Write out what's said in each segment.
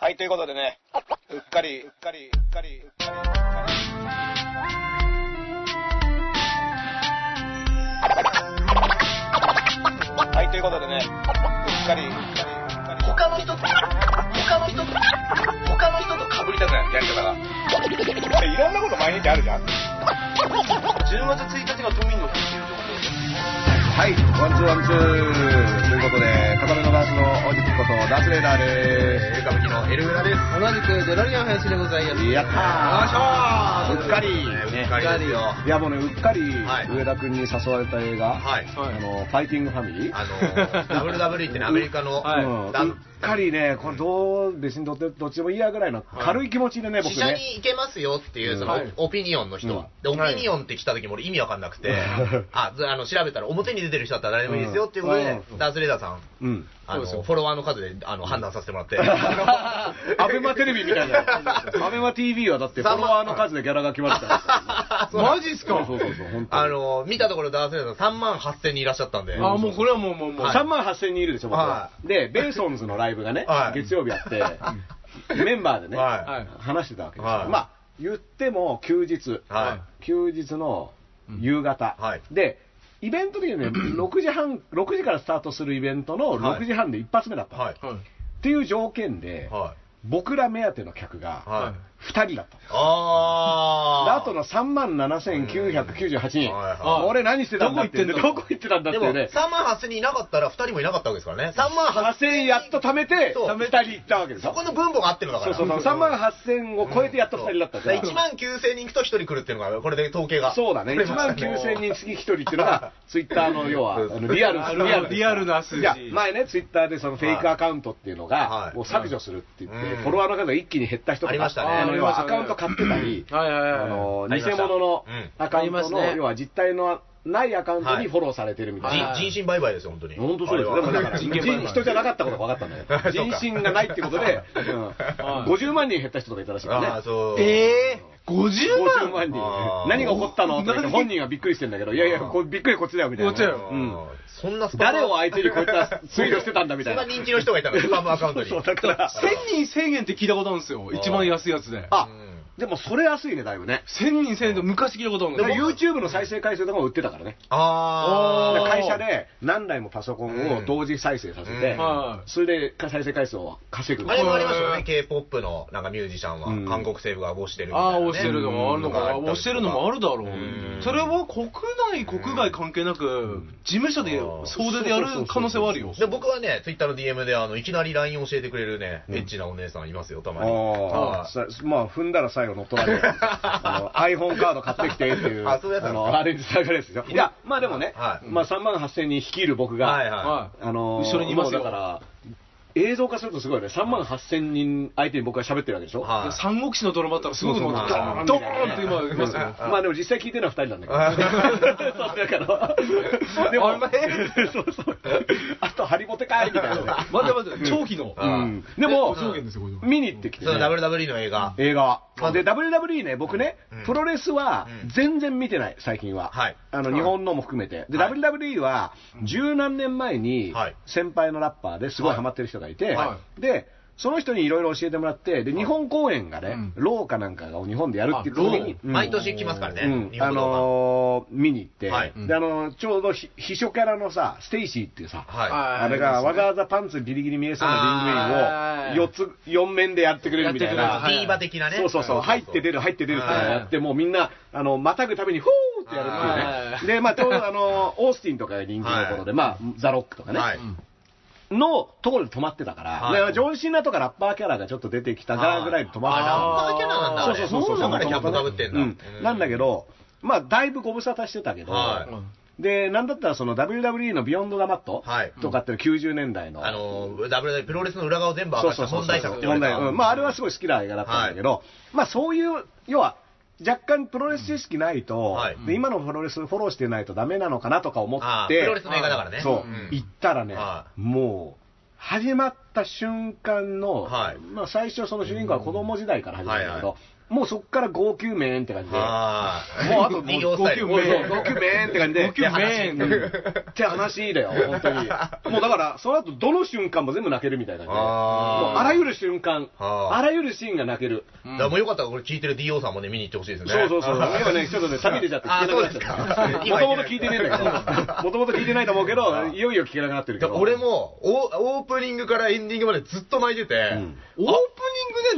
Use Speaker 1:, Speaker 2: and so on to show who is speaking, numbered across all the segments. Speaker 1: はい、ということでね、うっかり、うっかり、うっかり、うっかりうっかり。はい、ということでね、うっかり、うっかり、うっかり。
Speaker 2: 他の人と、他の人と、他の人と被りたくない、やり方が。
Speaker 1: いろんなこと毎日あるじゃん。
Speaker 2: 10月1日が都民の日っていう情報です。
Speaker 3: はい、ワンツーワンツーということで、片目のダースのおじきこと、ダースレーダーで。
Speaker 2: エルカブキのエルグラです。
Speaker 4: 同じくデロリアン林でございます
Speaker 3: やった
Speaker 2: よいしょー
Speaker 3: うっかり。
Speaker 2: うっかりですよ。
Speaker 3: いやもうね、うっかり、
Speaker 2: はい
Speaker 3: 上田君に誘われた映画、
Speaker 2: はい。
Speaker 3: あの、ファイティングファミリー。
Speaker 2: あの、WWE ってね、アメリカの、
Speaker 4: はい
Speaker 3: うん
Speaker 2: だ
Speaker 3: うっかりね、これどう、別にどっちどっちでもいいやぐらいの軽い気持ちでね、
Speaker 2: 試
Speaker 3: 僕
Speaker 2: 写
Speaker 3: ね。
Speaker 2: に行けますよっていう、その、
Speaker 4: はい
Speaker 2: オピニオンの人は。で、オピニオンって来た時も俺意味わかんなくて、あ、ずあの、調べたら表に出てる人だったら誰でもいいですよっていうことで、
Speaker 3: うん
Speaker 2: ダースレーダーさん、
Speaker 3: うん。
Speaker 2: あ
Speaker 4: そうです
Speaker 2: の、
Speaker 4: よ
Speaker 2: フォロワーの数で、あの、判断させてもらって。
Speaker 3: アベマテレビみたいな。アベマ TV はだってフォロワーの数でギャラが決まってた。
Speaker 4: マジっすか
Speaker 3: そうそうそう、本当に。
Speaker 2: あの、見たところダースレーダーさん3万8000人いらっしゃったんで。
Speaker 4: あもうこれはもうもうもう、
Speaker 2: はい
Speaker 3: 3万8000人いるでしょ、僕
Speaker 2: は
Speaker 3: で、ベーソンズのライブがね、
Speaker 2: はい
Speaker 3: 月曜日あって、メンバーでね、
Speaker 2: はい
Speaker 4: はい
Speaker 3: 話してたわけですよ、
Speaker 2: はい
Speaker 3: まあ、言っても休日、
Speaker 2: は
Speaker 3: 休日の夕方、
Speaker 2: はい
Speaker 3: で、イベント的 にね、6時半、6時からスタートするイベントの
Speaker 2: はい
Speaker 3: 6時半で一発目だっ
Speaker 2: い。
Speaker 3: た、
Speaker 2: はい。
Speaker 4: はい
Speaker 3: っていう条件で、
Speaker 2: はい。
Speaker 3: 僕ら目当ての客が
Speaker 2: はい。
Speaker 3: 2人だった。
Speaker 2: あー。
Speaker 3: であとの3万
Speaker 2: は
Speaker 3: 7998人、
Speaker 2: いはい
Speaker 3: 俺何してたんだっていうね、
Speaker 4: どこ
Speaker 3: どこ行ってたんだっ
Speaker 2: で
Speaker 3: て
Speaker 2: も、
Speaker 3: いうね、
Speaker 2: 3万8000人いなかったら、2人もいなかったわけですからね。3万8000
Speaker 3: 8000やっと貯めて、
Speaker 2: そう
Speaker 3: 2人行ったわけでし
Speaker 2: そ
Speaker 3: ょ
Speaker 2: こ。の分母が合ってるのだか
Speaker 3: そう
Speaker 2: ら。
Speaker 3: そうそう、3万8000を超えてやっと2人だったじゃん
Speaker 2: 1万9000人行くと1人来るっていうのが、これで統計が。
Speaker 3: そうだね、1万9000人次1人っていうのが、ツイッターの要は、あのリアル
Speaker 4: あのリアルな数字
Speaker 3: いや、前ね、ツイッターでそのフェイクアカウントっていうの
Speaker 2: は
Speaker 3: が、
Speaker 2: い
Speaker 3: もう削除するって言って、
Speaker 2: うん
Speaker 3: フォロワーの数が一気に減った人とか、
Speaker 2: ありましたね
Speaker 3: あの要は
Speaker 4: あ
Speaker 3: ア
Speaker 4: り
Speaker 3: カ
Speaker 4: ま
Speaker 3: ウ
Speaker 4: し
Speaker 3: ント
Speaker 4: たね
Speaker 3: 買ってたり、
Speaker 4: はいはいはい
Speaker 3: あの
Speaker 2: ありま
Speaker 3: 偽
Speaker 2: した
Speaker 3: 物の
Speaker 2: うん
Speaker 3: アカウン
Speaker 4: あり
Speaker 3: ト
Speaker 4: ます
Speaker 3: の、
Speaker 4: ね
Speaker 3: 要は実体のないアカウントにフォローされてるみたいな。
Speaker 4: は
Speaker 2: 人
Speaker 4: い
Speaker 2: 人身売買ですよ、本当に。
Speaker 3: 本当そうですよ。
Speaker 2: あ
Speaker 3: で
Speaker 2: れ
Speaker 3: も
Speaker 2: は
Speaker 3: だから 人
Speaker 4: 人権売買
Speaker 3: 人じゃなかったことが分かったんだ
Speaker 2: そう
Speaker 3: よ。
Speaker 2: か
Speaker 3: 人心がないってことで、うん
Speaker 4: はい
Speaker 3: 50万人減った人とかいたらしいからね。
Speaker 2: あーそう。
Speaker 4: えー、
Speaker 3: 50
Speaker 4: 50万
Speaker 3: 万人
Speaker 2: あー
Speaker 3: 何が起こったのって言って
Speaker 4: 何
Speaker 3: 本人はびっくりしてんだけど、いやいや、こうびっくりこっちだよみたいな。
Speaker 4: こっちだ
Speaker 2: う
Speaker 4: よ
Speaker 3: うん
Speaker 2: ん。そんなスパム
Speaker 3: 誰を相手にこういった推理をしてたんだみ
Speaker 2: そ
Speaker 3: た
Speaker 2: ん
Speaker 3: い
Speaker 2: な
Speaker 3: な。
Speaker 2: 人気の人がいたの、スパムアカウントに。
Speaker 3: そうだから、
Speaker 4: 1000人1000円って聞いたことあるんですよ一番安いやつで
Speaker 3: あ
Speaker 2: うん
Speaker 3: でもそれ安いね、だいぶね。
Speaker 4: 1000人1000円って昔聞いたことあるん
Speaker 3: で
Speaker 4: です
Speaker 3: も
Speaker 4: よ
Speaker 3: YouTube の再生回数とかも売ってたからね。
Speaker 2: あ
Speaker 4: お
Speaker 2: ー
Speaker 4: ー。
Speaker 3: 会社で何台もパソコン
Speaker 2: う
Speaker 3: を
Speaker 2: ん
Speaker 3: 同時再生させて
Speaker 2: うん
Speaker 4: は、い
Speaker 3: それで再生回数を稼ぐ。
Speaker 2: あれもあり
Speaker 4: は
Speaker 2: ましたよ
Speaker 4: う
Speaker 2: ね、
Speaker 4: ん
Speaker 2: K-POP のなんかミュージシャンは、
Speaker 3: うん
Speaker 2: 韓国政府が押してるみたいな、ね。
Speaker 4: ああ、押してるのもあるのかな、
Speaker 2: うん
Speaker 4: 押してるのもあるだろう
Speaker 2: うん。
Speaker 4: それは国内、国外関係なく、事務所で総出でやる可能性はあるよ。
Speaker 2: で、僕はね、ツイッターの DM で、あの、いきなり LINE 教えてくれるね、エッチなお姉さんいますよ、たまに。
Speaker 3: あ
Speaker 2: は
Speaker 3: あ
Speaker 2: い
Speaker 3: さまあ、踏んだら最後乗っ取 られる。あの iPhone カード買ってきてっていう、
Speaker 2: あそういうやつなんですか
Speaker 3: のアレンジサークルですよ。いや、まあでもね、
Speaker 2: はい
Speaker 3: まあ3万8000人率いる僕が、
Speaker 2: はいは
Speaker 4: は
Speaker 3: あのー
Speaker 4: 一緒にいますよ
Speaker 3: もうだから、映像化するとすごいね、3万8000人相手に僕が喋ってるわけでしょ。
Speaker 2: い。はい
Speaker 4: で三国志の泥棒だったらすごいの
Speaker 2: そう
Speaker 4: が
Speaker 2: そう
Speaker 4: ドー
Speaker 3: ド
Speaker 4: ンド
Speaker 3: ーン
Speaker 4: ーンって 今いますよ。
Speaker 3: まあでも実際聞いてるのは2人なんだけど。 そうだから。でも、
Speaker 4: あ れ
Speaker 3: そうそう。あと、ハリボテかいみたいなね。
Speaker 4: 待って待って、長期の。
Speaker 3: う
Speaker 2: うん
Speaker 3: ん、でも
Speaker 4: え上下ですよこれ、
Speaker 3: 見に行ってきて、
Speaker 2: その WWE の映画。
Speaker 3: 映画は。で、WWE ね、僕ね、プロレスは
Speaker 2: うん
Speaker 3: 全然見てない、最近は。
Speaker 2: はい
Speaker 3: あの、日本のも含めて。で、
Speaker 2: はい
Speaker 3: WWE は、十何年前に
Speaker 2: はい、
Speaker 3: 先輩のラッパーですごいハマってる人がいて
Speaker 4: は、
Speaker 3: で、その人にいろいろ教えてもらって、で、日本公演が
Speaker 4: う
Speaker 3: ね
Speaker 4: ん、
Speaker 3: ローかなんかが日本でやるっていう
Speaker 4: あロ
Speaker 3: 時
Speaker 4: ー
Speaker 3: に、うん
Speaker 2: 毎年来ますからね、
Speaker 3: う
Speaker 2: 日
Speaker 3: ん、あ
Speaker 2: 本の
Speaker 3: のー見に行って、
Speaker 2: はい
Speaker 3: であのーちょうどひ秘書キャラのさ、ステイシーっていうさ、
Speaker 2: はい。
Speaker 4: は
Speaker 3: あれがわざわざパンツギリギリ見えそうなリングメインを
Speaker 4: あー
Speaker 3: 4つ、4面でやってくれるみたい
Speaker 4: やって
Speaker 3: な
Speaker 4: く。れる
Speaker 2: ディーバ的なね。
Speaker 3: そうそうそう、入って出る、入って出るっていうのをやって、もうみんな、あの、またぐたびに、ふーってやるっていうね。で、まあ、ちょうどあの、オースティンとかが人気の頃
Speaker 2: は
Speaker 3: で、
Speaker 2: い
Speaker 3: まあ、ザ・ロックとかね、
Speaker 2: はい。
Speaker 3: のところで止まってたから、
Speaker 2: はい
Speaker 3: でジョン・シーナとかラッパーキャラがちょっと出てきたからぐらいで止まってた
Speaker 2: あラッパーキャラなんだ、あれ。
Speaker 3: そうそうそうそう。
Speaker 2: だからキャップかぶってんだ。
Speaker 3: うなんだけど、まあ、だいぶご無沙汰してたけど、
Speaker 2: はい
Speaker 3: で、なんだったらその WWE のビヨンド・ダ・マット
Speaker 2: はい
Speaker 3: とかっていうの90年代の。
Speaker 2: あの、WWE プロレスの裏側を全部明
Speaker 3: そう
Speaker 2: かし
Speaker 3: そ
Speaker 2: た
Speaker 3: うそう
Speaker 2: 問題作って言わ
Speaker 3: 問
Speaker 2: れ
Speaker 3: 題
Speaker 2: た。
Speaker 3: うんまあ、あれはすごい好きな映画だったんだけど、まあ、そういう、要は、若干プロレス知識ないと、
Speaker 2: はい
Speaker 3: で今のプロレスフォローしてないとダメなのかなとか思
Speaker 2: あー
Speaker 3: っ
Speaker 2: プ
Speaker 3: て、
Speaker 2: ロレスの映画だからね。
Speaker 3: そう、
Speaker 2: ん
Speaker 3: 行ったらね、
Speaker 2: は
Speaker 3: もう、始まった瞬間の、
Speaker 2: はい
Speaker 3: まあ、最初、その主人公は子供時代から始まるんだけど、
Speaker 2: はい
Speaker 3: もうそこから号泣メーンって感じで。
Speaker 2: ああ。
Speaker 3: もうあと、
Speaker 2: 人形
Speaker 3: もう
Speaker 2: スタイル。
Speaker 3: 号泣メーン、号泣メーンって感じで。
Speaker 4: 号泣メーン
Speaker 3: うんって話だよ、本当に。もうだから、その後、どの瞬間も全部泣けるみたいな感じで。もう
Speaker 2: あー
Speaker 3: あらゆる瞬間、
Speaker 2: あー
Speaker 3: あらゆるシーンが泣ける。
Speaker 2: だからもうよかったら、これ聞いてる DO さんもね、見に行ってほしいですね。
Speaker 3: そうそうそう。今ね、ちょっとね、旅出ちゃって
Speaker 2: あ
Speaker 3: 聞けなくな
Speaker 2: ーそう
Speaker 3: っ
Speaker 2: です
Speaker 3: ち
Speaker 2: か
Speaker 3: ゃった。もともと聞いてねえんだけど、もともと聞いてないと思うけど、いよいよ聞けなくなってるけ
Speaker 2: だ
Speaker 3: ど。
Speaker 2: 俺もオ、オープニングからエンディングまでずっと泣いてて、
Speaker 3: ん
Speaker 4: オープニン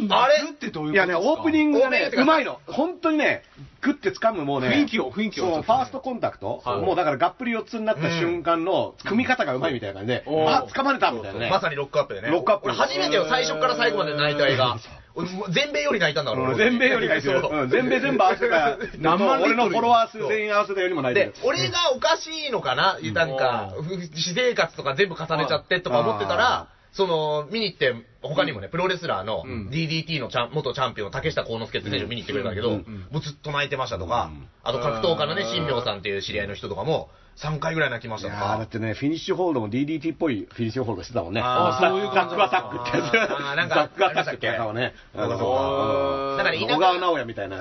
Speaker 4: グで
Speaker 2: あれ
Speaker 4: 泣くってどういうこと
Speaker 3: い
Speaker 4: ですか
Speaker 3: やね、オープニングがね、
Speaker 2: オープニングってか
Speaker 3: うまいの。本当にね、グッて掴むもうね、
Speaker 4: 雰囲気を雰囲気を
Speaker 3: そう、ファーストコンタクト、
Speaker 4: はい
Speaker 3: もうだからがっぷり四つになった瞬間の組み方がうまいみたいな感じで、
Speaker 4: うんおー
Speaker 3: あ、掴まれたみたいなね。
Speaker 2: まさにロックアップでね。
Speaker 3: ロックアップ
Speaker 2: 俺初めてよ、最初から最後まで泣いた映画。俺もう全米より泣いたんだから、
Speaker 3: うん
Speaker 2: 俺
Speaker 3: 全米より泣いてる。
Speaker 2: そう
Speaker 3: うん全米全部合わせたから、
Speaker 4: 何万
Speaker 3: 俺の
Speaker 4: リットル
Speaker 3: フォロワー数全員合わせたよりも泣いて
Speaker 2: で
Speaker 3: る。、
Speaker 2: 俺がおかしいのかな、なんか、私生活とか全部重ねちゃってとか思ってたら
Speaker 3: あ、
Speaker 2: その、見に行って、他にもね、プロレスラーの
Speaker 4: ん
Speaker 2: DDT のチャン元チャンピオン、竹下幸之助って選手見に行ってくれたんだけど、
Speaker 3: うん
Speaker 2: もうずっと泣いてましたとか、あと格闘家のね、新明さんっていう知り合いの人とかも、3回ぐらい泣きまし
Speaker 3: い
Speaker 2: たと
Speaker 3: や
Speaker 2: か
Speaker 3: ーだ。ってね、フィニッシュホールドも DDT っぽいフィニッシュホールドしてたもんね。
Speaker 2: あー
Speaker 3: ザ
Speaker 4: そういう
Speaker 3: ザ
Speaker 4: 感
Speaker 3: ッ
Speaker 4: じ
Speaker 3: クアタックってやつ。
Speaker 2: あーなんか
Speaker 3: ザックアタックってやつだもんね。
Speaker 2: ありましたっけ
Speaker 3: うんそう
Speaker 2: だから田舎
Speaker 3: 小川直也みたいな。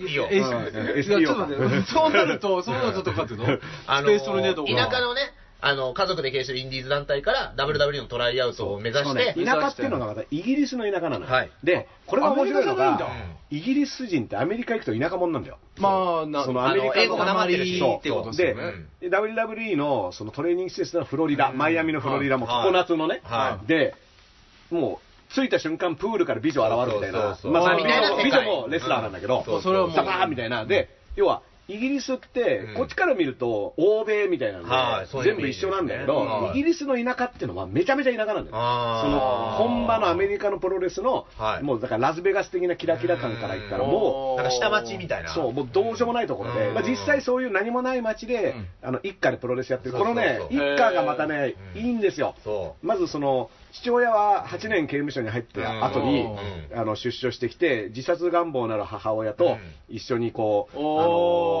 Speaker 2: いいよ
Speaker 4: え、
Speaker 3: うん
Speaker 4: いやちょっと待って、そうなると、そうなるとどうかっていうのス
Speaker 2: あの
Speaker 4: ペーストルネードが
Speaker 2: 田舎のね、あの、家族で経営してるインディーズ団体から、WWE のトライアウトを 目指
Speaker 3: そう
Speaker 2: して、
Speaker 3: ね田舎っていうのがまたイギリスの田舎なのよ、
Speaker 2: はい
Speaker 3: でこれが面白いの
Speaker 4: アメリカじゃ
Speaker 3: が
Speaker 4: ないんだ
Speaker 3: イギリス人ってアメリカ行くと田舎者なんだよ
Speaker 4: まあ、な
Speaker 3: そのアメリカ
Speaker 2: あの英語もなまってるし
Speaker 3: そう
Speaker 4: ってことです
Speaker 3: で
Speaker 4: よね。
Speaker 3: で WWE のそのトレーニング施設のフロリダ、マイアミのフロリダも
Speaker 2: はい
Speaker 3: 常夏のね、
Speaker 2: はい
Speaker 3: でもう着いた瞬間プールから美女現るみたいな
Speaker 2: そうそうそうま
Speaker 4: あ
Speaker 3: 美
Speaker 4: みたいな世
Speaker 3: 女も
Speaker 4: 界
Speaker 3: 美女もレスラーなんだけど、
Speaker 2: うんそう
Speaker 4: そうそれはもう
Speaker 3: ザバーンみたいなで要はイギリスって
Speaker 2: うん、
Speaker 3: こっちから見ると、欧米みたいなので、
Speaker 2: はいそういうイ
Speaker 3: 全
Speaker 2: メ
Speaker 3: 部
Speaker 2: ージ
Speaker 3: 一緒なんだけ
Speaker 2: ですねは
Speaker 3: ど、
Speaker 2: い
Speaker 3: イギリスの田舎っていうのは、めちゃめちゃ田舎なんだよ。そ
Speaker 2: あー
Speaker 3: の本場のアメリカのプロレスの、
Speaker 2: はい
Speaker 3: もうだからラスベガス的なキラキラ感からいったら、もう
Speaker 2: なんか下町みたいな。
Speaker 3: そう、もうどうしようもないところで、
Speaker 2: うん
Speaker 3: まあ、実際そういう何もない町で、
Speaker 4: うん
Speaker 3: あの一家でプロレスやってる、
Speaker 2: そうそう
Speaker 3: このね、
Speaker 2: そう
Speaker 3: 一家がまたね、
Speaker 2: うん
Speaker 3: いいんですよ。
Speaker 2: そ
Speaker 3: まずその父親は8年刑務所に入った後に、
Speaker 2: うん
Speaker 3: あの出所してきて自殺願望のある母親と一緒にこう、
Speaker 4: おー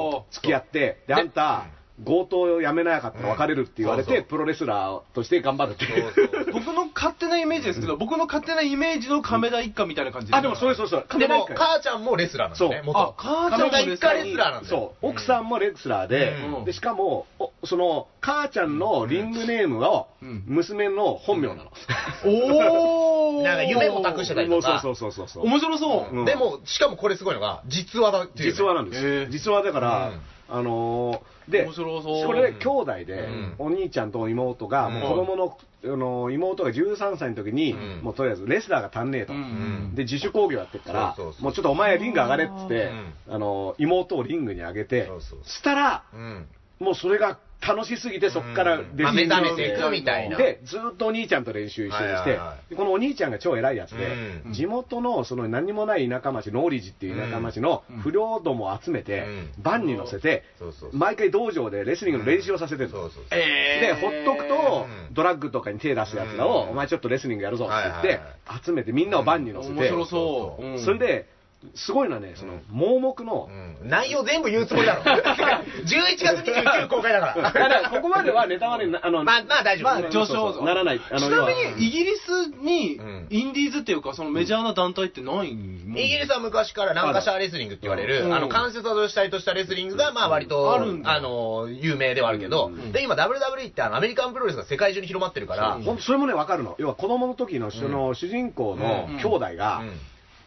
Speaker 3: あの付き合ってであんた強盗をやめなかったら別れるって言われ
Speaker 2: う
Speaker 3: て、
Speaker 2: んそうそう
Speaker 3: プロレスラーとして頑張るっていう
Speaker 2: そうそう
Speaker 4: 僕の勝手なイメージですけど、僕の勝手なイメージの亀田一家みたいな感じ す
Speaker 3: あでもそれそうそう
Speaker 2: で
Speaker 3: 亀田一
Speaker 2: も、
Speaker 3: 家
Speaker 2: 母ちゃんもレスラーなんですね
Speaker 3: そ、う
Speaker 2: 元
Speaker 4: あ母ちゃん
Speaker 2: 亀
Speaker 4: も
Speaker 2: 田一家レスラーなんですよ
Speaker 3: そ。う奥さんもレスラーで,、
Speaker 4: うん
Speaker 3: でしかもおその母ちゃんのリングネームを
Speaker 4: うん
Speaker 3: 娘の本名なの、
Speaker 4: おー
Speaker 2: なんか夢も託してたり
Speaker 3: も
Speaker 2: と
Speaker 3: うそう
Speaker 2: か。
Speaker 3: そうそうそうそう
Speaker 4: 面白そう。
Speaker 3: うん
Speaker 2: でも、しかもこれすごいのが、実話だっていうね。
Speaker 3: 実話なんです、
Speaker 4: へえ
Speaker 3: 実話だから、あのーで
Speaker 4: 面白そう
Speaker 3: これで兄弟で、
Speaker 2: うん
Speaker 3: お兄ちゃんと妹が、
Speaker 2: うん
Speaker 3: もう子供の、あのー妹が13歳の時に、
Speaker 2: うん
Speaker 3: もうとりあえずレスラーが足んねえと、
Speaker 4: うん
Speaker 3: で自主工業やってるから
Speaker 2: そうそうそう
Speaker 3: もうちょっとお前リング上がれっつって、あのー妹をリングに上げて
Speaker 2: そうそうそう
Speaker 3: したら
Speaker 2: うん。
Speaker 3: もうそれが楽しすぎてそこから
Speaker 2: う
Speaker 3: 弟
Speaker 2: ん
Speaker 3: 子入り
Speaker 2: まあ目覚めていくみたいな
Speaker 3: でずっとお兄ちゃんと練習一緒にして、
Speaker 2: はいはいは
Speaker 3: でこのお兄ちゃんが超偉いやつで、
Speaker 2: うん
Speaker 3: 地元のその何もない田舎町ノーリジっていう田舎町の
Speaker 4: うん
Speaker 3: 不良どもを集めて、
Speaker 2: う
Speaker 3: バンに乗せて、
Speaker 2: そうそうそう
Speaker 3: 毎回道場でレスリングの練習をさせてる、
Speaker 2: そうそうそう
Speaker 3: で
Speaker 4: え
Speaker 3: ほっとくと、
Speaker 2: うん
Speaker 3: ドラッグとかに手出すやつらを、
Speaker 2: うん
Speaker 3: お前ちょっとレスリングやるぞって言って、
Speaker 2: はいはい
Speaker 3: 集めてみんなをバンに乗せて、
Speaker 4: 面白そう。うん
Speaker 3: それ、ですごいのはねその盲目の、
Speaker 2: うん内容全部言うつもりだろ。11月29公開だか
Speaker 3: いやだ
Speaker 2: ら。
Speaker 3: からここまではネタバレにな、あの、
Speaker 2: まあ、まあ大丈
Speaker 3: まあ
Speaker 2: 夫。
Speaker 4: 上昇
Speaker 3: そうそうならない。あの
Speaker 4: ち
Speaker 3: 要
Speaker 4: な
Speaker 3: は
Speaker 4: みにイギリスに
Speaker 2: うん
Speaker 4: インディーズっていうかそのメジャーな団体ってないもん
Speaker 2: イギリスは昔からランカシャーレスリングって言われる、
Speaker 4: うん
Speaker 2: あの関節技を主体としたレスリングが、まあ割と、
Speaker 4: あるんだ
Speaker 2: あの、有名ではあるけど、
Speaker 3: うん
Speaker 2: で、今 WWE ってあのアメリカンプロレスが世界中に広まってるから、
Speaker 3: ほんとそれもね、わかるの。要は子供の時の、その、主人公の
Speaker 4: うん
Speaker 3: 兄弟が
Speaker 2: う、ん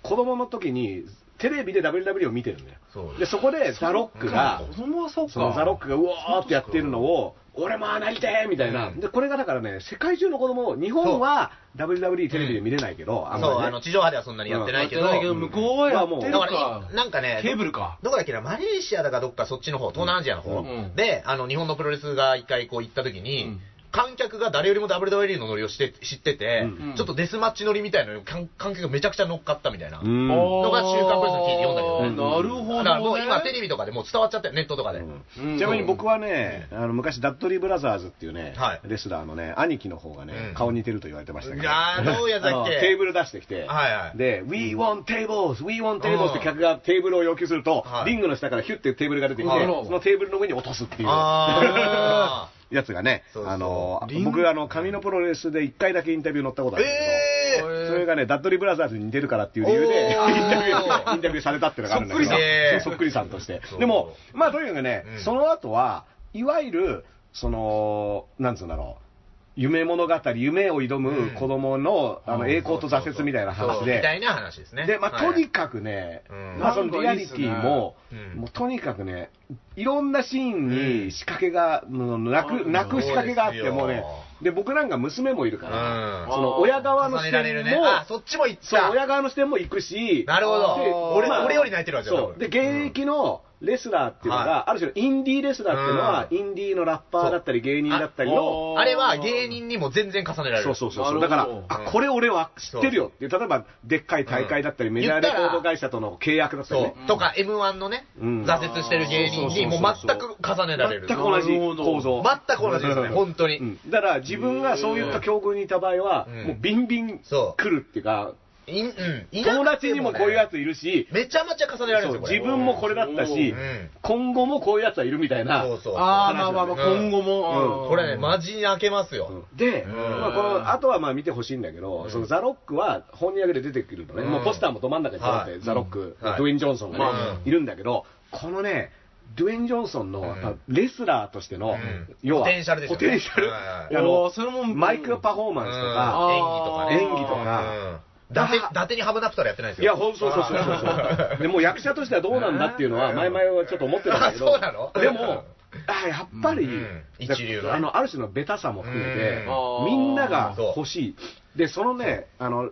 Speaker 3: 子供の時に、テレビで WWE を見てるんだよ。
Speaker 2: そう
Speaker 3: で、そこでザ・ロックが
Speaker 4: 子、供はそう
Speaker 3: そのザ・ロッ
Speaker 4: か。
Speaker 3: クがうわーってやってるのを、俺もああなりてーみたいな。
Speaker 2: うん
Speaker 3: で、これがだからね、世界中の子供を、日本は WWE テレビで見れないけど、
Speaker 2: そう、
Speaker 3: んまりね
Speaker 2: あの、地上波ではそんなにやってないけど、
Speaker 4: やってないけど向こうはやって
Speaker 3: うん
Speaker 4: る
Speaker 2: だ
Speaker 4: か
Speaker 2: からい、なんかね、
Speaker 4: ケーブルか。
Speaker 2: どこだっけな、マレーシアだかどっかそっちの方、東南アジアの方、
Speaker 4: うん
Speaker 2: で、あの、日本のプロレスが一回こう行った時に、
Speaker 4: うん
Speaker 2: 観客が誰よりも WWE のノリをして知ってて、
Speaker 4: うん
Speaker 2: ちょっとデスマッチノリみたいなのに観観客がめちゃくちゃ乗っかったみたいな。
Speaker 3: うん
Speaker 2: のが週刊プレスの記事読んだけどね
Speaker 4: あーなるほど、ね。
Speaker 2: だからもう今テレビとかでもう伝わっちゃったよ、ネットとかで。
Speaker 4: うん
Speaker 3: ちなみに僕はね、あの昔、ダッドリー・ブラザーズっていうね、
Speaker 2: はい
Speaker 3: レスラーのね、兄貴の方がね、
Speaker 2: うん
Speaker 3: 顔似てると言われてましたけど、
Speaker 2: あーどうやつだっけ
Speaker 3: あのテーブル出してきて、
Speaker 2: はいはい
Speaker 3: で、We want tables, we want tables っ
Speaker 2: うん
Speaker 3: て客がテーブルを要求すると、
Speaker 2: はい
Speaker 3: リングの下からヒュッてテーブルが出てき
Speaker 4: あ
Speaker 3: て、
Speaker 4: ら
Speaker 3: そのテーブルの上に落とすっていう。
Speaker 2: あ
Speaker 3: やつがね
Speaker 2: そう、そう
Speaker 3: あの
Speaker 2: リン、
Speaker 3: 僕、あの、紙のプロレスで1回だけインタビュー乗ったことあるんですけど、
Speaker 2: え
Speaker 3: それがね、ダッドリーブラザーズに似てるからっていう理由で、イン
Speaker 2: おー
Speaker 3: タビュー、インタビューされたっていうのがあるんだけど、
Speaker 2: そっくりさん
Speaker 3: そうそっくりさんとして
Speaker 2: そ。う
Speaker 3: でも、まあ、とにかくね
Speaker 2: うん、
Speaker 3: その後は、いわゆる、その、なんつうんだろう。夢物語、夢を挑む子供の,、あの栄光と挫折みたいな話
Speaker 2: そうみた
Speaker 3: で、
Speaker 2: いな話ですね。
Speaker 3: で、まあ、
Speaker 2: はい
Speaker 3: とにかくね、
Speaker 2: うん
Speaker 3: まあ、そのリアリティも、
Speaker 2: うん
Speaker 3: もうとにかくね、いろんなシーン
Speaker 2: うん
Speaker 3: に仕掛けが、もう泣
Speaker 4: あ
Speaker 3: く、泣く仕掛けがあって、
Speaker 2: そうですよ
Speaker 3: もうね、で、僕なんか娘もいるから、
Speaker 2: うん
Speaker 3: その親側の
Speaker 2: 重
Speaker 3: 視
Speaker 2: ね
Speaker 3: 点
Speaker 2: られるね。
Speaker 3: も、
Speaker 2: あ、そっちも行っ
Speaker 3: そう、
Speaker 2: た。
Speaker 3: 親側の視点も行くし、
Speaker 2: なるほど
Speaker 3: で。
Speaker 2: 俺
Speaker 3: まあ
Speaker 2: 俺より泣いてるわ、じゃあ。
Speaker 3: そう。で、
Speaker 2: 多分
Speaker 3: 現役のレスラーっていうの
Speaker 2: は
Speaker 3: が、ある種のインディーレスラーっていうのは、
Speaker 2: うん
Speaker 3: インディーのラッパーだったり芸人だったりの、
Speaker 2: あれは芸人にも全然重ねられる。
Speaker 3: そうそうそうそう。
Speaker 4: な
Speaker 3: だか
Speaker 4: る
Speaker 3: ら
Speaker 4: ほど、
Speaker 2: うん
Speaker 3: あ、これ俺は知ってるよっていう、例えば、でっかい大会だったり、
Speaker 2: うん
Speaker 3: メジャーレコード会社との契約だったり
Speaker 2: そ
Speaker 3: ね。
Speaker 2: う。とか、M1 のね、
Speaker 3: うん
Speaker 2: 挫折してる芸人にもう全く重ねられる。
Speaker 3: 全く同じ構造。
Speaker 2: 全く同じですね、本当に。
Speaker 3: うんだから自分がそういった境遇にいた場合は、
Speaker 2: うん
Speaker 3: もうビンビン
Speaker 2: そう
Speaker 3: 来るっていうか、
Speaker 2: いんうん、いなくても
Speaker 3: 友
Speaker 2: ね
Speaker 3: 達にもこういうやついるし、
Speaker 2: めちゃめちゃ重ねられ
Speaker 3: そ
Speaker 2: る
Speaker 3: うん
Speaker 2: です
Speaker 3: 自
Speaker 2: よ、これ。
Speaker 3: 分もこれだったし、
Speaker 2: うん
Speaker 3: 今後もこういうやつはいるみたいな。
Speaker 2: そうそう。
Speaker 4: あーまあまあまあ、
Speaker 2: うん
Speaker 4: 今後
Speaker 3: う
Speaker 4: も。うんん
Speaker 2: これね、マジに開けますよ。
Speaker 3: で、
Speaker 2: うん
Speaker 3: まあ、このあとはまあ見てほしいんだけど、
Speaker 2: うん
Speaker 3: そのザ・ロックは翻訳で出てくるのね、
Speaker 2: うん
Speaker 3: もうポスターもど真ん中に座って、
Speaker 2: はい
Speaker 3: ザ・ロック、
Speaker 2: はい
Speaker 3: ドゥエイン・ジョンソンがね、
Speaker 2: まあ
Speaker 3: いるんだけど、このね、ドゥエイン・ジョンソンの、
Speaker 2: うん
Speaker 3: やっぱレスラーとしての、
Speaker 2: うん
Speaker 3: 要は
Speaker 2: ポテンシャルですよね
Speaker 3: ポテンシャル
Speaker 2: はいはい
Speaker 3: あの
Speaker 4: おーそれも
Speaker 3: マイクロパフォーマンスとか、
Speaker 2: うん演技とかね。
Speaker 3: 演技とか
Speaker 2: うん。だて、だてにハブナプトラやってないです
Speaker 3: いや、
Speaker 2: よ。
Speaker 3: ほんそうそうそうそうそう。でも役者としてはどうなんだっていうのは、前々はちょっと思ってたんだけど、
Speaker 2: あそうなの
Speaker 3: でも、あやっぱり、
Speaker 2: うん一流のね
Speaker 3: あの、ある種のベタさも含めて
Speaker 4: うん、
Speaker 3: みんなが欲しい。で、そのね、あの、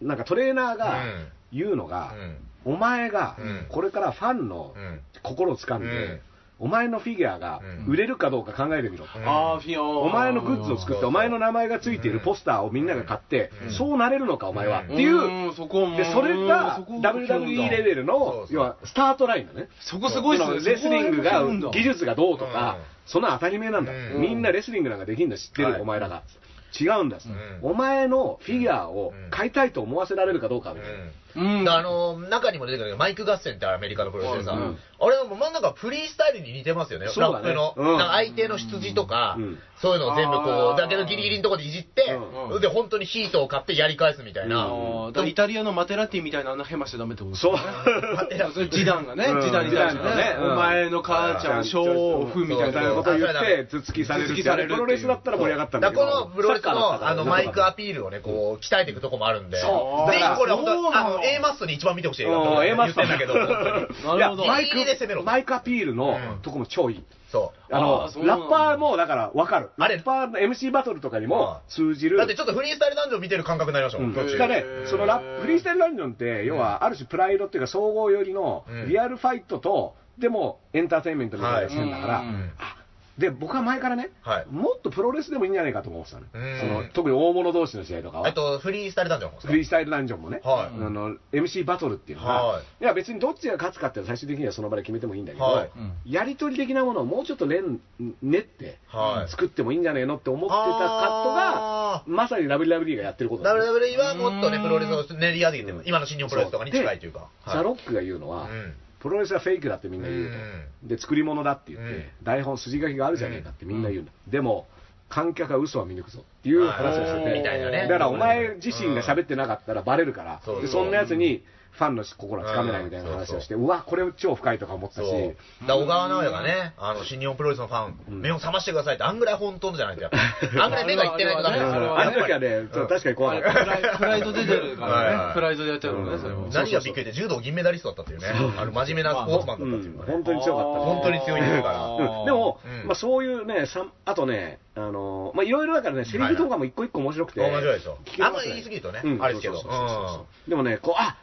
Speaker 3: なんかトレーナーが
Speaker 2: うん
Speaker 3: 言うの
Speaker 2: う
Speaker 3: が、
Speaker 2: ん。
Speaker 3: お前が
Speaker 2: うん
Speaker 3: これからファンの
Speaker 2: うん。
Speaker 3: 心を掴んで、
Speaker 2: うん
Speaker 3: お前のフィギュアが売れるかどうか考えてみろ。
Speaker 2: うん
Speaker 4: あーフィア
Speaker 3: お前のグッズを作って、お前の名前がついているポスターをみんなが買って、
Speaker 2: うん
Speaker 3: そうなれるのか、お前は。
Speaker 2: う
Speaker 3: っ
Speaker 2: ん
Speaker 3: ていう、
Speaker 4: んそこも
Speaker 3: で、それが
Speaker 4: そこ
Speaker 3: WWE レベル
Speaker 2: そ
Speaker 3: の
Speaker 2: う、そう
Speaker 3: 要はスタートラインだね。
Speaker 4: そこすごいっすね
Speaker 3: レスリングが
Speaker 4: そこはやっぱそうなんだ
Speaker 3: 技術がどうとか
Speaker 2: うん、
Speaker 3: そんな当たり前なんだ
Speaker 2: う。ん
Speaker 3: みんなレスリングなんかできるんだ、知って
Speaker 2: は
Speaker 3: る、
Speaker 2: い
Speaker 3: お前らが。違うんだ
Speaker 2: ん。
Speaker 3: お前のフィギュアを買いたいと思わせられるかどうか
Speaker 2: う
Speaker 3: みたいな。
Speaker 2: ん。
Speaker 4: うん
Speaker 2: あの、中にも出てくるけど、マイク合戦ってアメリカのプロレスでさ、
Speaker 3: うん
Speaker 2: あれも真ん中フリースタイルに似てますよね、
Speaker 3: そう
Speaker 2: ラ
Speaker 3: だね
Speaker 2: ップの。
Speaker 3: うん
Speaker 2: なんか相手の出自とか、
Speaker 3: うん
Speaker 2: そういうのを全部こ
Speaker 4: あー
Speaker 2: う、だけどギリギリのところでいじって、
Speaker 4: うん
Speaker 2: で、本当にヒートを買ってやり返すみたい な。
Speaker 4: あーだからイタリアのマテラティみたいなあんなヘマしてダメってことです
Speaker 3: そう
Speaker 4: ね。。そういう示談がね、
Speaker 3: うん
Speaker 4: 示談に対
Speaker 3: 示談
Speaker 4: してね
Speaker 3: がねうん
Speaker 4: お前の母ちゃん、娼婦みたい
Speaker 3: みたいな
Speaker 4: な
Speaker 3: こ
Speaker 4: ことと
Speaker 3: を言
Speaker 2: あそれ
Speaker 3: っ
Speaker 2: は
Speaker 3: て、頭突きされるっ
Speaker 4: 頭突
Speaker 3: ていう。
Speaker 4: き
Speaker 3: あ
Speaker 4: さ
Speaker 3: れ
Speaker 4: れるって
Speaker 3: プ
Speaker 4: いう
Speaker 3: ロレスだったら盛り上がったんだ
Speaker 2: だ
Speaker 3: け
Speaker 2: か
Speaker 3: ど。
Speaker 2: らこのプロレス
Speaker 3: サッカーだ
Speaker 2: の
Speaker 3: ったから
Speaker 2: あのマイクアピールをね、こう、鍛えていくとこもあるんで、ぜひ
Speaker 3: そうだから
Speaker 2: これ、本当
Speaker 4: そう
Speaker 2: に
Speaker 4: な
Speaker 2: あ
Speaker 4: の
Speaker 2: の、A マッソに一番見てほしい映画
Speaker 3: うん、A マ
Speaker 2: 言
Speaker 3: ッ
Speaker 2: っ
Speaker 3: ソ
Speaker 2: てんだけど、本当に
Speaker 4: なるほど
Speaker 3: いやマイ
Speaker 2: ギリギリで攻め
Speaker 3: ク、
Speaker 2: ろ
Speaker 3: マイクアピールの
Speaker 2: うん
Speaker 3: とこも超いい。
Speaker 2: そ
Speaker 3: あの
Speaker 4: あーそうな
Speaker 3: ラ
Speaker 4: んだ
Speaker 3: ッパーもだから分かる。
Speaker 2: あ
Speaker 3: ラ
Speaker 2: れ
Speaker 3: ッパーの MC バトルとかにも通じ
Speaker 2: う。
Speaker 3: る。
Speaker 2: だってちょっとフリースタイル男女見てる感覚になりましたもん。
Speaker 3: どっちかね
Speaker 4: へ、ー
Speaker 3: そのラップフリースタイルダンジョンって、要はある種プライドっていうか、総合寄りの
Speaker 2: うん
Speaker 3: リアルファイトと、でもエンターテインメントみたいなしてんだから、
Speaker 4: はいうん
Speaker 3: あで、僕は前からね、
Speaker 2: はい
Speaker 3: もっとプロレスでもいいんじゃないかと思ってたの、
Speaker 2: うん
Speaker 3: その特に大物同士の試合とか
Speaker 2: あ
Speaker 3: は、
Speaker 2: と、フリースタイル男女もそう
Speaker 3: フリースタイルダンジョンもね、
Speaker 2: はい
Speaker 3: あの MC バトルっていうのは、
Speaker 2: はい
Speaker 3: い、や、別にどっちが勝つかっていうのは最終的にはその場で決めてもいいんだけど、
Speaker 2: はい
Speaker 3: やり取り的なものをもうちょっと練練って、
Speaker 2: はい
Speaker 3: 作ってもいいんじゃねえのって思ってたカットが
Speaker 2: あ、
Speaker 3: まさに WWE がやってることなんですよ
Speaker 2: WWE はもっとね、プロレスを練り上げて
Speaker 3: う
Speaker 2: る
Speaker 3: ん、
Speaker 2: 今の新日本プロレスとかに近いというか。
Speaker 3: でザ・ロックが言うのは、
Speaker 2: うん
Speaker 3: プロレスはフェイクだってみんな言うと、で作り物だって言って、
Speaker 2: う
Speaker 3: 台本筋書きがあるじゃねえかってみんな言うんだ、でも観客は嘘は見抜くぞっていう話をして
Speaker 2: はい
Speaker 3: て、
Speaker 2: みたいなね
Speaker 3: だからお前自身が喋ってなかったらバレるから、
Speaker 2: うん
Speaker 3: でそんなやつにファンの心はつかめないみたいな話をして、うわこれ超深いとか思ってた
Speaker 2: そ
Speaker 3: し
Speaker 2: う。だから小川直也がね、あの、新日本プロレスのファン、
Speaker 3: うん
Speaker 2: 目を覚ましてくださいって、あんぐらい本当のじゃないとやっ ぱ、あんぐらい目がいってないとダメです
Speaker 4: それ
Speaker 2: よ。
Speaker 4: は
Speaker 3: あ
Speaker 2: や
Speaker 3: の
Speaker 2: っぱ
Speaker 3: 時は
Speaker 2: り
Speaker 3: ね、そう確かに怖かった。
Speaker 4: プライド出てるか
Speaker 2: はい
Speaker 4: ら
Speaker 2: はい
Speaker 4: ね。プライドでやっちゃうからね、それ
Speaker 3: う
Speaker 4: も
Speaker 3: ん。
Speaker 2: 何がびっくりって、柔道銀メダリストだったっていうね、あの、真面目なスポーツマンだったっていうかね。
Speaker 3: うん本当に強かった。
Speaker 2: 本当に強いですから
Speaker 3: うんでも、
Speaker 2: うん
Speaker 3: まあ、そういうね、さんあとね、あのーまあ、いろいろだからね、セリフとかも一個一個面白くて、
Speaker 2: 面白いでしょ
Speaker 3: 聞けま
Speaker 2: あ
Speaker 3: すね
Speaker 2: んまり言い過ぎるとね
Speaker 3: うん
Speaker 2: あれですけど
Speaker 3: そうそうそうそうでもね、こう、あ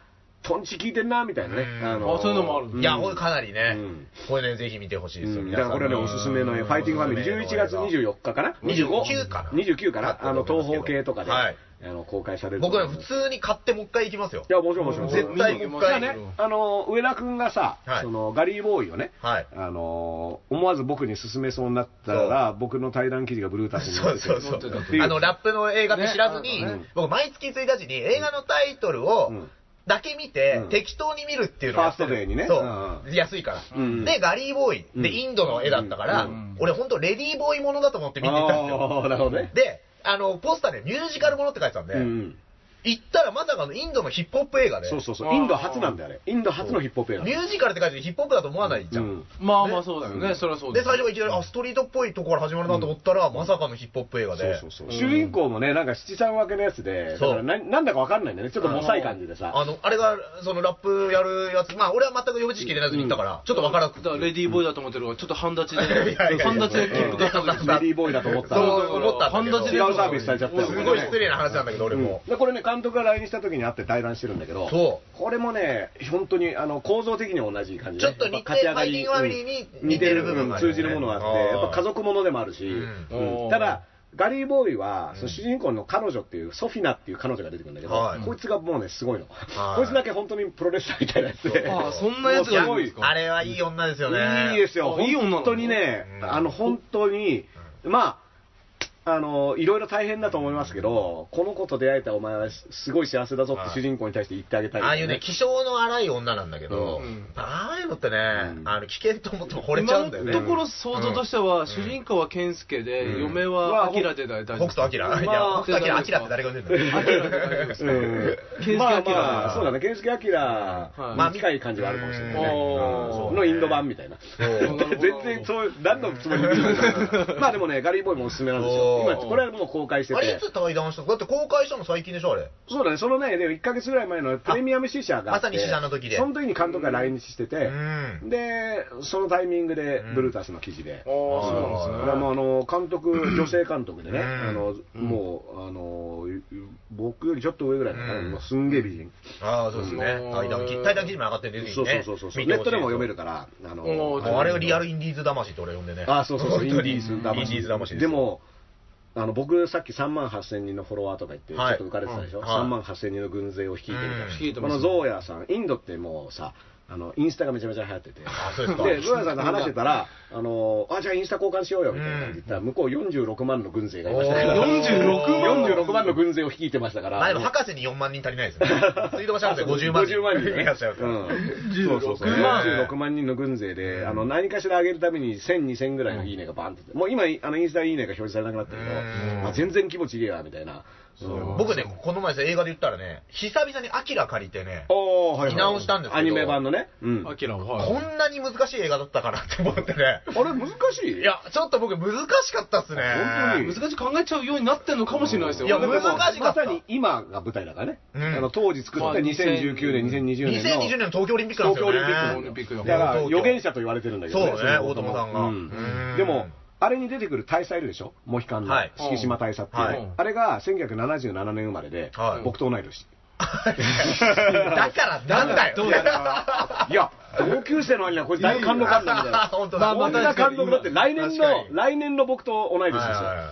Speaker 3: トンチ聞いてんなみたいなね、
Speaker 2: うん
Speaker 3: あのー
Speaker 4: あそういうのもある
Speaker 3: うん
Speaker 2: いや、これかなりね
Speaker 3: うん、
Speaker 2: これね、ぜひ見てほしいですよ、
Speaker 3: うんだ
Speaker 2: 皆
Speaker 3: か
Speaker 2: さ
Speaker 3: ら
Speaker 2: ん。
Speaker 3: これね、おすすめのね、ファイティングファミリー、11月24日かな、
Speaker 2: 29かな
Speaker 3: 29かな、あの東方系とかで、
Speaker 2: はい
Speaker 3: あの公開されると
Speaker 2: 僕
Speaker 3: 思う
Speaker 2: ね、普通に買ってもう一回行きますよ
Speaker 3: い。や、もちろんもちろん、
Speaker 2: 絶対もう一回
Speaker 4: 見に行きましょう
Speaker 2: ね。
Speaker 3: あの上田君がさ、
Speaker 2: はい
Speaker 3: そのガリーボーイをね、
Speaker 2: はい
Speaker 3: あの思わず僕に勧めそうになったら、僕の対談記事がブルータスに
Speaker 2: そうそう
Speaker 3: 載
Speaker 2: そ
Speaker 3: ってて
Speaker 2: う
Speaker 3: ってい。
Speaker 2: あの、ラップの映画って知らずに、
Speaker 4: ね
Speaker 3: あのね
Speaker 2: 僕、毎月1日に映画のタイトルを、
Speaker 3: うん
Speaker 2: だけ見て、
Speaker 3: うん
Speaker 2: 適当に見るっていうのをやってる
Speaker 3: ファーストデーにね
Speaker 2: そう
Speaker 3: うん。
Speaker 2: 安いから、
Speaker 3: うん
Speaker 2: で、ガリーボーイ。
Speaker 3: うん
Speaker 2: で、インドの絵だったから、
Speaker 3: うん
Speaker 2: 俺、本当レディーボーイものだと思って見てたんですよ。
Speaker 3: あーなるほどね。
Speaker 2: で、あの、ポスターでミュージカルものって書いてたんで、
Speaker 3: うん
Speaker 2: い行ったらまさかのインドのヒップホップ映画で、
Speaker 3: そうそうそ
Speaker 4: あ
Speaker 3: う。
Speaker 4: ー
Speaker 3: インド初なんだよ、あれ。インド初のヒップホップ映画。
Speaker 2: ミュージカルって感じでヒップホップだと思わないじゃん。
Speaker 3: うん
Speaker 4: まあまあそうだよね、
Speaker 3: うん
Speaker 4: それはそうだ
Speaker 2: で、
Speaker 4: よ
Speaker 2: 最初がいきなり、あ、ストリートっぽいとこから始まるなと思ったら、まさかのヒップホップ映画で。
Speaker 3: そうそうそう。
Speaker 4: うん
Speaker 3: 主人公もね、なんか七三分けのやつで、だ
Speaker 2: そう
Speaker 3: からななんだかわかんないんだよね。ちょっともさい感じでさ。
Speaker 2: あの、あれが、そのラップやるやつ、まあ俺は全く予備知識入れずに行ったから、ちょっとわからなく
Speaker 4: だ
Speaker 2: て
Speaker 4: からレディーボーイだと思ってるから、ちょっと半立ちで
Speaker 2: いやいやい、や
Speaker 4: 半立ちでキップ買った 時
Speaker 3: レ
Speaker 4: に
Speaker 3: ディーボーイだと思った
Speaker 2: そう
Speaker 3: ら。
Speaker 2: 思ったんだけど。
Speaker 4: 半立
Speaker 3: 違
Speaker 4: ちで
Speaker 3: うサービスされちゃったよね
Speaker 2: すごい失礼な話なんだけど、俺も。
Speaker 3: でこれね、監督が来日した時に会って対談してるんだけど、
Speaker 2: そ
Speaker 3: これもね、本当にあの構造的に同じ感じ
Speaker 2: ちょっと似てファイティングファミリーに似てる部分があるよね
Speaker 3: 通じるものがあって、
Speaker 2: あー
Speaker 3: やっぱ家族ものでもあるし、
Speaker 4: うん
Speaker 3: うんただ、ガリー・ボーイ
Speaker 2: う
Speaker 3: は、
Speaker 2: ん
Speaker 3: その主人公の彼女っていう、ソフィナっていう彼女が出てくるんだけど、
Speaker 2: はい
Speaker 3: こいつがもうね、すごいの、
Speaker 2: はい
Speaker 3: こいつだけ本当にプロレスラーみたいなやつで、
Speaker 4: ああ、そんなやつがいるんですか
Speaker 2: あれはいい女ですよね。
Speaker 3: いいですよ、
Speaker 4: あいい女なの
Speaker 3: 本当にね、
Speaker 2: うん
Speaker 3: あの本当に、まあ、あのいろいろ大変だと思いますけど、この子と出会えたお前はすごい幸せだぞ
Speaker 2: は
Speaker 3: っ
Speaker 2: い
Speaker 3: て主人公に対して言ってあげたい、
Speaker 2: ああいうね、気性の荒い女なんだけど、
Speaker 4: うん
Speaker 2: ああいうのってね、
Speaker 3: ん
Speaker 2: あの危険と思っても惚れちゃうんだよね。
Speaker 4: 今のところ想像としては、主人公は健介で、
Speaker 2: うん
Speaker 4: 嫁は明で大丈
Speaker 2: 北斗晶、い
Speaker 4: ま
Speaker 2: や
Speaker 4: あ、
Speaker 2: 北斗晶、晶って誰が出てる
Speaker 4: 明で大丈夫です
Speaker 3: う
Speaker 4: か
Speaker 3: ん
Speaker 4: ケンスケアキラー
Speaker 3: まあまあ、そうだね、ケンスケアキラ
Speaker 4: はい
Speaker 3: ーに近い感じはあるかもしれないね、
Speaker 4: うん
Speaker 3: うん
Speaker 4: おー
Speaker 3: のインド版みたいな。
Speaker 2: の
Speaker 4: なるほど
Speaker 3: 全然そう、何のつもり もないからまあでもね、ガリーボーイもおすすめなんですよ。
Speaker 2: おー
Speaker 3: 今、これはもう公開して
Speaker 2: あれい
Speaker 3: て。
Speaker 2: つ対談したのだって公開したの最近でしょ、あれ。
Speaker 3: そうだね、そのね、でも1ヶ月ぐらい前のプレミアム試写があって
Speaker 2: あまさに試写の時で
Speaker 3: その時に監督が来日してて、
Speaker 2: うん
Speaker 3: で、そのタイミングで
Speaker 2: うん、
Speaker 3: ブルータスの記事で。
Speaker 4: あーそうなんですね
Speaker 3: だからもうあの監 督、女性監督でね、
Speaker 2: うん
Speaker 3: あのもうあの僕よりちょっと上ぐらいかな、
Speaker 2: うん
Speaker 3: もうすんげえ美人、
Speaker 2: ああ、そうですね。対談記事、対談記事も上がってるんで、
Speaker 3: そうそうそうそう、ネットでも読めるから、あの
Speaker 4: おー
Speaker 2: あれをリアルインディーズ魂って俺呼んでね。
Speaker 3: あそうそうそう、インディー
Speaker 2: イン
Speaker 3: ズ
Speaker 2: デ
Speaker 3: 魂。
Speaker 2: ィーズ魂です。
Speaker 3: で、も、あの僕、さっき3万8000人のフォロワーとか言って、ちょ
Speaker 2: はい
Speaker 3: っと浮かれてたでしょ、
Speaker 2: はい
Speaker 3: 3万8000人の軍勢を率いてみ
Speaker 2: うん
Speaker 3: た
Speaker 4: 率い
Speaker 3: い
Speaker 4: て
Speaker 3: な、
Speaker 4: ま
Speaker 3: こ
Speaker 4: すね
Speaker 3: のゾーヤさん、インドってもうさ、あのインスタがめちゃめちゃ流行ってて、
Speaker 2: あそうですか。
Speaker 3: で、ゾーヤさんと話してたら、あのあじゃあインスタ交換しようよみたいな感じで言ったら、向こう46万の軍勢がいましたから、
Speaker 4: おー46万
Speaker 3: 46万の軍勢を率いてましたから。
Speaker 2: まあでも博士に4万人足りないですね。水道橋博士50万人。
Speaker 3: 50万人
Speaker 2: いらっしゃるから。
Speaker 3: うん、そうそうそう
Speaker 4: 16万
Speaker 3: 46万人の軍勢で、あの何かしら上げるために1000、2000ぐらいのいいねがバンって、もう今、あのインスタいいねが表示されなくなったけ
Speaker 2: うん
Speaker 3: ど、あ全然気持ちいいやみたいな、うん
Speaker 2: 僕ね、この前さ映画で言ったらね、久々にアキラ借りてね、
Speaker 3: おーはいはい
Speaker 2: 見直したんですけど
Speaker 3: アニメ版のね、うん、あ
Speaker 4: アキラは、
Speaker 2: こ
Speaker 4: はい。
Speaker 2: んなに難しい映画だったかなって思ってね。
Speaker 3: れ、難しい
Speaker 2: いや、ちょっと僕難しかったっすね。
Speaker 3: 本当に
Speaker 4: 難しく考えちゃうようになってんのかもしれないですよ。
Speaker 2: いや
Speaker 3: でも
Speaker 2: 難しかった
Speaker 3: まさに今が舞台だからね、
Speaker 2: うん
Speaker 3: あの当時作った2019年、2020年の
Speaker 2: 2020年の東京オリンピックなん
Speaker 3: 東
Speaker 2: です
Speaker 3: 京
Speaker 2: よね。
Speaker 3: オリンピックの
Speaker 4: オリンピッ
Speaker 3: だ
Speaker 4: クだ
Speaker 3: から預言者と言われてるんだけど
Speaker 2: そうね大友さんが
Speaker 3: う
Speaker 2: うん
Speaker 3: でもあれに出てくる大佐いるでしょモヒカンの
Speaker 2: はい
Speaker 3: 敷島大佐っていう、
Speaker 2: はい
Speaker 3: あれが1977年生まれで、
Speaker 2: はい
Speaker 3: 僕と同 い年
Speaker 2: だからなん だよ。
Speaker 4: どうやら
Speaker 3: いや同級生の割にはこれ大感動感だみた い な
Speaker 2: 本当
Speaker 4: ま
Speaker 2: だ。
Speaker 4: あま
Speaker 3: こ
Speaker 4: あ
Speaker 3: んな感動だって来年
Speaker 4: 確か
Speaker 3: の
Speaker 4: に
Speaker 3: 来年の僕と同い年ですよ、
Speaker 2: はいはいはい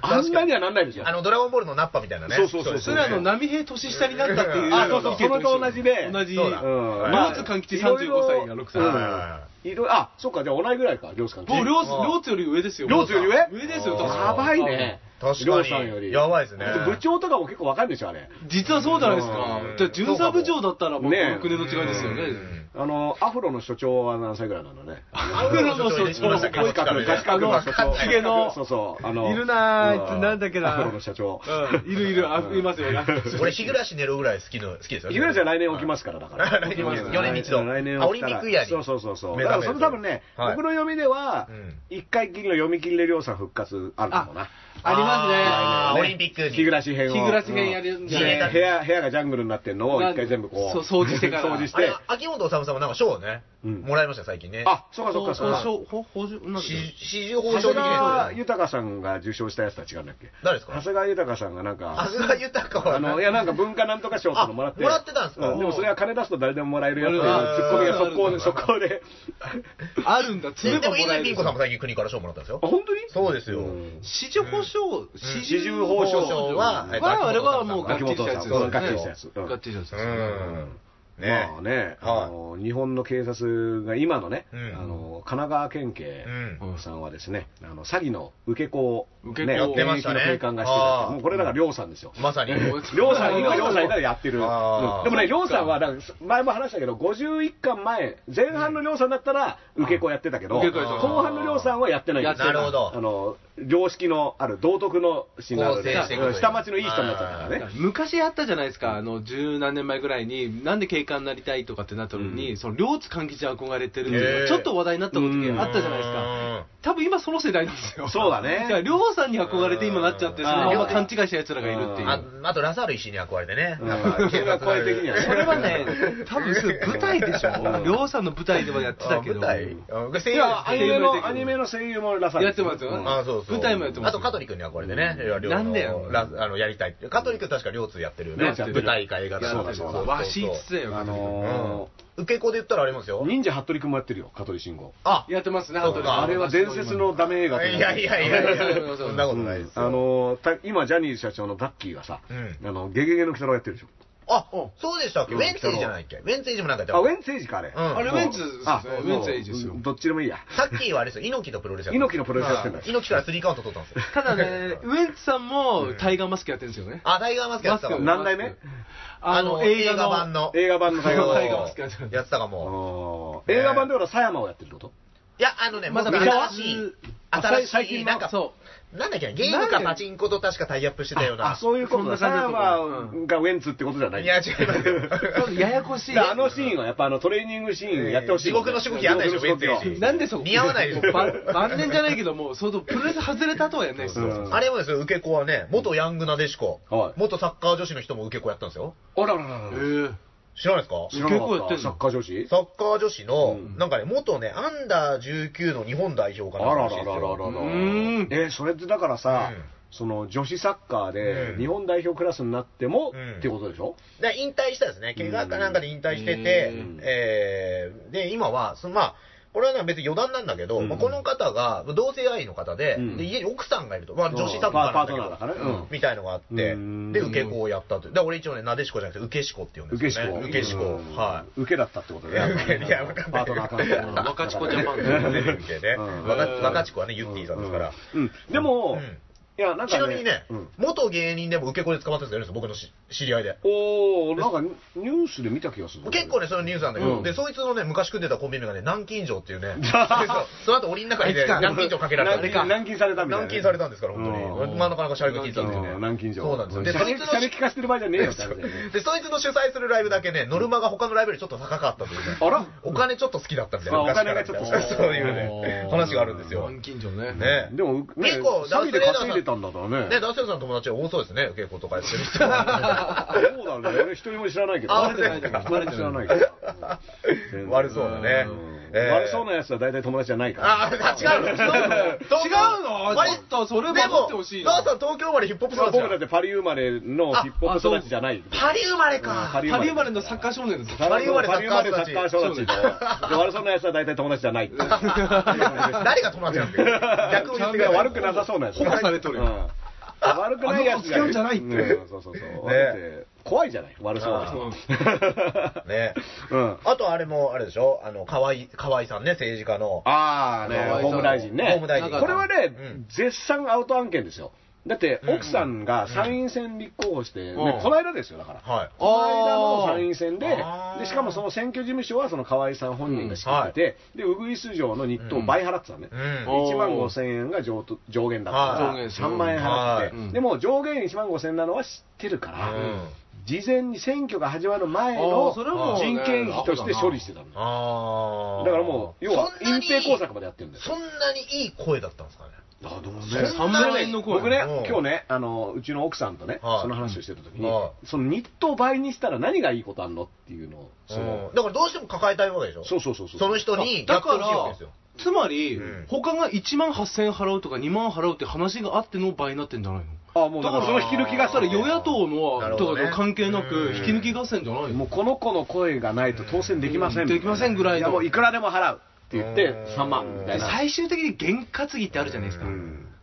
Speaker 3: あんなにはなんないですよ
Speaker 2: あの、ドラゴンボールのナッパみたいなね。
Speaker 3: そうそうそう
Speaker 4: それあの、波平年下になったっていう。
Speaker 3: あそうそうそれと同じで
Speaker 4: 同じ。
Speaker 2: そうだ
Speaker 3: うん
Speaker 2: はい
Speaker 4: 両津勘吉35歳が6歳。
Speaker 3: うん
Speaker 2: はい
Speaker 3: ろいろあそっかじゃあ同いぐらいか両津さん
Speaker 4: もう両津、両津より上ですよ。
Speaker 3: 両津より上
Speaker 4: 上ですよ、確か
Speaker 3: やばいね
Speaker 2: 確
Speaker 3: りょ
Speaker 2: か
Speaker 3: うさんよ
Speaker 2: に。
Speaker 3: り
Speaker 2: やばいですね。
Speaker 3: 部長とかも結構わかるでしょあれ
Speaker 4: 実はそうじゃないですか
Speaker 2: うん。
Speaker 4: じゃあ、巡査部長だったら、僕、
Speaker 3: ねえ
Speaker 4: 6年の違いですよね。
Speaker 3: あのアフロの所長は何歳ぐらいな のね
Speaker 4: アフロの所長
Speaker 2: ガチガチガチガチ
Speaker 3: 角の所長
Speaker 4: ひげの
Speaker 3: そうそうあの
Speaker 4: いるなあいつなんだっけな
Speaker 3: アフロの社長
Speaker 4: うんいるいる、あいますよね。
Speaker 2: 俺、日暮らし寝るぐらい好きの、好きですよ。
Speaker 3: いわゆる来年起きますからだから
Speaker 2: 来年起きます
Speaker 3: うん
Speaker 2: 四年に一度
Speaker 3: 来年起きたら
Speaker 2: あオリンピックイヤーに
Speaker 3: そうそうそうそう
Speaker 2: 目
Speaker 3: だ
Speaker 2: 覚
Speaker 3: か
Speaker 2: める
Speaker 3: らそれ多分ね
Speaker 2: はい
Speaker 3: 僕の読みでは
Speaker 2: うん
Speaker 3: 一回きりの読み切りで亮さん復活あるかもな
Speaker 2: あ
Speaker 4: あ
Speaker 2: ー
Speaker 4: り
Speaker 2: オ
Speaker 4: ます
Speaker 2: リ
Speaker 4: ね。
Speaker 2: ンピックに。
Speaker 3: 日暮らし編を
Speaker 4: 日暮らし編やるんじゃ
Speaker 2: ない
Speaker 3: うん部屋部屋がジャングルになってんのを一回全部こう
Speaker 4: そう掃除してか ら
Speaker 3: 掃除し
Speaker 2: あれ
Speaker 3: て、
Speaker 2: 秋元治さんもなんか賞をね、
Speaker 3: うん
Speaker 2: もらいました、最近ね。
Speaker 3: あ、そうかそうかそうか
Speaker 4: ほほほじゅなんだっけ
Speaker 2: し四十報
Speaker 3: 長
Speaker 2: 奨的
Speaker 3: 谷川
Speaker 2: なやつ。
Speaker 3: 豊さんが受賞したやつとは違うんだっけ
Speaker 2: 誰です
Speaker 3: 長
Speaker 2: か
Speaker 3: 谷川豊さんがなんか
Speaker 2: 長、谷川豊は
Speaker 3: あの、いやなんか文化なんとか賞とかもらって。
Speaker 2: あもらってたんですか
Speaker 3: うでもそれは金出すと誰でももらえるやつ
Speaker 4: う
Speaker 3: で、
Speaker 4: ん
Speaker 3: ツッコミが速攻で、
Speaker 4: ある
Speaker 3: 速攻で。
Speaker 4: あるんだ、
Speaker 2: で
Speaker 4: 詰め
Speaker 2: で
Speaker 4: ば
Speaker 2: も、
Speaker 4: もらえ
Speaker 2: 泉ピ
Speaker 4: る
Speaker 2: ン子さんも最近国から賞もらったんです
Speaker 3: あ、
Speaker 2: よ。
Speaker 3: 本当に
Speaker 2: そうですよ。
Speaker 3: うん
Speaker 4: 四十保障、
Speaker 3: 四十報奨
Speaker 2: は
Speaker 4: は、あれはもう、がっ
Speaker 3: 秋
Speaker 4: ちりした
Speaker 3: 元
Speaker 4: や
Speaker 3: さ
Speaker 4: つ
Speaker 3: ん、
Speaker 4: です
Speaker 3: そうガッキリ
Speaker 4: よね。
Speaker 3: したやつ。うん
Speaker 4: がっちりしたやつ
Speaker 2: う
Speaker 4: ですよね。
Speaker 2: ん。ね
Speaker 3: まあね、
Speaker 2: はい
Speaker 3: あの日本の警察が今のね、
Speaker 2: うん
Speaker 3: あの神奈川県警
Speaker 2: うん
Speaker 3: さんはですね、あの詐欺の受け子を
Speaker 4: 受け子
Speaker 3: ね
Speaker 2: やってましたね
Speaker 3: 現役の警官がして
Speaker 2: あ
Speaker 3: た
Speaker 2: ー
Speaker 3: もうこれだから亮さんですよ
Speaker 2: まさに。
Speaker 3: りょうさん、今りょうさんいたらやってる。
Speaker 2: あー
Speaker 3: うんでもね、りょうさんは、なんか前も話したけど、51巻前、前半のりょうさんだったら、受け子やってたけど、
Speaker 4: 受
Speaker 3: 後
Speaker 4: け子やって
Speaker 2: た
Speaker 3: 半のりょうさんはやってないんですよ
Speaker 2: なるほど
Speaker 3: あの、良識のある道徳のシーンのある
Speaker 2: 構成していく
Speaker 3: うん下町のいい人になっちゃったからね。
Speaker 4: 昔あったじゃないですか、あの十何年前ぐらいに、なんで警官になりたいとかってなったのに、
Speaker 3: うん
Speaker 4: その両津勘吉憧れてるって
Speaker 2: へー
Speaker 4: いうのがちょっと話題になった時あったじゃないです
Speaker 2: う
Speaker 4: か、
Speaker 2: ん。
Speaker 4: 多分今、その世代なんですよ、
Speaker 3: そうだね
Speaker 4: だから両さんに憧れて今なっちゃって、
Speaker 3: うん
Speaker 4: そのまま勘違いしたやつらがいるってい
Speaker 2: あ
Speaker 4: う、
Speaker 2: あと、ラサール石に憧れてね。
Speaker 3: うん
Speaker 2: なん か
Speaker 3: それは声的にはね
Speaker 4: それはね、多分それ舞台でし
Speaker 3: う
Speaker 4: ょ、
Speaker 3: ん
Speaker 4: 両さんの舞台ではやってたけ
Speaker 2: 舞
Speaker 4: ど、
Speaker 2: 台うん声
Speaker 3: い
Speaker 2: 優
Speaker 3: や、アニメの、アニメの声優もなさる
Speaker 4: やってますよ
Speaker 3: うん
Speaker 2: あそうそう。
Speaker 4: 舞台もやってます
Speaker 2: あと、香取君に憧れてね。
Speaker 3: うん
Speaker 2: いや両
Speaker 4: な
Speaker 2: の
Speaker 4: んでよ
Speaker 2: ラあの、やりたいって。香取君確か両通やってるよね。
Speaker 3: 両津やってる
Speaker 2: 舞台か映画か
Speaker 3: そうだそうだ
Speaker 4: わしいつだよ、
Speaker 3: あの
Speaker 2: うん受け子で言ったらあります
Speaker 3: ー
Speaker 2: よ。
Speaker 3: 忍者服部君もやってるよ、香取慎吾。
Speaker 2: あ
Speaker 4: やってますね、
Speaker 2: そうか
Speaker 3: あれは伝説のダメ映
Speaker 2: い
Speaker 3: 画
Speaker 2: やいやいやいや、そんなこ
Speaker 3: う
Speaker 2: と
Speaker 3: ん
Speaker 2: ないですよ。
Speaker 3: あのーた今、ジャニー社長のダッキーがさ、
Speaker 2: うん
Speaker 3: あのゲゲゲの鬼太郎やってるでしょ。
Speaker 2: あ、そうでしたっけ
Speaker 3: う
Speaker 2: ウ
Speaker 3: ん
Speaker 2: ェンツェイじゃないっけウェンツェイジもなんかやってた
Speaker 3: あ、ウェンツエイジか、あれ。
Speaker 2: うん
Speaker 4: あれ、ウェンツですね
Speaker 3: あ、
Speaker 4: ウェンツエイジですよ
Speaker 3: もう。どっちでもいいや。
Speaker 2: さっきはあれですよ、猪木のプロレスや
Speaker 3: 猪木のプロレスやってんだ
Speaker 2: はい猪木からスリーカウント取ったんですよ。
Speaker 4: た だね、ウエンツさんもタイガーマスクやってるんですよね。
Speaker 2: あ、タイガーマスクやってたか
Speaker 4: マス
Speaker 2: も
Speaker 4: ク。
Speaker 3: 何代目
Speaker 2: あの、映画版。の。
Speaker 3: 映画版の
Speaker 4: タ
Speaker 3: 最
Speaker 4: イ
Speaker 3: 後
Speaker 4: ガ
Speaker 3: の。
Speaker 4: ーマスクやってる。
Speaker 2: やってたかも。
Speaker 3: あー映画版でほら、狭山をやってるってこと
Speaker 2: いや、あのね、ま
Speaker 4: ま
Speaker 2: だ
Speaker 4: だ
Speaker 2: 新しい
Speaker 4: 見、
Speaker 3: た
Speaker 2: 新
Speaker 3: あ最
Speaker 2: しい、
Speaker 3: 近の
Speaker 2: なんか、
Speaker 4: そ
Speaker 2: なんだっけな、ゲーム
Speaker 4: な
Speaker 2: か
Speaker 4: んで
Speaker 2: パチンコと確かタイアップしてたような。
Speaker 3: あ、そういうことだ。
Speaker 4: そん
Speaker 3: 狭
Speaker 4: な感じだと思う
Speaker 3: 山がウェンツってことじゃない。
Speaker 2: いや、違いますよ。
Speaker 4: う。ややこしい。
Speaker 3: であのシーンはやっぱあのトレーニングシーンやってほしい、
Speaker 2: 地獄の仕事やんないでしょ、ウェンツェイジ。
Speaker 4: なんでそこ
Speaker 2: 似合わないですよ。
Speaker 4: 晩年じゃないけども、相当プロレス外れたとはやんないですよ。
Speaker 3: うん
Speaker 2: あれもですよ、受け子はね、元ヤングなでしこ、
Speaker 3: はい
Speaker 2: 元サッカー女子の人も受け子やったんですよ。
Speaker 3: あららららら。
Speaker 4: え
Speaker 2: 知らないですか
Speaker 3: 知らなか
Speaker 4: 結構やってん
Speaker 3: ったサ
Speaker 4: の
Speaker 3: ッカー女子
Speaker 2: サッカー女子の、
Speaker 3: うん
Speaker 2: なんかね、元ね、アンダー19の日本代表
Speaker 3: あ
Speaker 2: からな
Speaker 3: ら
Speaker 2: ん
Speaker 3: ら
Speaker 2: で
Speaker 3: ら
Speaker 2: す
Speaker 3: ららら
Speaker 2: よ。
Speaker 4: ん
Speaker 3: えーそれってだからさ、
Speaker 2: うん
Speaker 3: その女子サッカー
Speaker 2: う
Speaker 3: で
Speaker 2: ん
Speaker 3: 日本代表クラスになっても、
Speaker 2: うん
Speaker 3: ってことでしょ、
Speaker 2: で引退したんですね。怪我かなんかで引退してて
Speaker 3: うん、
Speaker 2: えーで、今は、そのまあ、これはね別に余談なんだけど、
Speaker 3: うん
Speaker 2: まあ、この方が同性愛の方で、
Speaker 3: うん
Speaker 2: で家に奥さんがいると、まあ、
Speaker 3: うん
Speaker 2: 女子サッカーなんだけど、
Speaker 3: パートナーだからねうん
Speaker 2: みたいのがあって、
Speaker 3: うん
Speaker 2: で、受け子をやったと。で、俺一応ね、なでしこじゃなくて、受けしこって呼んで
Speaker 3: 受け
Speaker 2: るんで
Speaker 3: し
Speaker 2: すよ
Speaker 3: こ
Speaker 2: ね。受けしこ。
Speaker 3: うん
Speaker 2: はい。
Speaker 3: 受けだったってことね
Speaker 2: いやいやわかんな
Speaker 3: パ
Speaker 2: い
Speaker 3: ートナー関
Speaker 4: う
Speaker 3: 係
Speaker 4: ん若ちこジャパン
Speaker 2: 出
Speaker 4: で
Speaker 2: るけね。
Speaker 3: うん
Speaker 2: わかわかちこはね、ユッティさんですから。
Speaker 3: うんうんでも、
Speaker 2: うん
Speaker 3: いやなんか、ね、
Speaker 2: ちなみにね
Speaker 3: うん、
Speaker 2: 元芸人でも受け子で捕まった人がいるんですよ、僕のし知り合いで。
Speaker 3: おおなんかニュースで見た気がする
Speaker 2: 結構ね、そのニュースなんだけど、
Speaker 3: うん
Speaker 2: で、そいつのね、昔組んでたコンビ名がね、南京錠っていう ね、そうその後檻の中にね、
Speaker 4: あいつか
Speaker 2: 南京錠かけられたんで
Speaker 3: 軟禁軟禁されたみたいな
Speaker 2: 軟禁されたんですから、本当
Speaker 3: う
Speaker 2: に。
Speaker 3: ん
Speaker 2: まあ、なかなかシャレが効いてたんですよね。
Speaker 3: 南京錠
Speaker 2: そうなんですよ。で、
Speaker 3: シ
Speaker 2: そ
Speaker 3: ャ
Speaker 2: いつ
Speaker 3: レ
Speaker 2: の
Speaker 3: シャレ聞かせてる場合じゃねえよって話だよね
Speaker 2: で、そいつの主催するライブだけね、ノルマが他のライブよりちょっと高かったというね。
Speaker 3: あら
Speaker 2: お金ちょっと好きだったみたいな。
Speaker 3: あお金が
Speaker 2: 昔から
Speaker 3: ちょっと
Speaker 2: そういうね、話があるんですよ。
Speaker 4: 南京錠ね。
Speaker 2: ね。
Speaker 3: でも、ね、
Speaker 2: 結構
Speaker 3: 詐欺で稼いでたんだからね
Speaker 2: ね、ダッシュさんの友達は多そうですね、結構とかやってる 人は。
Speaker 3: そうだね俺一人も知らないけど
Speaker 2: あそうですか
Speaker 3: 一人も知らないけど全然
Speaker 2: 悪そうだね
Speaker 3: ん。
Speaker 2: えー
Speaker 3: 悪そうなやつは大体友達じゃないから
Speaker 2: あ、違う の違うの
Speaker 4: 違うの
Speaker 2: 割
Speaker 4: ちょっとそれ
Speaker 2: で
Speaker 4: 守っ
Speaker 2: も
Speaker 4: てほしい、な
Speaker 2: ダーさん東京生まれヒップホップ育ちじゃ
Speaker 3: 僕
Speaker 2: ん
Speaker 3: だってパリ生まれのヒップホップ育ちじゃない
Speaker 2: パリ生まれか。
Speaker 3: パリ
Speaker 4: パリ生まれのサッカー少年です。
Speaker 2: パリ生まれ
Speaker 3: パリ生まれ
Speaker 2: サ
Speaker 3: サ
Speaker 2: ッ
Speaker 3: ッ
Speaker 2: カ
Speaker 3: カ
Speaker 2: ー
Speaker 3: ー
Speaker 2: 育ち
Speaker 3: 育ちでで悪そうなやつは大体友達じゃないっていう
Speaker 2: 誰が友達なんだよ。 逆を言ってください
Speaker 3: 悪くなさそうなやつ
Speaker 4: 保護されとるよ
Speaker 3: うん悪くないやつ
Speaker 4: あの子付き合うんじゃないって
Speaker 3: うんそうそうそうだって怖いじゃない悪そうな
Speaker 2: あ
Speaker 3: 人
Speaker 2: ね。
Speaker 3: うん
Speaker 2: あとあれも、あれでしょあの、河合、河合さんね、政治家の。
Speaker 3: ああね
Speaker 2: 河合さん
Speaker 3: 法務大臣ね
Speaker 2: 法務大臣
Speaker 3: これはね、
Speaker 2: うん
Speaker 3: 絶賛アウト案件ですよだって
Speaker 2: うん
Speaker 3: 奥さんが参院選立候補して、ね
Speaker 4: うん
Speaker 3: この間ですよだから、
Speaker 2: はい。
Speaker 3: この間の参院選で
Speaker 2: あー
Speaker 3: でしかもその選挙事務所はその河合さん本人が仕切ってて、でウグイス城の日当を倍払ってたのね、
Speaker 2: うん
Speaker 3: で1万5000円が上と上限だったか
Speaker 2: はい
Speaker 3: ら、3万円払ってて、
Speaker 4: はいうん
Speaker 3: でも上限1万5000円なのは知ってるから、
Speaker 2: うん
Speaker 3: 事前に選挙が始まる前
Speaker 4: あ
Speaker 3: の
Speaker 4: ーそれはもうね
Speaker 3: 人件費として処理してたの、
Speaker 2: あー
Speaker 3: だからもう、要は
Speaker 2: そんな
Speaker 3: 隠
Speaker 2: に
Speaker 3: 蔽工作までやってるんですよ
Speaker 2: そんなにいい声だったんですかね。
Speaker 3: あどうもね
Speaker 2: そん
Speaker 4: 3
Speaker 2: な
Speaker 4: 万円の声。
Speaker 3: 僕ね
Speaker 2: うん、
Speaker 3: 今日ね、あの、うちの奥さんとね、
Speaker 2: はい
Speaker 3: その話をしてた時に
Speaker 2: は、
Speaker 3: その日当倍にしたら何がいいことあんのっていうのを、その
Speaker 2: うんだからどうしても抱えたいわけでしょ。
Speaker 3: そうそうそうそう。
Speaker 2: その人にや
Speaker 4: だ
Speaker 2: ってほし
Speaker 4: か
Speaker 2: いわけ
Speaker 4: ら
Speaker 2: ですよ。、
Speaker 4: つまり
Speaker 2: うん、
Speaker 4: 他が1万8000円払うとか2万払うって話があっての倍になってんじゃないの
Speaker 3: あ、もうだからその引き抜きが
Speaker 4: だから与野党
Speaker 2: なる
Speaker 4: の
Speaker 2: ほど
Speaker 4: と
Speaker 2: ね
Speaker 4: かと関係なく
Speaker 2: うん、
Speaker 4: 引き抜き合戦じゃない
Speaker 3: も
Speaker 4: の
Speaker 3: うこの子の声がないと当選できません。
Speaker 4: できませんぐらいの
Speaker 3: やもういくらでも払うって言っ
Speaker 2: う
Speaker 3: て
Speaker 2: ん、
Speaker 3: 3万みたい
Speaker 4: で
Speaker 3: な。
Speaker 4: 最終的に験担ぎってあるじゃないですか
Speaker 2: う。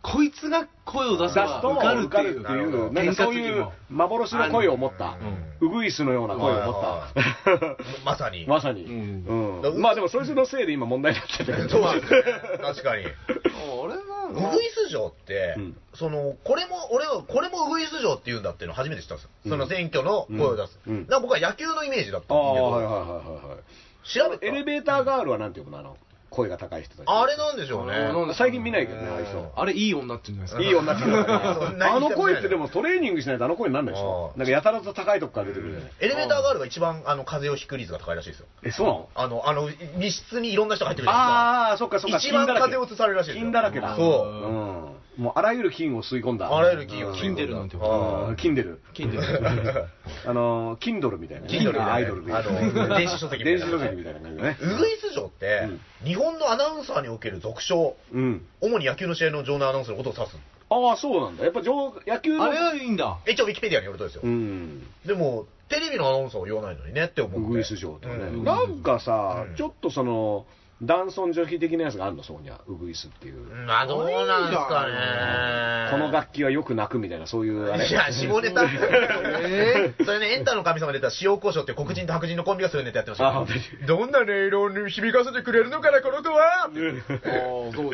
Speaker 4: こいつが声を出
Speaker 3: 出
Speaker 4: せ
Speaker 3: すと
Speaker 4: ば受かる
Speaker 3: 受
Speaker 4: って
Speaker 3: か
Speaker 4: い
Speaker 3: る
Speaker 4: う
Speaker 3: ってい。う、
Speaker 2: な
Speaker 3: な
Speaker 4: るほど
Speaker 3: んかそういう幻の声を持った
Speaker 2: うん
Speaker 3: ウグイスのような声を持った。
Speaker 2: まさに。
Speaker 3: まさに。
Speaker 4: う
Speaker 3: うん
Speaker 4: ん。
Speaker 3: まあでも、そいつのせいで今問題になってたけど。
Speaker 2: そうなんですね。 確かに。
Speaker 4: あれな
Speaker 2: ウ
Speaker 4: の
Speaker 2: グイス城って、
Speaker 3: うん
Speaker 2: その、これも、俺は、これもウグイス城って言うんだっていうの初めて知ったんですよ。その選挙の声を出す。
Speaker 3: うんうん
Speaker 2: だから僕は野球のイメージだった
Speaker 3: あ
Speaker 2: んですけ
Speaker 3: あ、
Speaker 2: ど、
Speaker 3: はいはいはいはい。
Speaker 2: 調べた
Speaker 3: エレベーターガールはなんていうのあの、声が高い人たち。
Speaker 2: あれなんでしょうね。
Speaker 4: あの
Speaker 3: 最近見ないけどね、ああいう人。
Speaker 4: あれいい女って言うんじゃない
Speaker 3: い
Speaker 4: で
Speaker 3: い
Speaker 4: すか
Speaker 3: 女って言う からねあの声ってでもトレーニングしないとあの声にならないでしょ
Speaker 2: あ。ー
Speaker 3: なんかやたらと高いとこから出てくるじゃない。
Speaker 2: エレベーターガールが一番あの風邪をひく率が高いらしいですよ。
Speaker 3: え、そうなの
Speaker 2: あの、あの、密室にいろんな人が入ってくるじゃない
Speaker 3: ああ、そっかそっか。
Speaker 2: 一番風を移されるらしいですよ
Speaker 3: 金だらけだ。
Speaker 2: そう
Speaker 3: うん。もうあらゆる金を吸い込んだ。
Speaker 2: あらゆる金を
Speaker 4: 金出るなんてこと
Speaker 3: ああ、金出る。
Speaker 4: 金であ
Speaker 3: あの、キンドルみたいなね。
Speaker 2: キンドルみた
Speaker 3: ア
Speaker 2: いなね
Speaker 3: イドルみたいなね。
Speaker 2: あの電子書籍みたい
Speaker 3: 電
Speaker 2: な
Speaker 3: 子書籍みたいな感じだね
Speaker 2: です。か。ウグイス城って、日本のアナウンサーにおける俗称、
Speaker 3: うん。
Speaker 2: 主に野球の試合の場内アナウンスのことを指す。
Speaker 3: ああ、そうなんだ。やっぱ上野球の。
Speaker 4: れはいいんだ
Speaker 2: 一応ウィキペディアによるとですよ。
Speaker 3: うん。
Speaker 2: でも、テレビのアナウンサーは言わないのにねって思
Speaker 3: ウ
Speaker 2: って。
Speaker 3: グイス城とか
Speaker 2: う
Speaker 3: ね。
Speaker 2: ん
Speaker 3: なんかさ
Speaker 2: う、ん
Speaker 3: ちょっとその、男尊女卑的なやつがあるの、そこには。ウグイスっていう。
Speaker 2: うんまあ、どうなんですかね。
Speaker 3: この楽器はよく泣くみたいな、そういうあれ。
Speaker 2: いや、下ネタ。
Speaker 4: え
Speaker 2: それね、エンタの神様で出た塩胡椒って黒人と白人のコンビがそういうネタやってまし
Speaker 3: あ
Speaker 2: た
Speaker 3: 本当に
Speaker 2: けど。どんな音色に響かせてくれるのかな、この子は
Speaker 4: ああどう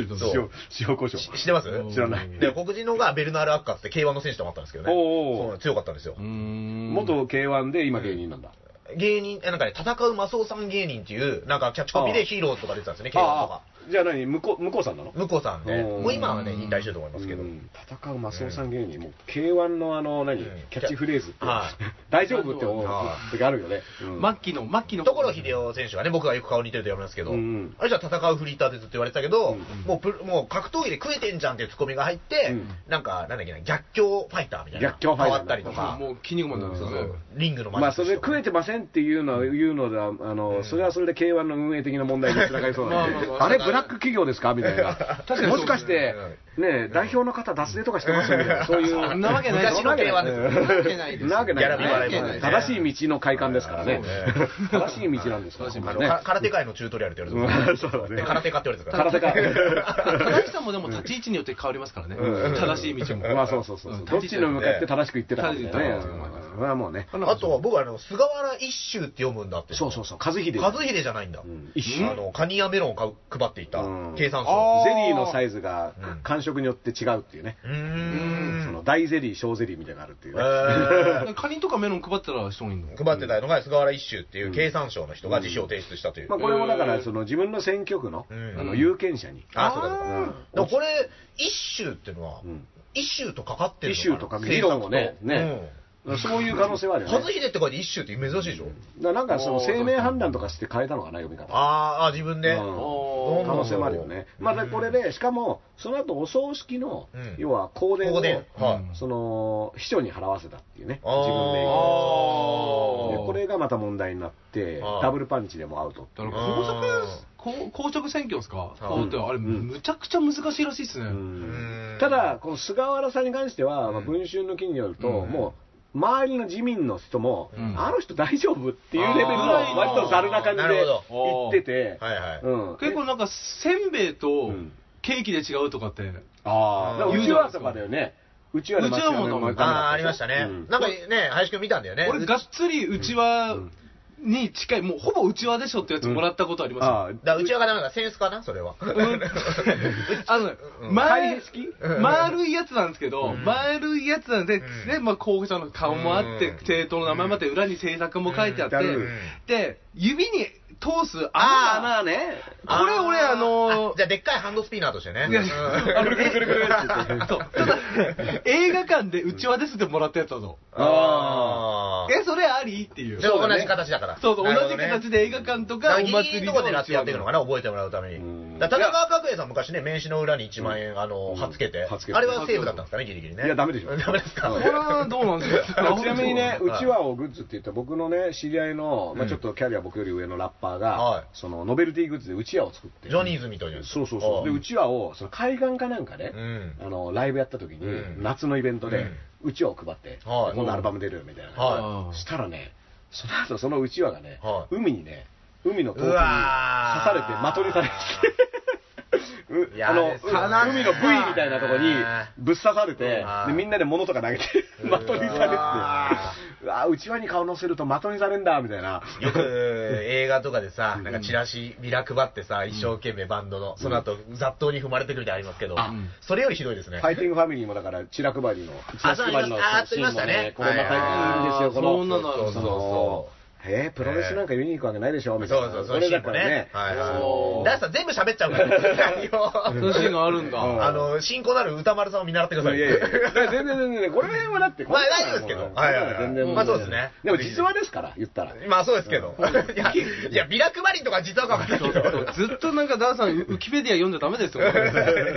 Speaker 4: いうこと
Speaker 3: 塩、塩胡椒。
Speaker 2: し知ってます
Speaker 3: 知らない。
Speaker 2: で、黒人の方がベルナール・アッカーって K1 の選手ともあったんですけどね。
Speaker 3: おうおう
Speaker 2: そう強かったんですよ
Speaker 4: う。ん
Speaker 3: 元 K1 で今芸人なんだ。
Speaker 2: 芸人、えなんかね、戦うマスオさん芸人っていう、なんかキャッチコピー
Speaker 3: ああ
Speaker 2: でヒーローとか出てたんですよね、K1 と
Speaker 3: あ
Speaker 2: か。
Speaker 3: あ、じゃあ何向こう、向こうさんなの
Speaker 2: 向こうさんで、
Speaker 3: おう
Speaker 2: もう今はね、引退してると思いますけど
Speaker 3: う。ん戦うマスオさん芸人、もう K1 のあの、何、キャッチフレーズって、
Speaker 2: はい
Speaker 3: 大丈夫って思う
Speaker 2: は
Speaker 3: 時あるよね。うん
Speaker 4: 末期の末期の
Speaker 2: ところ秀夫選手がね、僕がよく顔似てると言われますけど、
Speaker 3: うん
Speaker 2: あれじゃ戦うフリーターですって言われてたけど、
Speaker 3: うん
Speaker 2: もうプロもう格闘技で食えてんじゃんっていうツッコミが入って、
Speaker 3: うん
Speaker 2: なんか、なんだっけな、逆境ファイターみたいな。
Speaker 3: 逆境ファイタ
Speaker 2: 変
Speaker 3: ー
Speaker 2: わったりとか、
Speaker 4: もう筋肉マンなんですよね
Speaker 2: リングの
Speaker 3: まあ、それで
Speaker 2: とか
Speaker 3: 食えてませんっていうのは、言うのでは、あの、それはそれで K1 の運営的な問題につながりそうなんで
Speaker 4: まあまあま、あ
Speaker 3: あれ、ブラック企業ですかみたいな。
Speaker 4: かに
Speaker 3: もしかして
Speaker 2: そうで、
Speaker 3: ね、代表の方脱税とかしてましたみたいな、そういう。
Speaker 4: そんなわけない
Speaker 2: 昔の K1 です
Speaker 4: そんなわけないです
Speaker 3: なわけないよね
Speaker 2: ギャラビー払いもね
Speaker 3: 正しい道の快感ですからね
Speaker 2: そうね。
Speaker 3: 正しい道なんですから。
Speaker 4: 正しい道
Speaker 2: あ
Speaker 3: ね
Speaker 2: の、か空手界のチュートリアルって言われて
Speaker 3: うんそうだ
Speaker 2: る。
Speaker 3: ね。
Speaker 2: 空手家って言われてたか
Speaker 3: 空
Speaker 2: ら。
Speaker 3: 手か。
Speaker 4: 正しさもでも立ち位置によって変わりますからね
Speaker 3: うん
Speaker 4: 正しい道も
Speaker 3: まあそうそうそうそう。
Speaker 4: ん
Speaker 3: どっちに向かって正しく言ってたかみたいなね。
Speaker 4: 正しいと思います
Speaker 3: それはもうね。
Speaker 2: あとは僕はあの、菅原一周って読むんだって。
Speaker 3: そうそうそう。和秀。
Speaker 2: 和秀じゃないんだ。
Speaker 3: うん一周
Speaker 2: あの、カニやメロンを買う配っていた
Speaker 3: うん、
Speaker 2: 計算
Speaker 4: あ
Speaker 2: 書。
Speaker 3: ゼリーのサイズが
Speaker 2: うん
Speaker 3: 感触によって違うっていうね。
Speaker 2: うー
Speaker 3: そ
Speaker 2: ん
Speaker 3: の。大ゼリー、小ゼリーみたいなのがあるっていうね。
Speaker 2: え ー
Speaker 4: カニとかメロン配ったら人いんの
Speaker 2: 配ってたのが菅原一秀っていう経産省の人が辞表を提出したという。
Speaker 3: まあこれもだから、その自分の選挙区の
Speaker 2: うん
Speaker 3: あの有権者に。
Speaker 2: あ、そうかそうか。
Speaker 3: うん
Speaker 2: だからこれ、一周っていうのは
Speaker 3: うん、
Speaker 2: 一周とかかってるの
Speaker 3: 一周とか議論をねねそういう可能性はあるよね
Speaker 2: 和。秀って書いて一周って珍しいでしょ
Speaker 3: だからなんかその生命判断とかして変えたのかな、読み方。
Speaker 2: あーあ、自分で。
Speaker 3: うん
Speaker 4: おー
Speaker 3: 可能性もあるよね。まあで、これで、しかも、その後お葬式の
Speaker 2: うん、
Speaker 3: 要は香典
Speaker 2: ここ
Speaker 3: を、
Speaker 2: で。はい。
Speaker 3: その、秘書に払わせたっていうね、
Speaker 2: あー
Speaker 3: 自分で
Speaker 2: あ
Speaker 3: で
Speaker 2: ー
Speaker 3: これがまた問題になって
Speaker 2: あ、ー
Speaker 3: ダブルパンチでもアウトって
Speaker 4: だ
Speaker 3: い
Speaker 4: か
Speaker 3: う。
Speaker 4: ら公職公公職選挙ですか
Speaker 2: うん
Speaker 4: 法ってあれ
Speaker 3: うん
Speaker 4: むちゃくちゃ難しいらしいですね
Speaker 3: うん
Speaker 2: うん
Speaker 3: ただ、この菅原さんに関しては、まあ
Speaker 2: うん
Speaker 3: 文春の記事によると、
Speaker 2: うん
Speaker 3: もう、周りの自民の人も、
Speaker 2: うん
Speaker 3: あの人大丈夫っていうレベルの、割とざるな感じ
Speaker 2: あー
Speaker 3: で
Speaker 2: なる
Speaker 3: 言ってて、
Speaker 2: はいはい。
Speaker 3: うん
Speaker 4: 結構なんかせんべいと
Speaker 3: うん
Speaker 4: ケーキで違うとかって
Speaker 3: ああ、だからうちわとかだよね。うちわで
Speaker 4: うちわも飲む
Speaker 2: ああ、ありましたね。
Speaker 3: うん
Speaker 2: なんかね、林くん見たんだよね。
Speaker 4: 俺がっつりうちわに近いもうほぼうちわでしょってやつもらったことありますよ
Speaker 3: あ
Speaker 2: だからうちわがダメだ、センスかなそれは。
Speaker 4: あのね、
Speaker 2: うん
Speaker 4: 丸い
Speaker 3: 開閉式
Speaker 4: 丸いやつなんですけ
Speaker 2: う
Speaker 4: ど、
Speaker 2: ん
Speaker 4: 丸いやつなん
Speaker 2: う
Speaker 4: で、
Speaker 2: ん
Speaker 4: ね、まあ、候補者の顔もあって
Speaker 2: うん、
Speaker 4: 政党の名前もあって、裏に政策も書いてあって、
Speaker 3: うんうん
Speaker 4: で、指に通す
Speaker 3: あー、
Speaker 4: 穴が、
Speaker 3: まあね。
Speaker 4: これ俺あのー
Speaker 2: あじゃあでっかいハンドスピナーとしてね。
Speaker 4: いや
Speaker 2: うん
Speaker 4: あのそうただ映画館でうちわですってもらったやつだぞ。
Speaker 2: あー
Speaker 4: え、それありっていう。
Speaker 2: で
Speaker 4: そう
Speaker 2: も同じ形だから。
Speaker 4: そう、
Speaker 2: なるほ
Speaker 4: 同
Speaker 2: ど
Speaker 4: じ
Speaker 2: ね
Speaker 4: 形で映画館と
Speaker 2: だ
Speaker 4: か
Speaker 2: から
Speaker 4: お
Speaker 2: ギリギ
Speaker 4: 祭
Speaker 2: リ
Speaker 4: り
Speaker 2: と
Speaker 4: と
Speaker 2: か
Speaker 4: か
Speaker 2: で狙ってやっていくのかな、覚えてもらうため
Speaker 3: う
Speaker 2: に。
Speaker 3: ん
Speaker 2: だから田中角栄さん昔ね、名刺の裏に1万円、あの、貼っつけて
Speaker 3: 貼っつけ。て
Speaker 2: あれはセーフだったんですかね、ギリギリね。
Speaker 3: いやダメでし ょ
Speaker 2: ダメですか
Speaker 3: う
Speaker 4: これはどうなんです か
Speaker 3: ちなみにね、
Speaker 2: はいう
Speaker 3: ちわをグッズって言って、僕のね、知り合いの、まあ、ちょっとキャリア僕より上のラッパー
Speaker 2: は
Speaker 3: が
Speaker 2: い、
Speaker 3: そのノベルティグッズでうちわを作って
Speaker 2: ジ、ョニーズみたいな。
Speaker 3: そうそうそう、でうちわをその海岸かなんかで、
Speaker 2: うん
Speaker 3: あのライブやった時に、
Speaker 2: うん
Speaker 3: 夏のイベントで、うちわを配って、
Speaker 2: はい
Speaker 3: 今度アルバム出るよみたいな、
Speaker 2: は
Speaker 3: したらね、その後そのうちわがね、
Speaker 2: は
Speaker 3: 海にね、海の遠く
Speaker 2: う
Speaker 3: に刺
Speaker 2: わー
Speaker 3: されて、的にされて、
Speaker 2: いうや
Speaker 3: あの、
Speaker 2: ーですよね
Speaker 3: 海のブイみたいなとこにぶっ刺されて
Speaker 2: あ、ー
Speaker 3: でみんなで物とか投げて、的に
Speaker 2: うわ
Speaker 3: されて、あわ、うちわに顔乗せると的にされんだ、みたいな。
Speaker 2: よく 映画とかでさ、なんかチラシ、ビラ配ってさ、一生懸命バンドの、その後、雑踏に踏まれてくるみたいなのありますけど、それよりひどいですね。
Speaker 3: ファイティングファミリーもだから、チラ配りの、チ
Speaker 2: あ
Speaker 3: ラ
Speaker 2: そう
Speaker 3: 配りの
Speaker 2: ああ
Speaker 3: シーンも
Speaker 2: ありましたね
Speaker 3: これまたいいんですよ、
Speaker 4: はい
Speaker 3: この。
Speaker 4: そんなのある
Speaker 2: そうそうそ
Speaker 3: えー、プロレスなんか見に行くわけないでしょ、
Speaker 2: う。
Speaker 3: みたい
Speaker 2: そう
Speaker 3: な。
Speaker 2: そう、そう
Speaker 3: こ
Speaker 2: いう
Speaker 3: れ
Speaker 2: シー
Speaker 3: だ
Speaker 2: ンも
Speaker 3: から
Speaker 2: ね
Speaker 3: ね。。
Speaker 2: はい
Speaker 3: あ
Speaker 2: はい。
Speaker 3: の
Speaker 2: ダンさん全部喋っちゃう から、内
Speaker 4: そうい
Speaker 2: 容
Speaker 4: うシーンがあるんだ。
Speaker 3: うん
Speaker 2: あの、新婚なる歌丸さんを見習ってください。
Speaker 3: いやいやいやだから全然全然、これはだって、
Speaker 2: まあ大丈夫ですけど
Speaker 3: こんなのはもう
Speaker 2: はいはいはい
Speaker 3: 全然も
Speaker 2: まあそうですね
Speaker 3: でも実話ですから、言ったら。
Speaker 2: まあそうですけど。いや、いや、ビラ配りとか実はかわかんない
Speaker 4: ちょ
Speaker 2: け
Speaker 4: っ
Speaker 2: ど。
Speaker 4: とずっとなんかダーさん、ウウキペディア読んじゃダメですよ。
Speaker 2: い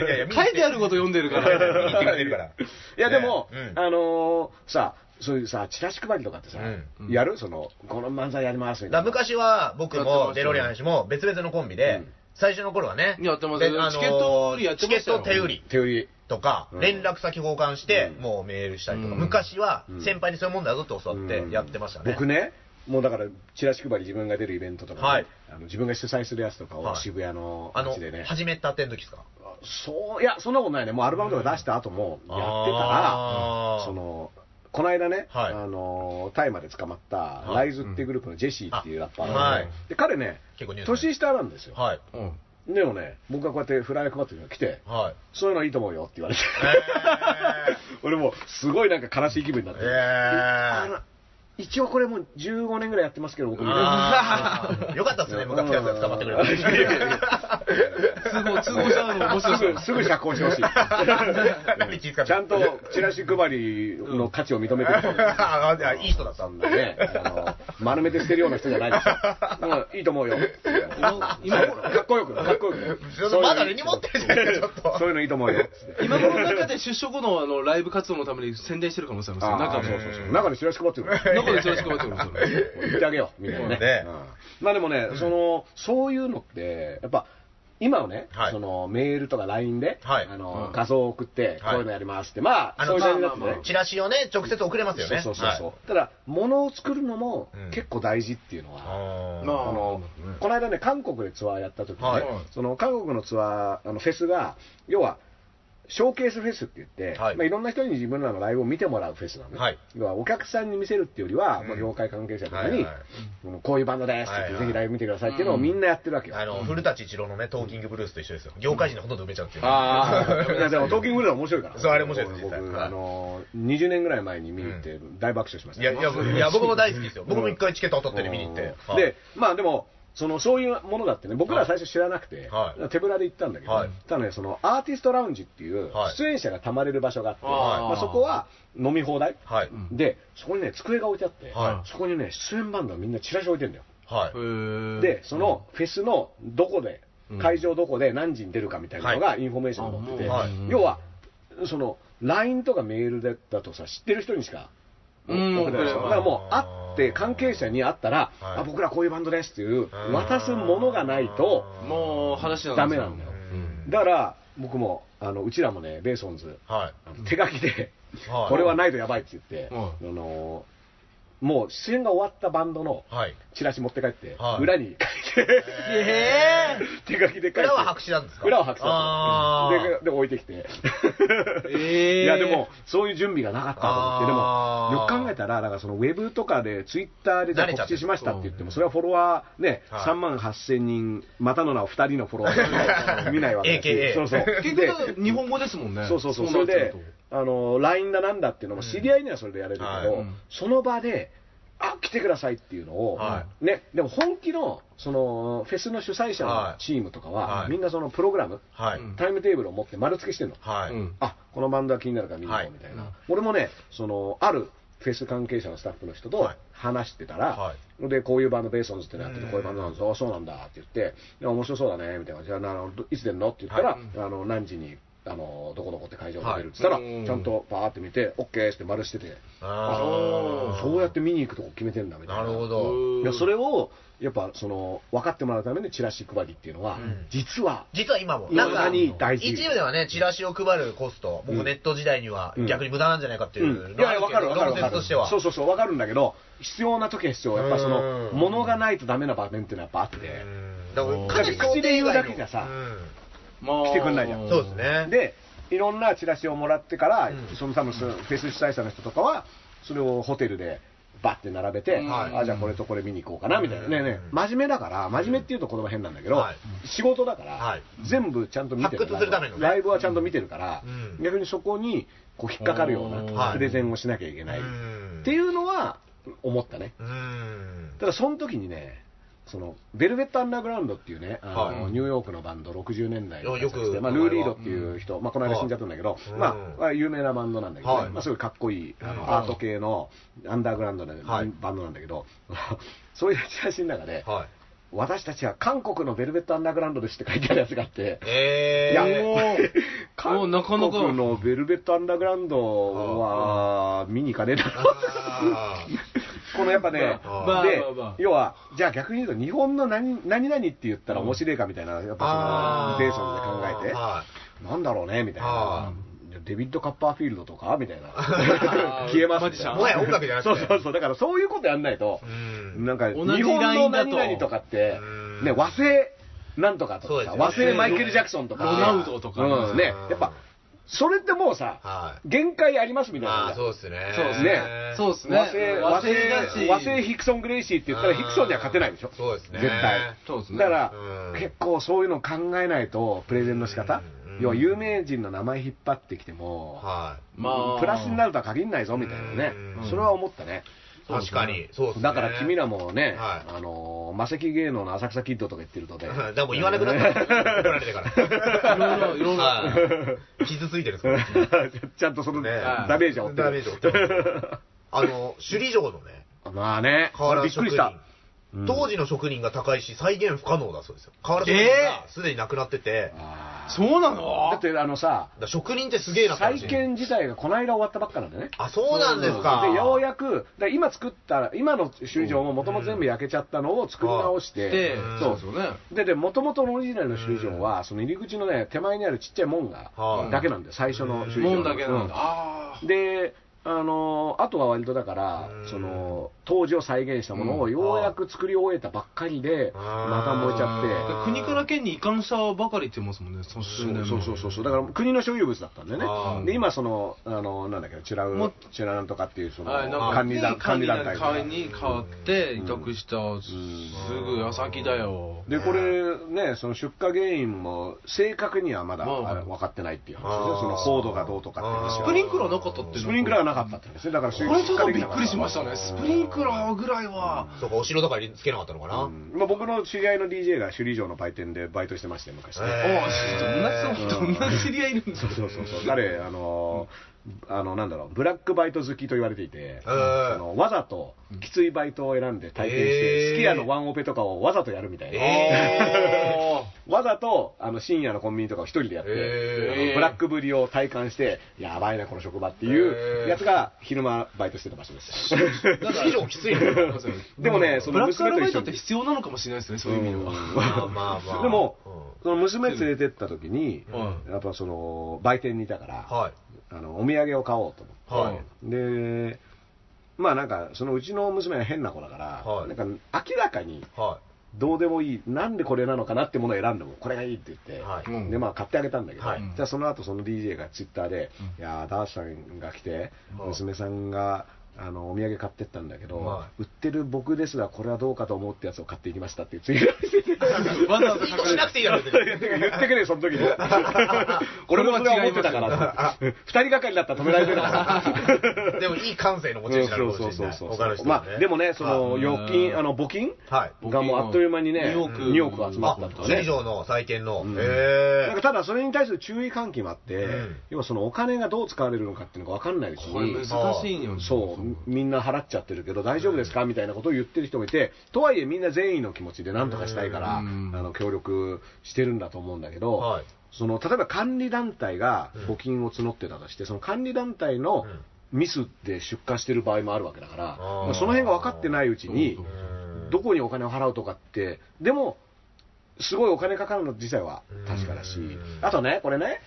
Speaker 2: やいや見て
Speaker 4: 書いてあること読んでるか
Speaker 2: 言ってく
Speaker 4: ら。
Speaker 2: れてるから。
Speaker 3: いや、でも、
Speaker 2: ねうん
Speaker 3: あのーさ、そういうさ、チラシ配りとかってさ、
Speaker 2: う
Speaker 3: やるその、この漫才やりますみた
Speaker 2: だ
Speaker 3: いな。
Speaker 2: 昔は僕もデロリアン氏も別々のコンビで、
Speaker 3: うん
Speaker 2: 最初の頃はね、
Speaker 4: やってますよ
Speaker 2: で
Speaker 4: チケット売りやってましたよ
Speaker 2: チケット手売り
Speaker 3: 手売り。
Speaker 2: とか、
Speaker 3: うん
Speaker 2: 連絡先交換して、
Speaker 3: うん
Speaker 2: もうメールしたりとか、
Speaker 4: うん
Speaker 2: 昔は
Speaker 3: うん
Speaker 2: 先輩にそういうもんだぞって教わってやってましたね。
Speaker 3: 僕ね、もうだから、チラシ配り自分が出るイベントとかね、
Speaker 2: はい
Speaker 3: あの自分が主催するやつとか
Speaker 2: は
Speaker 3: を
Speaker 2: い
Speaker 3: 渋谷の
Speaker 2: あの
Speaker 3: 街でね、、
Speaker 2: 始めたての時ですか
Speaker 3: そう、いや、そんなことないね。もうアルバムとか出した後もやってた
Speaker 2: あ
Speaker 3: ら、
Speaker 2: ー
Speaker 3: その、この間ね、
Speaker 2: はい
Speaker 3: あの、大麻で捕まった、
Speaker 2: い
Speaker 3: ライズっていうグループのジェシーっていうラッパー
Speaker 2: あは
Speaker 3: が
Speaker 2: い
Speaker 3: で、彼ね、
Speaker 2: 結構ニュースね
Speaker 3: 年下なんですよ。
Speaker 2: はい。
Speaker 4: うん
Speaker 3: でもね、僕がこうやってフライヤー配ってるのが来て、
Speaker 2: はい。
Speaker 3: そういうのいいと思うよって言われて、
Speaker 2: えー
Speaker 3: 俺もうすごいなんか悲しい気分になって、 あ
Speaker 2: え
Speaker 3: の一応これもう15年ぐらいやってますけど、僕みたいな。
Speaker 2: ー。よかったですね、ムカつくやつが捕まってくれ
Speaker 3: いやいやいや
Speaker 4: 通報、通報しちゃうの面白いです
Speaker 3: ぐ、すぐ釈放してほしい。
Speaker 2: た。なんで気遣って
Speaker 3: ちゃんとチラシ配りの価値を認めてる人
Speaker 2: ああいい人だった
Speaker 3: そんなね、あの丸めて捨てるような人じゃないですよ。うん、いいと思うよ。
Speaker 4: 今
Speaker 3: 今かっこよく、かっこよく。
Speaker 2: まだ根に持ってるじゃないですか、ちょっと。
Speaker 3: そういうのいいと思うよ。
Speaker 4: 今この中で出所後のあのライブ活動のために宣伝してる可能性ありますよ。
Speaker 3: あ
Speaker 4: 中
Speaker 3: ーそう
Speaker 4: で。
Speaker 3: そうそう中でチラシ配ってるから
Speaker 4: 中でそれしか待ってるんですよ。
Speaker 3: 言ってあげよう、みたいなね。
Speaker 2: ね
Speaker 3: うんまあでもね、その、そういうのって、やっぱ、今はね、
Speaker 2: はい
Speaker 3: そのメールとか LINE で、
Speaker 2: はい
Speaker 3: あの
Speaker 4: うん
Speaker 3: 画像を送っ
Speaker 2: は
Speaker 3: て、
Speaker 2: い
Speaker 3: こういうのやりますって、まあ、
Speaker 2: あ
Speaker 3: そう
Speaker 2: の
Speaker 3: いう時代になってね、
Speaker 4: まあまあまあ
Speaker 2: チラシをね、直接送れますよね。
Speaker 3: そうそうそうそう、
Speaker 2: はい
Speaker 3: ただ物を作るのも
Speaker 2: うん
Speaker 3: 結構大事っていうのは、
Speaker 2: あー
Speaker 4: ま
Speaker 3: あのこの間ね韓国でツアーやった時に、
Speaker 2: はい
Speaker 3: その韓国のツアーあのフェスが要はショーケースフェスって言って、
Speaker 2: はい
Speaker 3: いまあ、いろんな人に自分らのライブを見てもらうフェスなの、ね
Speaker 2: はい
Speaker 3: 要はお客さんに見せるっていうよりは、
Speaker 2: う
Speaker 3: まあ、
Speaker 2: ん
Speaker 3: 業界関係者とか
Speaker 2: はい
Speaker 3: に、
Speaker 2: はい
Speaker 3: そのこういうバンドですって言って、
Speaker 2: はいはい
Speaker 3: ぜひライブ見てくださいっていうのをみんなやってるわけよ、
Speaker 2: あの、古舘一郎のね、トーキングブルースと一緒ですよ。業界人のほとんど埋めちゃうっていう。
Speaker 3: ああ、 いやでも、トーキングブルーは面白いから。
Speaker 2: そうあれ面白いです実
Speaker 3: 僕
Speaker 2: 際
Speaker 3: 僕、
Speaker 2: はい
Speaker 3: あの、20年ぐらい前に見に行って、大爆笑しました。
Speaker 2: いや、いや、いや僕も大好きですよ。僕も一回チケット当たってね、見に行って。
Speaker 3: うんで、まあでも、そのそういうものだってね、僕らは最初知らなくて、
Speaker 2: はい
Speaker 3: 手ぶらで行ったんだけど、
Speaker 2: はい
Speaker 3: ただね、そのアーティストラウンジっていう
Speaker 2: はい、
Speaker 3: 出演者がたまれる場所があって、
Speaker 4: はい
Speaker 3: まあ、そこは飲み放題、
Speaker 2: はい。
Speaker 3: で、そこにね、机が置いてあって、
Speaker 2: は
Speaker 3: そこにね、出演バンドがみんなチラシ置いてるんだよ。
Speaker 2: はい。
Speaker 4: へー
Speaker 3: で、そのフェスのどこで
Speaker 4: うん、
Speaker 3: 会場どこで何時に出るかみたいなのがインフォメーションに載ってて、
Speaker 2: はい
Speaker 3: 要は、その LINE とかメールだだとさ、知ってる人にしか
Speaker 4: うん、
Speaker 3: だ
Speaker 4: 送れない
Speaker 3: からもう会って関係者に会ったら、
Speaker 2: はい
Speaker 3: あ僕らこういうバンドですっていう
Speaker 2: うん
Speaker 3: 渡すものがないと
Speaker 4: もう話なん
Speaker 3: ダメなんだ
Speaker 2: う
Speaker 3: よ
Speaker 2: ん
Speaker 3: だから僕もあのうちらもねベーソンズ
Speaker 2: はい。
Speaker 3: あの手書きで、
Speaker 2: はい
Speaker 3: これはないとやばいって言って、
Speaker 4: は
Speaker 3: あのもう出演が終わったバンドの
Speaker 2: はい。
Speaker 3: チラシ持って帰って、
Speaker 2: はい
Speaker 3: 裏に書いて、
Speaker 2: え
Speaker 3: 手書きで書いて
Speaker 2: 裏は白紙なんですか
Speaker 3: 裏は白紙
Speaker 2: あ
Speaker 3: だった
Speaker 2: ー
Speaker 3: でで置いてきて
Speaker 4: えー
Speaker 3: いやでもそういう準備がなかったと思ってで
Speaker 2: あー
Speaker 3: もよく考えたらだからそのウェブとかでツイッターでじゃあ
Speaker 2: 慣れちゃっ
Speaker 3: 告
Speaker 2: てる
Speaker 3: 知しましたって言ってもそれはフォロワーね、
Speaker 2: はい
Speaker 3: 3万8000人またの名を2人のフォロワーが見ない わけだ
Speaker 2: AKA
Speaker 3: しそうそう
Speaker 4: 結
Speaker 3: で
Speaker 4: 局、日本語ですもんね。
Speaker 3: そうそうそう、そ
Speaker 4: な
Speaker 3: れ
Speaker 4: っちゃ
Speaker 3: で
Speaker 4: と、
Speaker 3: あの LINE だなんだっていうのも、知り合いにはそれでやれるけ
Speaker 2: はい
Speaker 3: ど、
Speaker 4: うん
Speaker 3: その場で、あ来てくださいっていうのを、
Speaker 2: は
Speaker 3: ね、でも本気のそのフェスの主催者のチームとかは、
Speaker 2: はい
Speaker 3: みんなそのプログラム、
Speaker 2: はい。
Speaker 4: うん
Speaker 3: タイムテーブルを持って丸付けしてるの、
Speaker 2: はい。
Speaker 4: うん
Speaker 3: あこのバンドは気になるから見に行こ
Speaker 2: はいう
Speaker 3: みたいな、俺もねその、あるフェス関係者のスタッフの人と
Speaker 2: はい
Speaker 3: 話してたら、
Speaker 2: は
Speaker 3: でこういうバンド、ベーソンズってなってて、
Speaker 2: うん
Speaker 3: こういうバンドなんですよ、あそうなんだって言って、いや面白そうだねみたいな感じで、じゃああのどいつ出るのって言ったら、
Speaker 4: はい
Speaker 3: あの何時にあのどこどこって会場が出るって言ったら、
Speaker 4: はいうん
Speaker 3: ちゃんとパーって見て、オッケーって丸してて、
Speaker 2: あー
Speaker 3: そうやって見に行くとこ決めてんだみたい
Speaker 2: な
Speaker 3: な。
Speaker 2: るほ
Speaker 4: う
Speaker 2: ど。
Speaker 4: ん
Speaker 3: いやそれをやっぱその分かってもらうためにチラシ配りっていうのは、
Speaker 2: うん
Speaker 3: 実は
Speaker 2: 実は今も。
Speaker 3: い
Speaker 2: なん
Speaker 3: ま
Speaker 2: か
Speaker 3: だ、に大事
Speaker 2: 一部ではね、チラシを配るコスト、
Speaker 3: う
Speaker 2: 僕
Speaker 3: ん、
Speaker 2: ネット時代には逆に無駄なんじゃないかっていううん
Speaker 3: い
Speaker 2: のはあ
Speaker 3: やいや、わ
Speaker 2: けど
Speaker 3: かるわかる
Speaker 2: 論
Speaker 3: わ
Speaker 2: 説
Speaker 3: か
Speaker 2: と
Speaker 3: る。
Speaker 2: しては。
Speaker 3: そうそうそう、わかるんだけど、必要な時は必要。やっぱその
Speaker 2: う、ん
Speaker 3: 物がないとダメな場面っていうのはやっぱあって。
Speaker 2: だから、
Speaker 3: だって口で言うだけじゃさ
Speaker 2: うん
Speaker 4: まあ
Speaker 3: 来てくんないじゃん
Speaker 2: そうです。ね。
Speaker 3: で、いろんなチラシをもらってから
Speaker 2: うん、
Speaker 3: その多分そのフェス主催者の人とかは、それをホテルで、バッて並べて、
Speaker 2: はい
Speaker 3: あじゃあこれとこれ見に行こうかなみたいなねえねえ真面目だから真面目っていうと言葉変なんだけど、
Speaker 2: はい
Speaker 3: 仕事だから、
Speaker 2: はい
Speaker 3: 全部ちゃんと見て
Speaker 2: 発掘するためのね
Speaker 3: ライブはちゃんと見てるから、
Speaker 2: うん
Speaker 3: 逆にそこにこう引っかかるよう
Speaker 2: は
Speaker 3: ないプレゼンをしなきゃいけない、
Speaker 2: うん
Speaker 3: っていうのは思ったね
Speaker 2: うん
Speaker 3: ただその時にねそのベルベット・アンダーグラウンドっていうね、あの
Speaker 2: はい
Speaker 3: ニューヨークのバンド、60年代の
Speaker 2: よく
Speaker 3: まあ、ルー・リードっていう人、まあ、この間死んじゃったんだけど、
Speaker 2: うん
Speaker 3: まあまあ、有名なバンドなんだけどね、
Speaker 2: はい
Speaker 3: まあ、すごいかっこいいあの
Speaker 2: うん
Speaker 3: アート系のアンダーグラウンドのバ
Speaker 2: はい
Speaker 3: ンドなんだけど、 そういう写真の中で、
Speaker 2: はい
Speaker 3: 私たちは韓国のベルベット・アンダーグラウンドですって書いてあるやつがあって、
Speaker 2: え
Speaker 3: いや
Speaker 2: ー、
Speaker 3: 韓
Speaker 4: おなかなか
Speaker 3: 国のベルベット・アンダーグラウンドは見に行かねえだろう
Speaker 2: あ ー
Speaker 3: このやっぱね、
Speaker 2: まあ
Speaker 4: まあ
Speaker 3: で
Speaker 4: まあまあ、
Speaker 3: 要は、じゃあ逆に言うと、日本の何何々って言ったら面白いかみたいな、やっぱ
Speaker 2: あ
Speaker 3: その、ベーションで考
Speaker 2: は
Speaker 3: えて、なんだろうね、みたいな
Speaker 2: あ。
Speaker 3: デビッド・カッパーフィールドとかみたいな。
Speaker 4: ー
Speaker 3: 消えます
Speaker 4: マジシャン
Speaker 2: もはや音楽じゃなくて
Speaker 3: そうそうそう。だからそういうことやんないと
Speaker 2: い、うん
Speaker 3: なんか、日
Speaker 4: 同
Speaker 3: 本
Speaker 4: じ
Speaker 3: の
Speaker 4: ラインだと
Speaker 3: 何々とかって
Speaker 2: う、ん
Speaker 3: ね、和製なんとかと
Speaker 2: そう
Speaker 3: か
Speaker 2: で
Speaker 3: さ、
Speaker 2: すね
Speaker 3: 和製マイケル・ジャクソンとか。
Speaker 4: ロナウドとか
Speaker 3: うん、ね。やっぱ、それってもうさ、
Speaker 2: はい
Speaker 3: 限界ありますみたい
Speaker 2: ま
Speaker 3: な
Speaker 2: あ。そうですね
Speaker 4: そうです
Speaker 3: ね
Speaker 4: そうですね
Speaker 3: 和製和製
Speaker 4: だし
Speaker 3: 和製ヒクソン・グレイシーって言ったらヒクソンには勝てないでしょ
Speaker 2: そうですね
Speaker 3: 絶対
Speaker 4: そうですね
Speaker 3: だから
Speaker 2: うん
Speaker 3: 結構そういうの考えないとプレゼンの仕方
Speaker 2: うん
Speaker 3: 要は有名人の名前引っ張ってきても
Speaker 2: は
Speaker 4: まあ
Speaker 3: プラスになるとは限らないぞみたいなね
Speaker 2: うん
Speaker 3: それは思ったね
Speaker 2: い確かにそうですね
Speaker 3: だから君らもね、
Speaker 2: はい
Speaker 3: あのー魔石芸能の浅草キッドとか言ってると ね、
Speaker 2: だからもう言わなくなった怒られて から
Speaker 4: いろいろいろいろ
Speaker 2: はい傷ついてるんですからうち
Speaker 3: ちゃんとその
Speaker 2: ね
Speaker 3: ダメージは負って
Speaker 2: ダメージを負って ますあの首里城のね
Speaker 3: まあね、
Speaker 2: 瓦
Speaker 3: びっ
Speaker 2: 職人
Speaker 3: くりした。うん
Speaker 2: 当時の職人が高いし再現不可能だそうですよ瓦職人がすでに亡くなってて
Speaker 3: あー
Speaker 4: そう
Speaker 3: だ
Speaker 4: なの
Speaker 3: ってあのさ、
Speaker 2: だから職人ってすげえなって
Speaker 3: 再
Speaker 2: 話
Speaker 3: 建自体がこの間終わったばっかなんでね。
Speaker 2: あそうなんですか
Speaker 3: でようやく、だ今作った、今の首里城ももともと全部焼けちゃったのを作り直して、
Speaker 4: で
Speaker 2: うん
Speaker 4: そ
Speaker 3: そうう
Speaker 4: ですよね
Speaker 3: で、で、もともとのオリジナルの首里城は、その入り口のね、手前にあるちっちゃい門が、
Speaker 2: はい
Speaker 3: だけなんで、最初の首里城
Speaker 4: も
Speaker 3: の。
Speaker 4: んだけな
Speaker 3: う
Speaker 4: んだ
Speaker 3: ん
Speaker 4: あ
Speaker 3: で、あのーあとは割とだから
Speaker 2: う、ん
Speaker 3: その、当時を再現したものをようやく作り終えたばっかりで、
Speaker 2: うん
Speaker 3: また燃えちゃって、
Speaker 2: あ
Speaker 4: あ国から県に移管したばかりって言いますもんねその数年
Speaker 3: そうそうそうそう、だから国の所有物だったんだよね。
Speaker 2: あー
Speaker 3: で今そのあのなんだっけなチュラウ
Speaker 4: も
Speaker 3: チュラなんとかっていうその
Speaker 4: はい、なんか
Speaker 3: 管理団管理団体
Speaker 4: 管理
Speaker 3: が
Speaker 4: に変わって委託したすぐ矢先だよ
Speaker 3: でこれねその出火原因も正確にはまだ
Speaker 4: うん
Speaker 3: あれ分かってないっていう話です
Speaker 2: あ
Speaker 3: ね
Speaker 2: ー
Speaker 3: その高度がどうとかって話
Speaker 2: あ
Speaker 3: は
Speaker 2: ー
Speaker 4: スプリンクラーなかったっていうの
Speaker 3: スプリンクラーがなかったって話ねだから
Speaker 4: これちょっとびっくりしましたねスプリンクラーぐらいは
Speaker 2: そうかお城とかにつけなかったのかな、
Speaker 3: うんまあ、僕の知り合いの DJ が首里城の売店でバイトしてまして昔ね、
Speaker 2: へ
Speaker 4: お
Speaker 2: ー
Speaker 4: おどんなどんな知り合いいるんです
Speaker 3: そうそうそうそう彼あのーあのなんだろうブラックバイト好きと言われていて、
Speaker 2: ー
Speaker 3: あのわざときついバイトを選んで体験して、
Speaker 2: えー
Speaker 3: スキヤのワンオペとかをわざとやるみたいな、
Speaker 2: え
Speaker 3: わざとあの深夜のコンビニとかを一人でやって、
Speaker 2: え
Speaker 4: ー
Speaker 3: ブラックぶりを体感してやばいなこの職場ってい
Speaker 2: え
Speaker 3: う
Speaker 2: ー
Speaker 3: やつが昼間バイトしてた場 所です
Speaker 2: ー、だから以上きついのか
Speaker 3: でもねそ
Speaker 4: ブ
Speaker 3: の
Speaker 4: ラックア
Speaker 3: 娘
Speaker 4: ル
Speaker 3: と一緒
Speaker 4: バイトって
Speaker 3: に
Speaker 4: 必要なのかもしれないですねそういう意味では
Speaker 2: まあまあまあ
Speaker 3: でも、
Speaker 2: う
Speaker 3: その娘連れてった時に、
Speaker 4: う
Speaker 3: やっぱその売店にいたから、
Speaker 2: んはい
Speaker 3: あのお土産を買おうと思って、
Speaker 2: は
Speaker 3: でまあなんかそのうちの娘が変な子だから、
Speaker 2: はい
Speaker 3: なんか明らかに
Speaker 2: は
Speaker 3: どうでもいいなんでこれなのかなってものを選んでもこれがいいって言って、
Speaker 2: はい
Speaker 4: うん
Speaker 3: でまあ買ってあげたんだけど、
Speaker 2: はい
Speaker 3: じゃあその後その DJ がツイッターで、い
Speaker 4: うん
Speaker 3: やーダーシャンが来て、
Speaker 2: はい
Speaker 3: 娘さんがあのお土産買ってったんだけど、
Speaker 2: は
Speaker 3: 売ってる僕ですらこれはどうかと思うってやつを買っていきましたっていうツイートをしてて
Speaker 4: わざわざ
Speaker 2: いしなくていいだろ別
Speaker 3: 言っ
Speaker 2: に
Speaker 3: てくれよその時に俺もそれは思ってたからって2人がかりだったら止められてるから
Speaker 2: でもいい感性の持ち主なのかもしれない他の人は
Speaker 3: ま
Speaker 2: ね
Speaker 3: あでもねその
Speaker 4: うん
Speaker 3: 預金あの募金
Speaker 2: はい
Speaker 3: がもうあっという間にね
Speaker 4: 2億
Speaker 3: 2億集ま
Speaker 2: あ
Speaker 3: ったと
Speaker 2: 首
Speaker 3: か
Speaker 2: 里
Speaker 3: ね
Speaker 2: 城の再建の、
Speaker 3: うん
Speaker 2: え
Speaker 3: なんかただそれに対する注意喚起もあって、
Speaker 2: うん
Speaker 3: 要はそのお金がどう使われるのかっていうのが分かんないうち
Speaker 4: これ
Speaker 3: に、
Speaker 4: 難しいんよ
Speaker 3: そう、みんな払っちゃってるけど大丈夫ですかみたいなことを言ってる人もいて、とはいえみんな善意の気持ちで何とかしたいから、
Speaker 4: うん
Speaker 3: あの協力してるんだと思うんだけど、
Speaker 2: はい
Speaker 3: その例えば管理団体が募金を募ってたとして、その管理団体の
Speaker 2: うん
Speaker 3: ミスで出荷してる場合もあるわけだから、
Speaker 2: あー
Speaker 3: その辺が分かってないうちに
Speaker 4: そうそう、
Speaker 2: うん
Speaker 3: どこにお金を払うとかって、でも、すごいお金かかるの自体は確かだし
Speaker 2: うん、
Speaker 3: あとね、これね、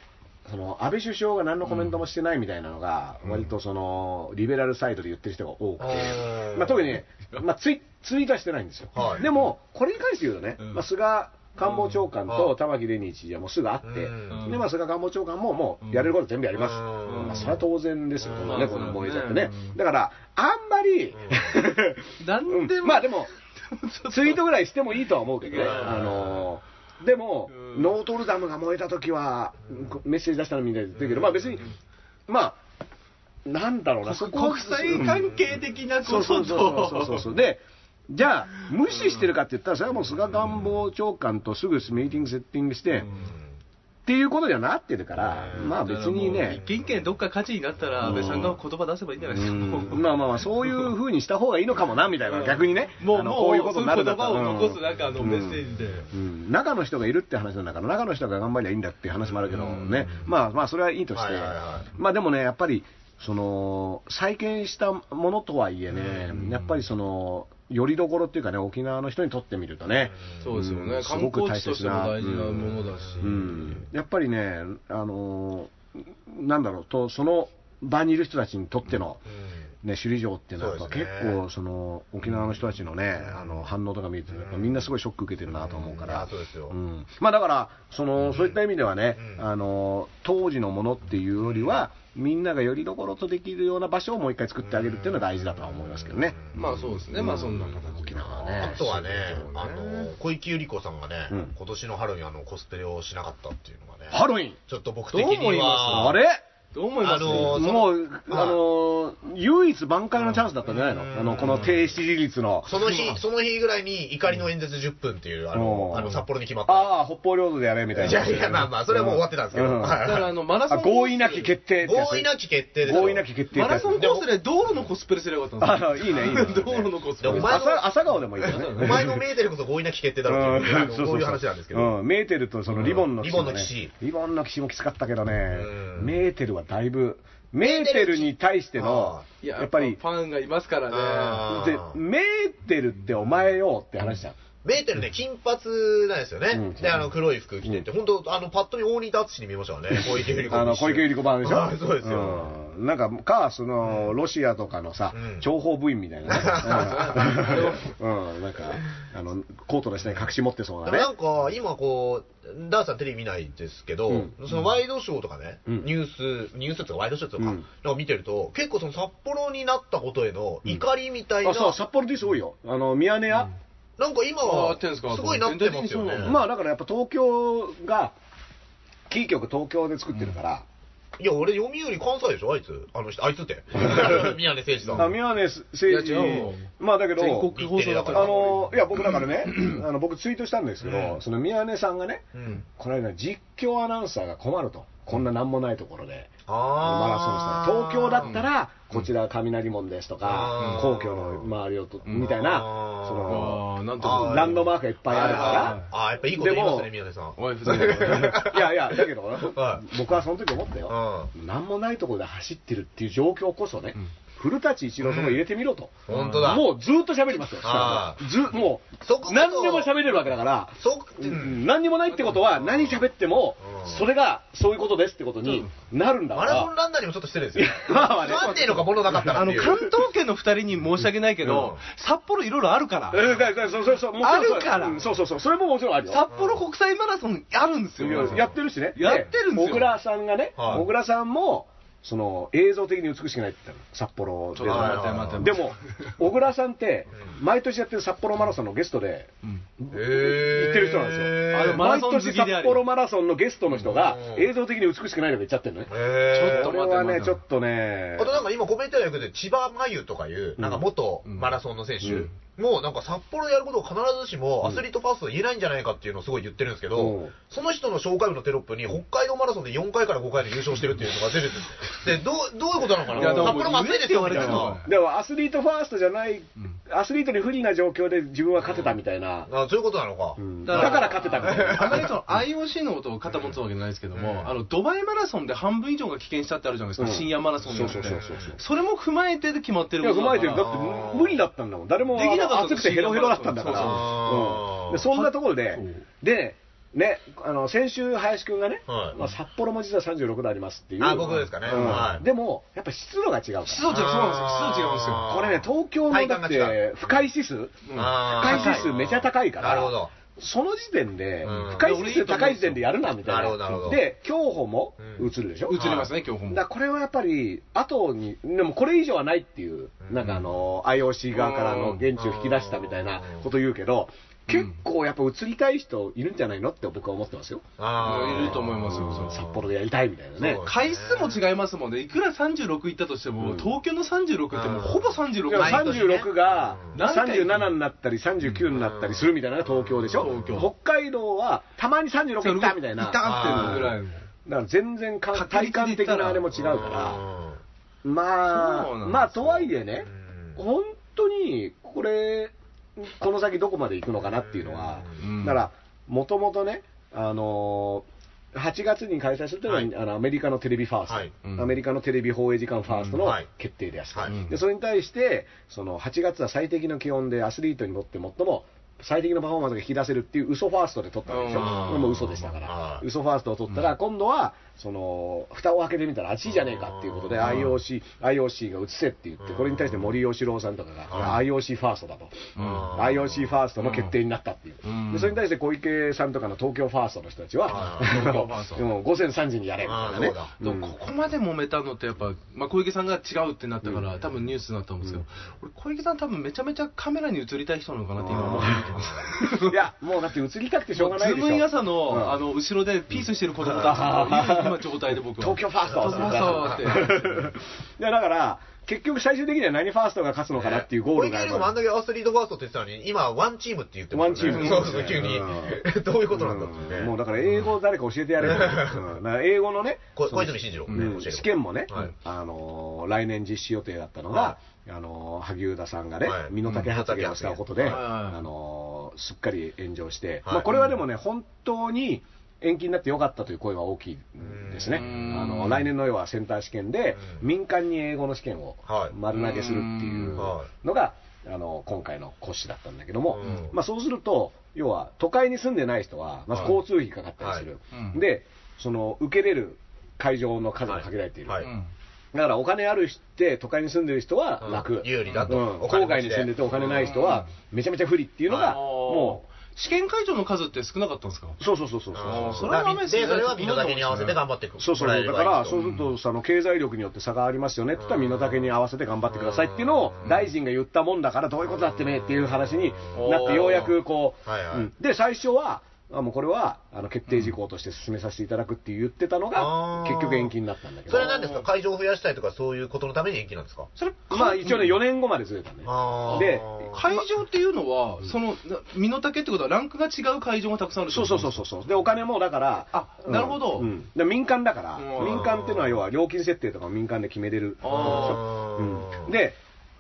Speaker 3: その安倍首相が何のコメントもしてないみたいなのが、
Speaker 2: うん
Speaker 3: 割とそのリベラルサイドで言ってる人が多くて
Speaker 2: あ、ー
Speaker 3: まあ、特にね、まあ、ツイツイートはしてないんですよ、
Speaker 2: はい
Speaker 3: でも、これに関して言うとね、
Speaker 4: うん
Speaker 3: まあ、菅官房長官
Speaker 2: う
Speaker 3: と
Speaker 2: ん
Speaker 3: 玉城デニー知事はもうすぐ会って、
Speaker 2: うん
Speaker 3: でまあ、菅官房長官ももうやれること全部やります、
Speaker 2: うん
Speaker 3: まあ、それは当然ですよ、
Speaker 2: うん
Speaker 3: こんなね、この燃えちゃって
Speaker 4: う
Speaker 3: ね
Speaker 4: ん。
Speaker 3: だから、あんまり、
Speaker 4: なんで
Speaker 3: う
Speaker 4: も
Speaker 3: んまあでも、ツイートぐらいしてもいいとは思うけどね。
Speaker 2: うん
Speaker 3: あのーでも、
Speaker 4: うん
Speaker 3: ノートルダムが燃えた時は、こメッセージ出したのみたいですけど、まあ別に、まあ、なんだろうな、そ
Speaker 4: 国
Speaker 3: こは
Speaker 4: 国際関係的な
Speaker 3: そ
Speaker 4: こ
Speaker 3: うそ
Speaker 4: と
Speaker 3: うそうそう
Speaker 4: と
Speaker 3: そうそう。で、じゃあ、無視してるかって言ったら、それはもう菅官房長官とすぐミーティングセッティングして、っていうことにはなってるから、
Speaker 2: うん
Speaker 3: まあ別に
Speaker 4: だからもう
Speaker 3: ね
Speaker 4: 一、軒一軒どっか火事になった
Speaker 3: う
Speaker 4: ら、
Speaker 3: ん
Speaker 4: 安倍さんが言葉出せばいいんじゃないですか、
Speaker 3: うんまあまあまあ、そういうふうにした方がいいのかもな、みたいな、逆にね、
Speaker 4: もう
Speaker 3: あの
Speaker 4: もう
Speaker 3: こういうことになるんだったら
Speaker 4: そういう言葉を残すなんかあの
Speaker 3: うん
Speaker 4: メッセージで
Speaker 3: うん中の人がいるって話なんだから、中の人が頑張りゃいいんだっていう話もあるけどね、まあまあ、それはいいとして
Speaker 2: はいはいは、
Speaker 3: まあでもね、やっぱり、その、再建したものとはいえ
Speaker 2: うん
Speaker 3: ね、やっぱりその、よりどころっていうかね、沖縄の人にとってみるとね、
Speaker 4: そうですよね、
Speaker 3: うん
Speaker 4: 観光地としても大事なものだし、
Speaker 3: うんやっぱりね、あのーなんだろうと、その場にいる人たちにとっての、ね、首里城っていうのは、や
Speaker 2: そ
Speaker 3: っ
Speaker 2: う
Speaker 3: ぱ
Speaker 2: です
Speaker 3: 結
Speaker 2: ね
Speaker 3: 構その、沖縄の人たちのね、あの反応とか見てて、やっぱみんなすごいショック受けてるなと思うか
Speaker 2: いや
Speaker 3: ら、
Speaker 2: そうですよ
Speaker 3: んまあ、だからその、そういった意味ではね、
Speaker 2: うん
Speaker 3: あの、当時のものっていうよりは、みんながよりどころとできるような場所をもう一回作ってあげるっていうのが大事だとは思いますけどね。
Speaker 4: まあそうですね、まあそんな形で
Speaker 3: 沖縄はね
Speaker 2: あとはね、
Speaker 4: そう
Speaker 2: あ
Speaker 4: ですよ
Speaker 2: の、小池百合子さんがね、
Speaker 3: うん
Speaker 2: 今年の春にあの、コスプレをしなかったっていうのがね、
Speaker 3: ハロウィン
Speaker 2: ちょっと僕的に
Speaker 4: どう思いま
Speaker 2: は、
Speaker 3: あれ
Speaker 4: どう思います
Speaker 2: あのー
Speaker 3: もう、
Speaker 2: まあ
Speaker 3: あのー唯一挽回のチャンスだったんじゃないの、
Speaker 2: うん
Speaker 3: あのこの低支持率の、
Speaker 2: その日、その日ぐらいに怒りの演説10分っていう、あの
Speaker 3: う、ん
Speaker 2: あの札幌に決まった。
Speaker 3: ああ、北方領土でやれみたいな。
Speaker 2: いやいや、まあまあ、それはもう終わってたんですけど。
Speaker 3: うん
Speaker 2: はい
Speaker 4: だからあのマラソ
Speaker 3: あ
Speaker 4: ン
Speaker 3: 合意なき決定ってやつ
Speaker 2: 合意なき決定ですよ
Speaker 3: 合意なき決定
Speaker 4: マ
Speaker 3: ってや
Speaker 4: ラ
Speaker 3: つ
Speaker 4: ソンコースで道路のコスプレすればよかったん
Speaker 3: あいいね、いい ね。
Speaker 4: ですよ、道路のコスプ
Speaker 2: でも
Speaker 4: レ
Speaker 2: お。前の
Speaker 3: 朝朝顔でもいいよね。
Speaker 2: お前のメーテルこそ合意なき決定だろうっていうあの、こういう話なんですけど。
Speaker 3: うん、メーテルとそのリボンのもね
Speaker 2: リボンの騎士
Speaker 3: リボンの騎士もきつかったけどね
Speaker 2: う、ん
Speaker 3: メーテルはだいぶ、メーテルに対しての、
Speaker 4: いや
Speaker 3: やっぱり
Speaker 4: フ、ァンがいますからね、
Speaker 2: あー
Speaker 3: でメーテルってお前よって話じゃん。
Speaker 2: メーテルね、金髪なんですよね。
Speaker 3: うん
Speaker 2: で、あの、黒い服着てて、本当あの、パッと見大仁田淳に見えましたからね、小池百合子
Speaker 3: あの小池百合子版で し
Speaker 2: あ
Speaker 3: ょ
Speaker 2: ーそうですよ。
Speaker 3: うんなんかかそのロシアとかのさ
Speaker 2: うん
Speaker 3: 諜報部員みたいな ねうんうんなんかあのコートの下に隠し持ってそう
Speaker 2: で
Speaker 3: な
Speaker 2: も
Speaker 3: ね
Speaker 2: なんか、今こう、ダーさんテレビ見ないですけど、
Speaker 3: うん
Speaker 2: そのワイドショーとかね、
Speaker 3: うん
Speaker 2: ニュース、ニュースとかワイドショーとか、
Speaker 3: うん
Speaker 2: なんか見てると、結構その札幌になったことへの怒りみたいな、
Speaker 3: あそう札幌ディス多いよあのミヤネ屋
Speaker 2: なんか今
Speaker 4: あや
Speaker 2: は
Speaker 4: ってんすか
Speaker 2: すごいなってますよね。
Speaker 4: 全体的にそうなの
Speaker 3: まあだからやっぱ東京がキー局東京で作ってるから
Speaker 2: いや、俺、読売関西でしょ、あいつ。あの人、あいつ って。宮根誠司さ
Speaker 3: あ
Speaker 2: ん。
Speaker 3: 宮根誠司
Speaker 4: いや違う
Speaker 3: まあだけど
Speaker 4: 全国放送だ
Speaker 2: あ
Speaker 4: か
Speaker 3: あ
Speaker 4: ら、
Speaker 3: のいや僕だか らねあの僕ツイートしたんですけ
Speaker 2: う
Speaker 3: ど
Speaker 2: ん
Speaker 3: その宮根さんがね
Speaker 2: うん。
Speaker 3: この間実況アナウンサーが困るとこんな何もないところでマラソ
Speaker 2: あ
Speaker 3: ンした東京だったら、こちら雷門ですとか、
Speaker 2: うん
Speaker 3: 皇居の周りをと、
Speaker 4: うん
Speaker 3: みたい
Speaker 2: あー、
Speaker 3: なそ
Speaker 4: あ
Speaker 3: の
Speaker 4: ーなんと
Speaker 2: あー
Speaker 4: か、
Speaker 3: ランドマークがいっぱいある
Speaker 2: あ
Speaker 3: か
Speaker 2: ーあー、やっぱいいこと言いますね、宮根さん。
Speaker 4: おい、ふざけんな
Speaker 3: ら、 いやいや、だけど
Speaker 2: は、
Speaker 3: 僕はその時思ったよ、
Speaker 2: う
Speaker 3: なんもないところで走ってるっていう状況こそね、古舘一郎とか入れてみろと、
Speaker 2: ん。本当だ。
Speaker 3: もうずっと喋りますよ、
Speaker 2: あ
Speaker 3: ずも、
Speaker 2: そこそう
Speaker 3: 何でも喋れるわけだから。
Speaker 2: そ、う
Speaker 3: うんん何にもないってことは、何喋っても
Speaker 2: うん、
Speaker 3: それがそういうことですってことになるんだか
Speaker 2: マラソン
Speaker 3: ら、
Speaker 2: ランナーにもちょっと失礼ですよ。
Speaker 3: まあまあね
Speaker 2: なんでのか物なかったら
Speaker 4: あ
Speaker 2: って
Speaker 4: の
Speaker 2: いう。
Speaker 4: 関東圏の二人に申し訳ないけど、札幌いろいろあるから、
Speaker 3: えだだそうそうそうもちろん
Speaker 4: あるから
Speaker 3: うんそうそうそう、それももちろんあるよ。
Speaker 4: 札幌国際マラソンあるんですよ、
Speaker 3: やってるしね。
Speaker 4: やってるんですよ
Speaker 3: 小倉さんがね、
Speaker 2: はい
Speaker 3: 小倉さんも、その、映像的に美しくないって言ったの。札幌
Speaker 4: ちょ
Speaker 3: で
Speaker 4: っと
Speaker 2: はい
Speaker 4: 待
Speaker 2: はい
Speaker 4: って
Speaker 2: はい
Speaker 4: 待って、
Speaker 3: でも、小倉さんって、毎年やってる札幌マラソンのゲストで、
Speaker 4: うん、
Speaker 2: え
Speaker 3: 行ってる人なんですよ
Speaker 4: あのマラ
Speaker 3: 毎
Speaker 4: ソン好き
Speaker 3: 年
Speaker 4: で
Speaker 3: 札
Speaker 4: あり
Speaker 3: 幌マラソンのゲストの人が
Speaker 2: う、ん
Speaker 3: 映像的に美しくないので言っちゃってるのね。
Speaker 2: えー
Speaker 4: ちょ
Speaker 3: こ
Speaker 4: っ
Speaker 3: れ
Speaker 4: と待って
Speaker 3: はね、
Speaker 4: 待って
Speaker 3: ちょっとね
Speaker 2: あ、となんか今コメント役で千葉真由とかいう、なんか元マラソンの選
Speaker 3: うん
Speaker 2: 手もうなんか札幌でやることを必ずしもアスリートパースと言えないんじゃないかっていうのをすごい言ってるんですけ
Speaker 3: う
Speaker 2: ど
Speaker 3: ん、
Speaker 2: その人の紹介部のテロップに北海道マラソンで4回から5回で優勝してるっていうのが出て る。で、どう、どういうことなのか
Speaker 4: い
Speaker 2: な
Speaker 4: や
Speaker 2: 札
Speaker 4: でも
Speaker 2: 幌も暑いですよ、みたい
Speaker 4: 言えって言われ
Speaker 2: な
Speaker 4: て。
Speaker 3: でもアスリートファーストじゃない
Speaker 4: ん、
Speaker 3: アスリートに不利な状況で自分は勝てたみたいな。
Speaker 2: あそういうことなのか。
Speaker 3: うん
Speaker 4: だ
Speaker 3: だ
Speaker 4: か
Speaker 3: からら勝てたみたいな。
Speaker 4: あまりその IOC のことを肩持つわけじゃないですけども、あのドバイマラソンで半分以上が棄権したってあるじゃないですか、
Speaker 3: うん
Speaker 4: 深夜マラソンで
Speaker 3: そうそうそうそうそう
Speaker 4: それも踏まえてで決まってる
Speaker 3: いや、
Speaker 4: こと
Speaker 3: 踏まえてる。だって
Speaker 2: あー
Speaker 3: 無理だったんだもん。誰も
Speaker 4: できなかった
Speaker 3: 暑くてヘロヘロだったんだか
Speaker 4: そう
Speaker 2: そう
Speaker 3: ら。うんでそんなところで
Speaker 4: そう、
Speaker 3: で、ね、あの、先週、林くんがね、
Speaker 2: はい
Speaker 3: まあ札幌も実は36度ありますっていう。
Speaker 2: あ僕ですかね
Speaker 3: うん
Speaker 2: はい
Speaker 3: でも、やっぱ湿度が違うから。
Speaker 4: 湿度違う、そうなんですよ。湿度違うんですよ。
Speaker 2: あー
Speaker 3: これね、東京のだっ
Speaker 2: 体感が違
Speaker 3: て、不快指数、不
Speaker 2: あー
Speaker 3: 快指数めちゃ高いから、
Speaker 2: なるほど。
Speaker 3: その時点で
Speaker 2: うん、
Speaker 3: 深い指数高い時点でやるな、みたい
Speaker 2: な
Speaker 3: な。
Speaker 2: るほどなるほど
Speaker 3: で、競歩も
Speaker 2: うん
Speaker 3: 映るでしょ、
Speaker 4: 映りますね、今日本
Speaker 3: だからこれはやっぱり、後に、でもこれ以上はないっていう、
Speaker 2: うん
Speaker 3: なんかあの、IOC 側からの現地を引き出したみたいなこと言うけど、
Speaker 4: うん
Speaker 3: 結構やっぱ映りたい人いるんじゃないのって僕は思ってますよ。
Speaker 2: あー
Speaker 4: いると思いますよそれ
Speaker 3: 札幌でやりたいみたいなね
Speaker 2: そう。
Speaker 4: 回数も違いますもんね、いくら36行ったとしても、
Speaker 3: うん
Speaker 4: 東京の36ってもうほぼ36
Speaker 3: でも
Speaker 2: 毎年ね
Speaker 3: 36が
Speaker 4: うん
Speaker 3: 37になったり39になったりするみたいなのが東京でしょ、
Speaker 4: 東京
Speaker 3: 北海道はたまに36行ったみたいな、
Speaker 4: い
Speaker 3: だか
Speaker 4: たっていうぐらいの。
Speaker 3: ら全然か
Speaker 4: 確率
Speaker 3: 体感的なあれも違う
Speaker 2: うん
Speaker 3: か。ら、ま
Speaker 4: そ
Speaker 3: あ、
Speaker 4: うなんですよ
Speaker 3: まあ、とはいえね、
Speaker 2: うん
Speaker 3: 本当にこれ、この先どこまで行くのかなっていうのは、
Speaker 4: うん
Speaker 3: だから、もともとね、あのー8月に開催するというのは、
Speaker 2: はい
Speaker 3: あのアメリカのテレビファースト、
Speaker 2: はい
Speaker 4: うん
Speaker 3: アメリカのテレビ放映時間ファースト
Speaker 2: うん
Speaker 3: の
Speaker 2: はい
Speaker 3: 決定です、
Speaker 2: はい
Speaker 3: でそれに対して、その8月は最適の気温でアスリートにとって最も最適のパフォーマンスが引き出せるっていう嘘ファーストで撮ったんでしょ、
Speaker 4: うん
Speaker 3: これも嘘でしたか
Speaker 2: は
Speaker 3: ら、
Speaker 2: い
Speaker 3: 嘘ファーストを撮ったら、今度はその蓋を開けてみたら、あっちじゃねえかっていうことで、
Speaker 2: うん
Speaker 3: IOC, IOC が映せって言って、これに対して森喜朗さんとかが、これ IOC ファーストだと。
Speaker 4: うん
Speaker 2: あー
Speaker 3: IOC ファーストの決定になったっていう、
Speaker 4: うん
Speaker 3: でそれに対して小池さんとかの東京ファーストの人たちは、
Speaker 2: あー
Speaker 4: 東京ファースト
Speaker 3: もう午前3時にやれみたいなね
Speaker 2: あーそうだ、
Speaker 3: うん
Speaker 4: でもここまで揉めたのって、やっぱ、まあ、小池さんが違うってなったから、多分ニュースになったんですけど、俺、小池さん、多分めちゃめちゃカメラに映りたい人なのかなって今思ってます。
Speaker 3: いや、もうだって映りたくてしょうがない
Speaker 4: ズ
Speaker 3: で
Speaker 4: ー
Speaker 3: しょ、
Speaker 4: ムイ朝の,、
Speaker 3: うん
Speaker 4: あの後ろでピースしてる子供たちの今今状態で僕は
Speaker 3: 東京ファースト
Speaker 4: 東京ファーストって
Speaker 3: いやだから、結局、最終的には何ファーストが勝つのかなっていうゴールが
Speaker 2: 小
Speaker 3: や
Speaker 2: 池百合
Speaker 3: っ
Speaker 2: 子もあん
Speaker 3: ぱ
Speaker 2: だけアスリートファーストって言ってたのに、今、ワンチームって言ってますよ
Speaker 3: ワンチーム
Speaker 2: そうそう、急に。 どういうことなんだってね。
Speaker 3: り、もうだから英語を誰か教えてや れば、うんだから英語のね、
Speaker 2: こ
Speaker 3: その
Speaker 2: 小泉進次郎ね、
Speaker 3: う
Speaker 2: 教えて
Speaker 3: ん
Speaker 2: もらう
Speaker 3: 試験もね、
Speaker 2: はい
Speaker 3: あのー来年実施予定だったのが、
Speaker 2: は
Speaker 3: あのー萩生田さんがね、
Speaker 2: はい
Speaker 3: 身の丈発言をしたことで、
Speaker 4: うん
Speaker 3: あのーすっかり炎上して、
Speaker 2: はい
Speaker 3: まあ、これはでもね、本当に延期になってよかったという声は大きいですね、
Speaker 4: うん
Speaker 3: あの来年の要はセンター試験で、
Speaker 2: うん
Speaker 3: 民間に英語の試験を
Speaker 2: はい
Speaker 3: 丸投げするっていうのが、あの今回の骨子だったんだけども、
Speaker 2: うん
Speaker 3: まあ、そうすると、要は都会に住んでない人は、まず
Speaker 2: はい
Speaker 3: 交通費かかったりする、
Speaker 4: はいうん
Speaker 3: でその受けれる会場の数が限られている、
Speaker 2: は
Speaker 4: う
Speaker 2: い
Speaker 4: ん
Speaker 3: だからお金ある人って、都会に住んでる人は楽、
Speaker 2: うん有利だと
Speaker 3: うん
Speaker 2: お金
Speaker 3: 郊
Speaker 2: 持ちで
Speaker 3: 外に住んでてお金ない人は、めちゃめちゃ不利っていうのが、
Speaker 2: はい
Speaker 3: も
Speaker 4: 試験会場の数って少なかったんですか
Speaker 3: う、そうそうそうそうそう。
Speaker 2: あー
Speaker 4: それはダメですね
Speaker 2: で、それは身の丈に合わせて頑張ってく
Speaker 3: そうそう
Speaker 2: も
Speaker 3: だ
Speaker 2: えれ
Speaker 3: か
Speaker 2: ばいい
Speaker 3: ら、
Speaker 2: と
Speaker 3: そうすると、その経済力によって差がありますよねって言ったら、身の丈に合わせて頑張ってくださいっていうのを
Speaker 2: うん
Speaker 3: 大臣が言ったもんだから、どういうことだってねっていう話になって、ようやくこう、
Speaker 2: はいはい
Speaker 3: うんで最初は、あもうこれはあの決定事項として進めさせていただくって言ってたのが
Speaker 2: あ、ー
Speaker 3: 結局延期になったんだけ
Speaker 2: そ
Speaker 3: ど
Speaker 2: れ、は何ですか会場を増やしたいとか、そういうことのために延期なんですか
Speaker 4: それ
Speaker 3: まあ一応ね、4年後までずれたね。
Speaker 2: あー
Speaker 3: で
Speaker 4: 会場っていうのは、そのな身の丈ってことは、ランクが違う会場がたくさんあるって
Speaker 3: そ
Speaker 4: こ
Speaker 3: う
Speaker 4: と
Speaker 3: そうそうそうそう。で、お金もだから、
Speaker 4: あ
Speaker 3: うん
Speaker 4: なるほど
Speaker 3: うんで民間だから、
Speaker 4: うん
Speaker 3: 民間っていうのは要は料金設定とかも民間で決めれる。
Speaker 4: あ
Speaker 2: ー
Speaker 3: うんで、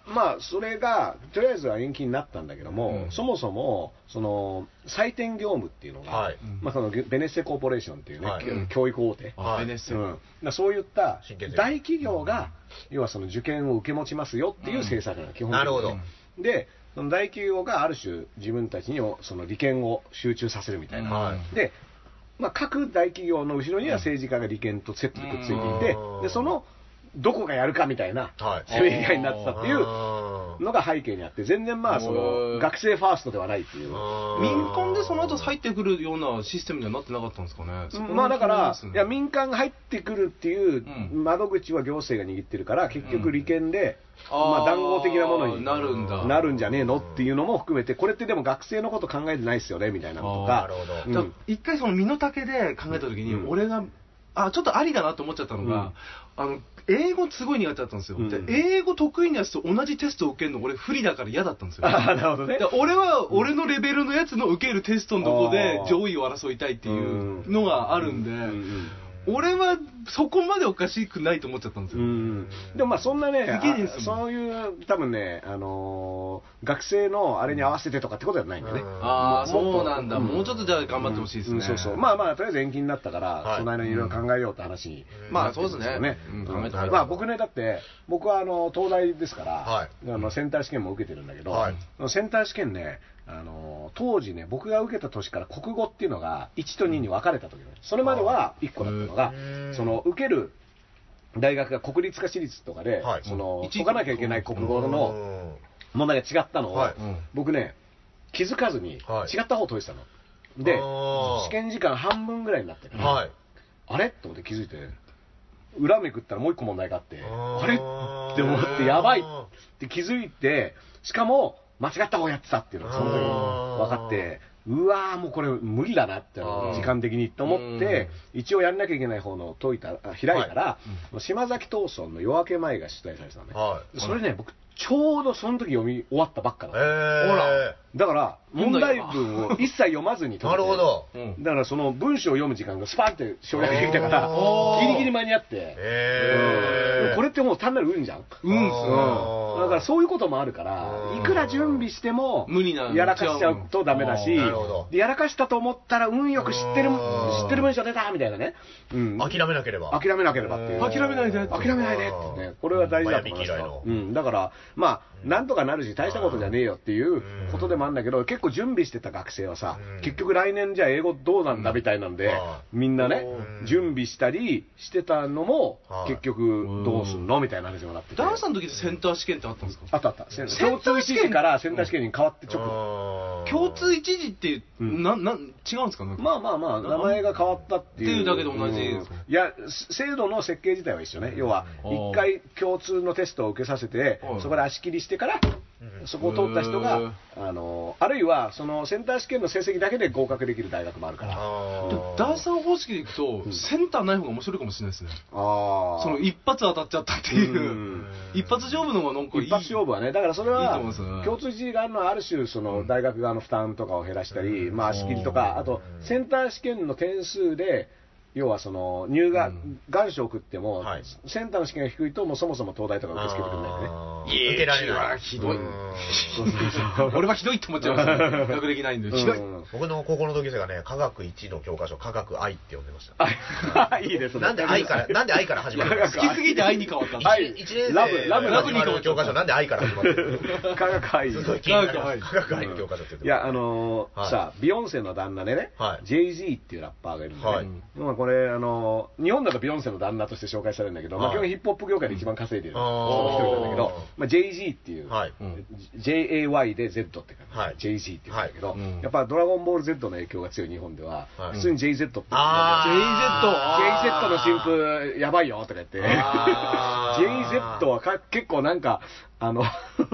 Speaker 3: まあ、それが、とりあえずは延期になったんだけども、
Speaker 2: うん
Speaker 3: そもそも、その、採点業務っていうのが、
Speaker 2: はい
Speaker 3: まあ、その、ベネッセコーポレーションっていうね、
Speaker 2: はい
Speaker 3: きょ教育大手。
Speaker 4: あ
Speaker 2: はい
Speaker 4: ベネッセ
Speaker 3: うん、だからそういった
Speaker 2: 真剣ゼミ
Speaker 3: 大企業が、要はその受験を受け持ちますよっていう政策が基本的に
Speaker 2: なるほど。
Speaker 3: で、その大企業がある種、自分たちにその利権を集中させるみたいな、
Speaker 2: はい
Speaker 3: で、まあ、各大企業の後ろには政治家が利権とセットでくっついていて、
Speaker 2: うん
Speaker 3: でそのどこがやるかみたいな
Speaker 2: はい
Speaker 3: せめぎ合いになってたっていう
Speaker 2: あー
Speaker 3: のが背景にあって、全然まあそ
Speaker 4: うん
Speaker 3: の学生ファーストではないっていう。
Speaker 2: あー
Speaker 4: 民間でその後入ってくるようなシステムにはなってなかったんですかね、そこ
Speaker 3: まあだから
Speaker 4: 気に、
Speaker 3: い
Speaker 4: な
Speaker 3: や
Speaker 4: りますね
Speaker 3: 民間が入ってくるっていう
Speaker 4: うん
Speaker 3: 窓口は行政が握ってるから、結局、利権で、
Speaker 4: うん
Speaker 3: ま
Speaker 4: あー
Speaker 3: あ談合的なものに
Speaker 4: なるんだ
Speaker 3: なるんじゃねえのっていうのも含めて、これってでも学生のこと考えてないですよねみたいなのと
Speaker 2: あー
Speaker 3: か
Speaker 2: なるほど、
Speaker 3: うん
Speaker 4: だから一回その身の丈で考えた時に、
Speaker 3: うん
Speaker 4: 俺があちょっとありだなと思っちゃったのが、あの英語すごい苦手だったんですよ、
Speaker 3: うん
Speaker 4: で英語得意なやつと同じテストを受けるの俺不利だから嫌だったんですよ
Speaker 3: あーなるほどね
Speaker 4: で。俺は俺のレベルのやつの受けるテストのとこで
Speaker 3: あー
Speaker 4: 上位を争いたいっていうのがあるんで、
Speaker 3: うん
Speaker 4: 俺はそこまでおかしくないと思っちゃったんです
Speaker 3: う
Speaker 4: よ、
Speaker 3: ん、でもまあそんなね、
Speaker 4: すげえですもん
Speaker 3: あそういう、多分ね、あのー学生のあれに合わせてとかってことじゃないんだね。
Speaker 2: うん
Speaker 4: ああそうなんだ、
Speaker 3: うん
Speaker 4: もうちょっとじゃあ頑張ってほしいですね、
Speaker 3: うんそうそう。まあまあ、とりあえず延期になったから、
Speaker 2: はい
Speaker 3: その間にいろいろ考えようって話に
Speaker 2: うん
Speaker 3: なってるんよ
Speaker 4: まあそうですねうん考えてもらえば
Speaker 3: まあ僕ね、だって、僕はあの、東大ですから、
Speaker 2: はい
Speaker 3: あのセンター試験も受けてるんだけど、
Speaker 2: はい
Speaker 3: センター試験ね、あのー当時ね、僕が受けた年から国語っていうのが1と2に分かれた時なのそれまでは1個だったのが
Speaker 2: うん、
Speaker 3: その受ける大学が国立か私立とかで、
Speaker 2: はい
Speaker 3: その
Speaker 4: 一
Speaker 3: 解かなきゃいけない国語の
Speaker 2: うん
Speaker 3: 問題が違ったのを、
Speaker 2: はい
Speaker 4: うん
Speaker 3: 僕ね、気づかずに違
Speaker 2: はい
Speaker 3: った方を解いてたの。で
Speaker 2: あー
Speaker 3: 試験時間半分ぐらいになってから、
Speaker 2: はい。
Speaker 3: あれと思って気づいて裏めくったらもう一個問題があって
Speaker 2: あー
Speaker 3: あれって思ってやばいって気づいてしかも間違った方やってたっていうのがその時
Speaker 2: あー
Speaker 3: 分かってうわーもうこれ無理だなって
Speaker 2: あー
Speaker 3: 時間的にと思って一応やんなきゃいけない方の解いたあ開いたら、島崎藤村の夜明け前が出題されてたのね、
Speaker 2: はい。
Speaker 3: それね僕ちょうどその時読み終わったばっか
Speaker 2: え
Speaker 3: だ
Speaker 2: ー。
Speaker 3: った、だから
Speaker 4: 読ん
Speaker 3: 問
Speaker 4: だ
Speaker 3: 題
Speaker 4: よ
Speaker 3: 文を一切読まずに解い
Speaker 2: な
Speaker 3: て
Speaker 2: るほど。
Speaker 4: うん
Speaker 3: だからその文章を読む時間がスパンって省略できたか
Speaker 2: お
Speaker 3: ら
Speaker 2: ー
Speaker 3: ギリギリ間に合って、
Speaker 2: え
Speaker 3: う
Speaker 2: ー。
Speaker 3: んこれってもう単なる運じゃん、
Speaker 4: 運っすね
Speaker 3: うんだからそういうこともあるから
Speaker 2: うん
Speaker 3: いくら準備しても
Speaker 4: 無理な
Speaker 3: やらかしちゃうとダメだし
Speaker 2: なるほど
Speaker 3: でやらかしたと思ったら運よく知ってる
Speaker 2: うん
Speaker 3: 知ってる文章出たみたいなね、うん、
Speaker 2: 諦めなければ。
Speaker 3: 諦めなければっていう
Speaker 4: 諦めないで
Speaker 3: 諦めないでってねこれは大事だと思います
Speaker 2: 嫌い
Speaker 3: よ
Speaker 2: の、
Speaker 3: うん、だからまあなんとかなるし大したことじゃねえよっていうことでもあるんだけど結構準備してた学生はさ
Speaker 2: うん
Speaker 3: 結局来年じゃあ英語どうなんだみたいなんで
Speaker 2: うん
Speaker 3: みんなね
Speaker 2: うん
Speaker 3: 準備したりしてたのも
Speaker 2: はい
Speaker 3: 結局どうすんのみたいな話もなってて
Speaker 4: ダンさんの時ってセンター試験ってあったんです
Speaker 3: あ
Speaker 4: か
Speaker 3: ったあった
Speaker 2: センター試
Speaker 3: 共通試験からセンター試験に変わって直後
Speaker 2: ょ
Speaker 4: 共通一時って、
Speaker 3: うん
Speaker 4: ななん違うんですかなんか
Speaker 3: まあまあまあ、名前が変わったっていう。
Speaker 4: っていうだけで同じですか
Speaker 3: うんいや、す制度の設計自体は一緒ね。要は、
Speaker 4: うん
Speaker 3: 一回共通のテストを受けさせて
Speaker 4: はい、
Speaker 3: そこで足切りしてから、
Speaker 2: うん
Speaker 3: そこを通った人
Speaker 4: へー
Speaker 3: が、あの、あるいは、そのセンター試験の成績だけで合格できる大学もあるから。あ
Speaker 4: でもダンさん方式でいくと、センターない方が面白いかもしれないですね
Speaker 3: あー。
Speaker 4: その一発当たっちゃったっていう、
Speaker 3: うん
Speaker 4: 一発勝負の方がなんかいい
Speaker 3: 一発勝負はね、だからそれ
Speaker 4: いいと
Speaker 3: は
Speaker 4: 思いますね、
Speaker 3: 共通試験のある種、その大学側の負担とかを減らしたり、まあ、仕切りとか、あと、センター試験の点数で、要はその入
Speaker 4: う
Speaker 3: 学
Speaker 4: ん、
Speaker 3: 願書を送っても
Speaker 2: はい、
Speaker 3: センターの試験が低いと、もうそもそも東大とか受け付けてくれないんでね。
Speaker 2: あー
Speaker 4: いや
Speaker 2: 受けられない。
Speaker 4: ひどい
Speaker 2: うん
Speaker 4: 俺はひどいって思っちゃいますね学歴ないんでひどい、
Speaker 3: うん
Speaker 2: 僕の高校の時生がね、科学1の教科書、科学愛って呼んでました。
Speaker 3: あ いいですね。
Speaker 2: なんで愛 から、なんで愛から始まるんです
Speaker 4: 好きすぎて愛に変わったんです
Speaker 3: は
Speaker 2: か
Speaker 3: い
Speaker 2: 一一年生
Speaker 3: ラブラブ
Speaker 2: ラブに教科書、なんで愛から始まるんです か
Speaker 3: 科学愛
Speaker 2: すごい気になり
Speaker 4: 科学
Speaker 2: ます
Speaker 4: 愛
Speaker 2: 科学愛の教科書って言って
Speaker 3: いや、あのー
Speaker 2: はい
Speaker 3: さビヨンセの旦那でね、
Speaker 2: はい
Speaker 3: JZ っていうラッパーがいるんで、ね
Speaker 2: はい
Speaker 3: まあ、これ、あのー日本だとビヨンセの旦那として紹介されるんだけど、まあ、
Speaker 2: はい
Speaker 3: 基本ヒップホップ業界で一番稼いでる、
Speaker 2: うん
Speaker 3: その一人なんだけど、まあ、JZ っていう、
Speaker 2: はい。
Speaker 4: うん、
Speaker 3: JAY で Z って感じ、
Speaker 2: はい
Speaker 3: JZ っていうんだけど、
Speaker 4: はいうん
Speaker 3: やっぱドラゴンボール Z の影響が強い日本では、
Speaker 2: はい
Speaker 3: 普通に JZ って、
Speaker 2: あ
Speaker 3: JZ の新婦やばいよとか言って、
Speaker 2: あー
Speaker 3: JZ はか結構なんか、あの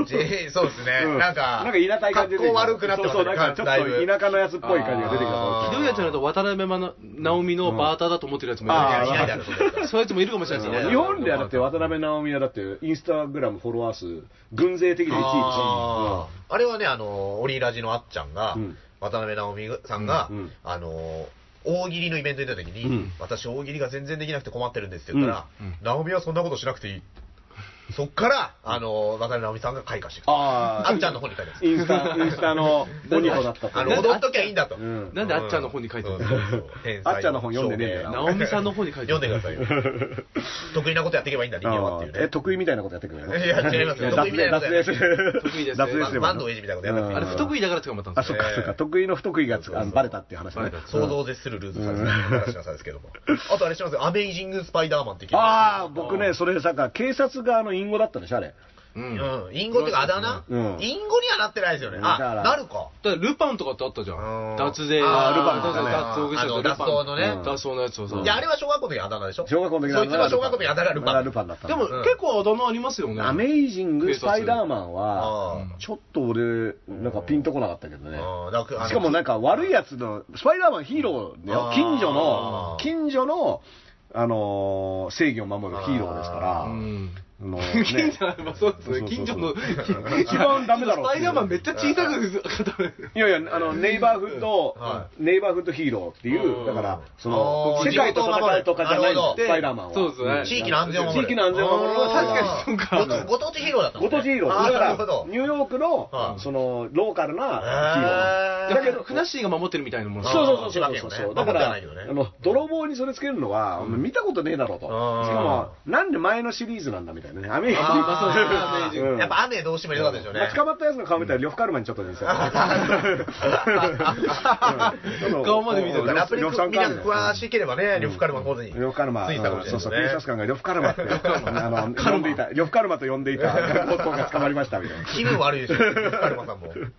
Speaker 2: J そうですね、
Speaker 3: うん
Speaker 2: なんか、
Speaker 3: なんか田舎い感じで
Speaker 2: 格好悪くなってます
Speaker 3: そ
Speaker 2: ね
Speaker 3: うそうなんかちょ
Speaker 2: だいぶ
Speaker 3: っと田舎のやつっぽい感じが出てきた
Speaker 2: あー
Speaker 4: ひどいやつになると渡辺まな直美のバーターだと思ってるやつもいる
Speaker 3: あ
Speaker 2: いや
Speaker 3: ー
Speaker 2: いないだろ、そんなやつ
Speaker 4: そういうやつもいるかもしれないです
Speaker 2: う
Speaker 4: ね
Speaker 2: ん
Speaker 3: 日本ではだって渡辺直美はだってインスタグラムフォロワー数軍勢的で1位
Speaker 2: あーあれはね、あの、オリラジのあっちゃんが、
Speaker 3: うん
Speaker 2: 渡辺直美さんが、
Speaker 3: うんうん
Speaker 2: あの、大喜利のイベントに出た時に、
Speaker 3: うん
Speaker 2: 私大喜利が全然できなくて困ってるんですって言ったら、
Speaker 4: うんうん
Speaker 2: 直美はそんなことしなくていい。そっから、あの、渡辺直美さんが開花してくる。
Speaker 3: あ
Speaker 2: あ
Speaker 3: あ
Speaker 2: っちゃんの方に書いてます。
Speaker 3: インスタインスタの鬼子だったって
Speaker 2: あの、
Speaker 3: ね
Speaker 2: 踊っときゃいいんだと。
Speaker 3: うん
Speaker 4: なんであっちゃんの本に書いてるんですか
Speaker 2: そうそうそう天才
Speaker 3: あっちゃんの本読んでねえんだよな
Speaker 2: 証
Speaker 4: 直
Speaker 2: 明
Speaker 4: 美さんの方に書いて
Speaker 2: 読んでくださいよ。得意なことやっていけばいいんだ、人間はっていう
Speaker 3: あー
Speaker 2: ね
Speaker 3: え。得意みたいなことやってくれるの
Speaker 2: いや違いますよ
Speaker 3: 脱税脱税する
Speaker 4: 得意です
Speaker 3: 脱税すればいいの
Speaker 2: バンドエイジみたいなことやんなくていい
Speaker 4: あれ不得意だから捕まったんで
Speaker 3: あ
Speaker 4: す
Speaker 3: そ
Speaker 4: よ
Speaker 3: っかそっか得意の不得意がつあのバレたっていう話ね
Speaker 2: 想像を絶するルーズさですね、話さんですけど も。あとあれしますよ、アベイジング・スパイダーマンって聞いてます
Speaker 3: ああ僕ねそれさか警察側の隠語だったでしょあれ
Speaker 4: うんだか
Speaker 2: うん、インゴっていうかあだ名、
Speaker 3: うん
Speaker 2: インゴにはなってないですよね。
Speaker 3: だか
Speaker 2: あ
Speaker 3: ら、
Speaker 2: なるか。
Speaker 4: らルパンとかってあったじゃ
Speaker 2: うん
Speaker 4: ん脱税
Speaker 2: あ
Speaker 3: ールパンとかね
Speaker 4: 脱税したやつ
Speaker 2: あの脱走のね
Speaker 4: ルパン脱走のやつをさ
Speaker 2: いや、あれは小学校の時あだ名でしょ
Speaker 3: 小学校の時
Speaker 2: そいつが小学校の時あだ名ルパン。
Speaker 3: ルパンだった
Speaker 4: で
Speaker 3: の
Speaker 4: も結構あだ名ありますよね
Speaker 3: アメイジング・スパイダーマン
Speaker 2: あ
Speaker 3: は
Speaker 2: ー、
Speaker 3: ちょっと俺、なんかピンとこなかったけどね。
Speaker 2: あーだからあの
Speaker 3: しかもなんか悪いやつの、スパイダーマンヒーローだよ
Speaker 2: あー
Speaker 3: 近所の、近所の、あのー正義を守るヒーローですから、
Speaker 2: あ
Speaker 3: あ
Speaker 4: う
Speaker 2: ー
Speaker 4: ん
Speaker 3: のね
Speaker 4: 近所の、まあそうですね、近所の、
Speaker 3: 一番ダメだろう
Speaker 4: スパイダーマンめっちゃ小さく固める
Speaker 3: いやいや、あの、ネイバーフッド
Speaker 2: は、
Speaker 3: ネイバーフッドヒーローっていうう、
Speaker 4: ん
Speaker 3: だから、そ
Speaker 2: あ
Speaker 3: の、
Speaker 2: ー
Speaker 3: 世界と戦うとかじゃ
Speaker 2: な
Speaker 3: ない
Speaker 2: るほど
Speaker 3: スパイダーマンは。
Speaker 4: そうですね
Speaker 3: ん
Speaker 2: 地域の安全を守る。
Speaker 3: 地域の安全を守るのは
Speaker 4: 確かにそうか
Speaker 2: ごとご当地ヒーローだったの
Speaker 3: ご
Speaker 2: ね
Speaker 3: 当地ヒーロー。
Speaker 2: あ
Speaker 3: だ
Speaker 2: ー
Speaker 3: か
Speaker 2: なるほ
Speaker 3: ら
Speaker 2: ど、。
Speaker 3: ニューヨークの
Speaker 2: は、い
Speaker 3: その、ローカルなヒーロー。
Speaker 2: へー
Speaker 4: だけど、ふなっしーが守ってるみたいなもん
Speaker 2: あー
Speaker 3: そうそうそう
Speaker 2: 千葉
Speaker 3: そ
Speaker 2: 県
Speaker 3: うそ
Speaker 2: をね
Speaker 3: うだ
Speaker 2: 守
Speaker 3: か
Speaker 2: っては
Speaker 3: ら、
Speaker 2: ないけどね
Speaker 3: あの泥棒にそれつけるのは、お前見たことねえだろうと、しか
Speaker 2: あー
Speaker 3: も、なんで前のシリーズなんだみたいなね、アメリ
Speaker 2: あ
Speaker 3: カ
Speaker 2: ー
Speaker 3: に、うん
Speaker 2: やっぱ雨どうしてもよかったでしょうね
Speaker 3: ま。あ捕まったやつの顔見たら、呂布カルマにちょっと似せる
Speaker 4: 顔まで見て
Speaker 2: そう
Speaker 4: た
Speaker 2: かラップに
Speaker 3: 呂布さん
Speaker 2: みんなが詳
Speaker 3: い。
Speaker 2: しければね、呂布カルマの方に。
Speaker 3: 呂布カルマ、
Speaker 2: ついてたかもしれないですね
Speaker 3: そうそう、警察官が呂布カルマって、あの、呼んでいた、呂布カルマと呼んでいた、高校が捕まりましたみたいな。
Speaker 2: 気分悪いでしょ、呂布カルマさんも。
Speaker 3: うん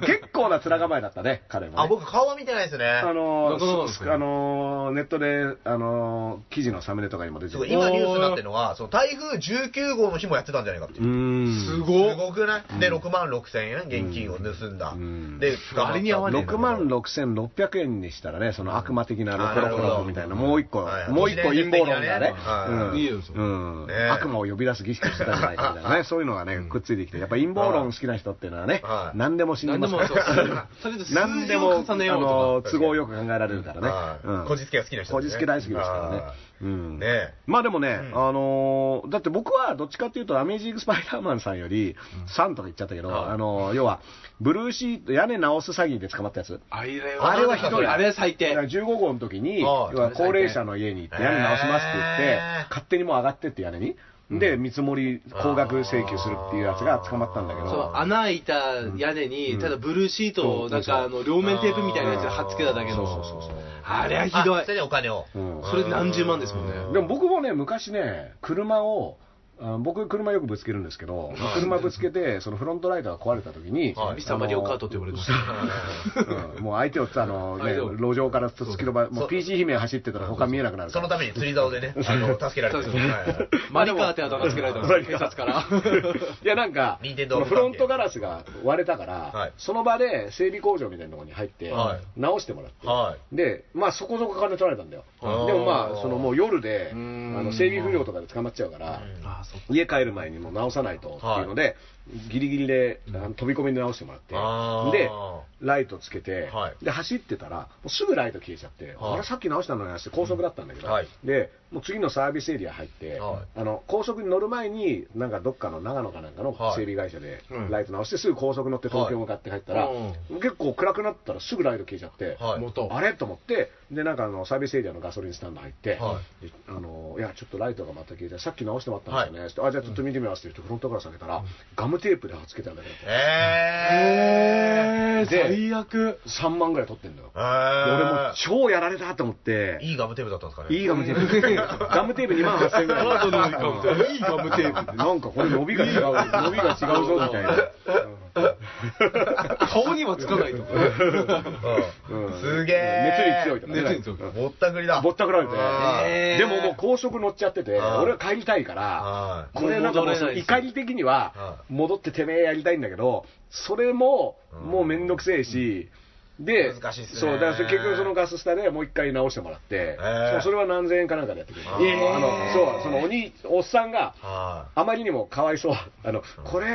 Speaker 3: 結構な面構えだったね、彼もね。
Speaker 2: あ、僕顔は見てないですね。
Speaker 3: あの
Speaker 4: どこどこ
Speaker 3: ー、
Speaker 4: です
Speaker 3: す
Speaker 4: か
Speaker 3: あのーネットで、あのー記事のサムネとかにも出て
Speaker 2: す
Speaker 3: る
Speaker 2: ごい今ニュースになってるのは、その台風19号の日もやってたんじゃないかっていう
Speaker 3: う。ん。
Speaker 4: す
Speaker 2: す
Speaker 4: ごっ
Speaker 2: ごくないで、6万6千円現金を盗んだ
Speaker 3: うん。
Speaker 2: で、
Speaker 4: 割に合わねえな
Speaker 3: 6万6600円にしたらね、その悪魔的な
Speaker 2: あなる
Speaker 3: ロ
Speaker 2: ほど
Speaker 3: コロコロコみたいな、もう一個、
Speaker 2: はい
Speaker 3: もう一個陰謀論がね
Speaker 2: はい
Speaker 3: うん
Speaker 4: いいよそれ
Speaker 3: うん
Speaker 2: ね
Speaker 3: 悪魔を呼び出す儀式をしてたじゃないかみたいなね、そういうのがね、くっついてきて、やっぱ陰謀論好きな人っていうのはね
Speaker 2: は、い
Speaker 3: 何でも信じ
Speaker 4: 何で
Speaker 3: ます
Speaker 4: も
Speaker 3: か
Speaker 4: そう
Speaker 3: ら。
Speaker 4: とりあえず数
Speaker 3: 何
Speaker 4: 字
Speaker 3: で
Speaker 4: を
Speaker 3: も、あ
Speaker 4: 重ねよう
Speaker 3: の
Speaker 4: と
Speaker 3: 都合よく考えられるか
Speaker 2: は
Speaker 3: ら
Speaker 2: い
Speaker 3: ねうん。
Speaker 2: こじつけが好きな人
Speaker 3: こ
Speaker 2: ですね
Speaker 3: じつけ大好きですから
Speaker 2: は
Speaker 3: ね。
Speaker 2: い
Speaker 3: うん
Speaker 2: ねえ
Speaker 3: まあでもね、
Speaker 2: うん
Speaker 3: あのーだって僕はどっちかっていうと、アメージング・スパイダーマンさんより、サンとか言っちゃったけど、
Speaker 4: はい
Speaker 3: あのー要は、ブルーシート、屋根直す詐欺で捕まったやつ。
Speaker 4: かあれ
Speaker 3: あれはひどい
Speaker 4: あれは最
Speaker 3: だ
Speaker 4: 低
Speaker 3: から15号の時に、要
Speaker 2: はい
Speaker 3: は高齢者の家に行って、屋根直しますって言って、
Speaker 2: へー
Speaker 3: 勝手にもう上がってって屋根に。で、見積もり、高額請求するっていうやつが捕まったんだけ
Speaker 4: そ
Speaker 3: ど
Speaker 4: う、穴開いた屋根に、ただブルーシートを、なんかあの両面テープみたいなやつで貼っつけただけの、
Speaker 3: そうそうそうそう
Speaker 4: あれはひどい
Speaker 2: あそれでお金を。
Speaker 3: うん
Speaker 4: それ何十万ですもんね
Speaker 3: でも僕もね、昔ね、車を、あ僕、車よくぶつけるんですけど、車ぶつけて、そのフロントライトが壊れた時に、
Speaker 2: はい
Speaker 4: ミスターマリオカートって呼ばれてました
Speaker 3: うんもう相手をつ あの、ね、
Speaker 4: 相手を
Speaker 3: 路上から突き飛ば、もう
Speaker 2: そう
Speaker 3: PG 姫が走ってたら他見えなくな る
Speaker 2: そのために釣り竿でね、あ の助けられ
Speaker 4: そう
Speaker 2: た
Speaker 4: ですね マリカーってあだ名つけられたんですよ警察から。
Speaker 3: いやなんか
Speaker 2: 任天、堂
Speaker 3: そのフロントガラスが割れたから、
Speaker 2: はい
Speaker 3: その場で整備工場みたいなところに入って、
Speaker 2: は
Speaker 3: 直してもらって、
Speaker 2: は
Speaker 3: で、まあそこそこ金取られたんだよ。で
Speaker 2: あー
Speaker 3: もまあ、そのもう夜で、あ
Speaker 4: うーん
Speaker 3: の整備不良とかで捕まっちゃうから、
Speaker 2: うん
Speaker 4: ああ、そう
Speaker 3: 家帰る前にもう直さないとっていうので、ギリギリであの飛び込みで直してもらって
Speaker 2: あー、
Speaker 3: で、ライトつけて、
Speaker 2: はい
Speaker 3: で、走ってたら、もうすぐライト消えちゃって、
Speaker 2: はい
Speaker 3: あれさっき直したのにして高速だったんだけど、
Speaker 2: うんはい
Speaker 3: で、もう次のサービスエリア入って、
Speaker 2: は
Speaker 3: あの、高速に乗る前に、なんかどっかの長野かなんかの
Speaker 2: はい
Speaker 3: 整備会社で
Speaker 4: うん
Speaker 3: ライト直して、すぐ高速乗って東京向かって帰ったら、
Speaker 4: はい
Speaker 3: 結構暗くなったらすぐライト消えちゃって、
Speaker 2: はい
Speaker 4: 元
Speaker 3: あれと思って、で、なんかあのサービスエリアのガソリンスタンド入って、
Speaker 2: は
Speaker 3: であのいや、ちょっとライトがまた消えて、さっき直してもらったんですよね、ってあじゃあちょっと見てみますって言って、フロントガラス開けたら、ガムテープで貼っつけたんだけど、
Speaker 2: え
Speaker 4: え
Speaker 3: で
Speaker 4: ー、最悪。
Speaker 3: 3万ぐらい取ってんだよ。
Speaker 2: ー。
Speaker 3: で俺も
Speaker 2: え
Speaker 3: 超やられたと思って
Speaker 2: ー。、いいガムテープだったんですかね。
Speaker 3: いいガムテープ。ガムテープ2万8000円ぐらい。
Speaker 4: あなたのいいガムテープいいガムテープ
Speaker 3: なんかこれ伸びが違う、伸びが違うぞみたいな。
Speaker 4: 顔にはつかないと。
Speaker 3: うん
Speaker 2: うんすげえ。
Speaker 3: 熱に強いとかね。
Speaker 4: 熱に強い
Speaker 3: うん
Speaker 2: ぼったくりだ。
Speaker 3: ぼったくられて
Speaker 2: あー
Speaker 4: えー
Speaker 3: でももう高速乗っちゃってて、
Speaker 2: あー
Speaker 3: 俺は帰りたいから、
Speaker 2: は
Speaker 3: これなんかもう
Speaker 4: 戻れないです
Speaker 3: 怒り的には
Speaker 2: あ、
Speaker 3: 戻っててめえやりたいんだけど、それももうめんどくせえし、で、
Speaker 2: 難しいっすね
Speaker 3: そう、だから結局そのガススタでもう一回直してもらって、
Speaker 2: ー
Speaker 3: そうそれは何千円かなんかでやってくれて、
Speaker 2: あ
Speaker 4: ー
Speaker 3: あのそう、そのおにおっさんが
Speaker 2: い。、はい。
Speaker 3: あまりにもかわいそう、あのこれ、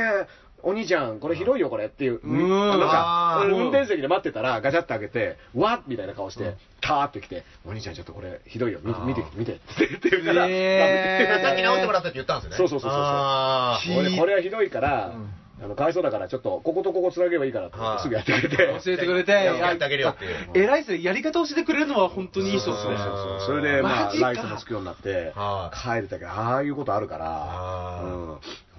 Speaker 3: お兄ちゃん、これ広いよ、これっていう、
Speaker 4: ん
Speaker 3: なんか
Speaker 2: あ、ー
Speaker 3: 運転席で待ってたら、ガチャッと開けて、わっみたいな顔して、カーって来て、お兄ちゃん、ちょっとこれ、ひどいよ、見
Speaker 2: あー
Speaker 3: 見て、見てって言ってるから、
Speaker 4: えー
Speaker 2: さっき直ってもらったって言ったんですね。
Speaker 3: そうそうそうそうそう
Speaker 2: あー
Speaker 3: これこれはひどいから、あのかわいそうだから、ちょっとこことここつなげばいいからって言って、すぐやってくれて、
Speaker 4: 教えてくれて。
Speaker 2: やってあげるよっていう。
Speaker 4: 偉いですね。やり方を教えてくれるのは本当にいい人です
Speaker 3: そう
Speaker 4: ね。
Speaker 3: そう そうそれで、ま
Speaker 4: マ
Speaker 3: あ、
Speaker 4: ジか
Speaker 3: ライトもつくようになって
Speaker 2: は、
Speaker 3: 帰れたけど、ああいうことあるから
Speaker 2: あ、
Speaker 3: う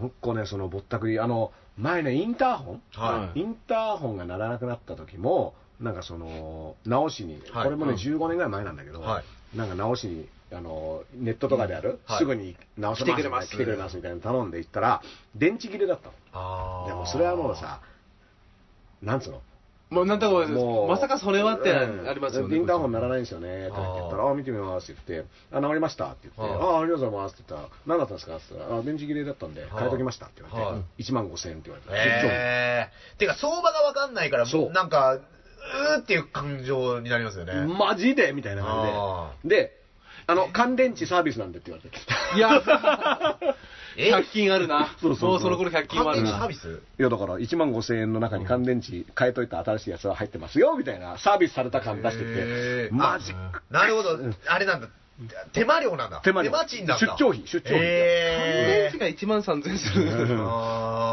Speaker 2: ー
Speaker 3: ん、結構ね、そのぼったくり、あの、前ね、インターホン、
Speaker 2: は
Speaker 3: インターホンが鳴らなくなった時も、なんかその、直しに、
Speaker 2: はい
Speaker 3: これもね、
Speaker 2: うん
Speaker 3: 15年ぐらい前なんだけど、
Speaker 2: は
Speaker 3: なんか直しに、あのネットとかである、
Speaker 2: うんはい
Speaker 3: すぐに直せます
Speaker 4: 来てくれます
Speaker 3: 来てくれますみたいなの頼んで行ったら、電池切れだった
Speaker 2: あ
Speaker 3: の。
Speaker 2: ー
Speaker 3: でもそれはもう、さ、なんつうの、
Speaker 4: もうなんとかです
Speaker 3: もう
Speaker 4: まさかそれはって
Speaker 3: うん
Speaker 4: ありますよね。
Speaker 3: インターホン鳴らないんですよねって言ったら、
Speaker 2: あ
Speaker 3: あ見てみますって言って、あ、治りましたって言って、
Speaker 2: あ
Speaker 3: ああ、りがとうございますって言ったら、何だったんですかって言ったら、あ、電池切れだったんで、
Speaker 2: あ
Speaker 3: 変えときましたって言われ
Speaker 2: は
Speaker 3: て、1万5千円って言われて、
Speaker 2: えー。てか、相場がわかんないから、
Speaker 3: そう
Speaker 2: なんか、うーっていう感情になりますよね。
Speaker 3: マジでみたいな感じで。で、あの、乾電池サービスなんでって言われて。
Speaker 4: いや、
Speaker 2: え
Speaker 4: 100均あるな。
Speaker 3: そうそうそう
Speaker 4: もうその頃100均はある
Speaker 2: 完全にサ
Speaker 4: な
Speaker 2: ー。ビス
Speaker 3: いやだから1万5000円の中に乾電池変えといた新しいやつは入ってますよみたいなサービスされた感出して
Speaker 2: へー
Speaker 3: てマジ
Speaker 2: なるほど。あれなんだ。手間料なんだ。
Speaker 3: 手間料
Speaker 2: 賃なんだ。
Speaker 3: 出張費出張費
Speaker 2: え
Speaker 4: 乾電池が1万3000する。
Speaker 2: ー。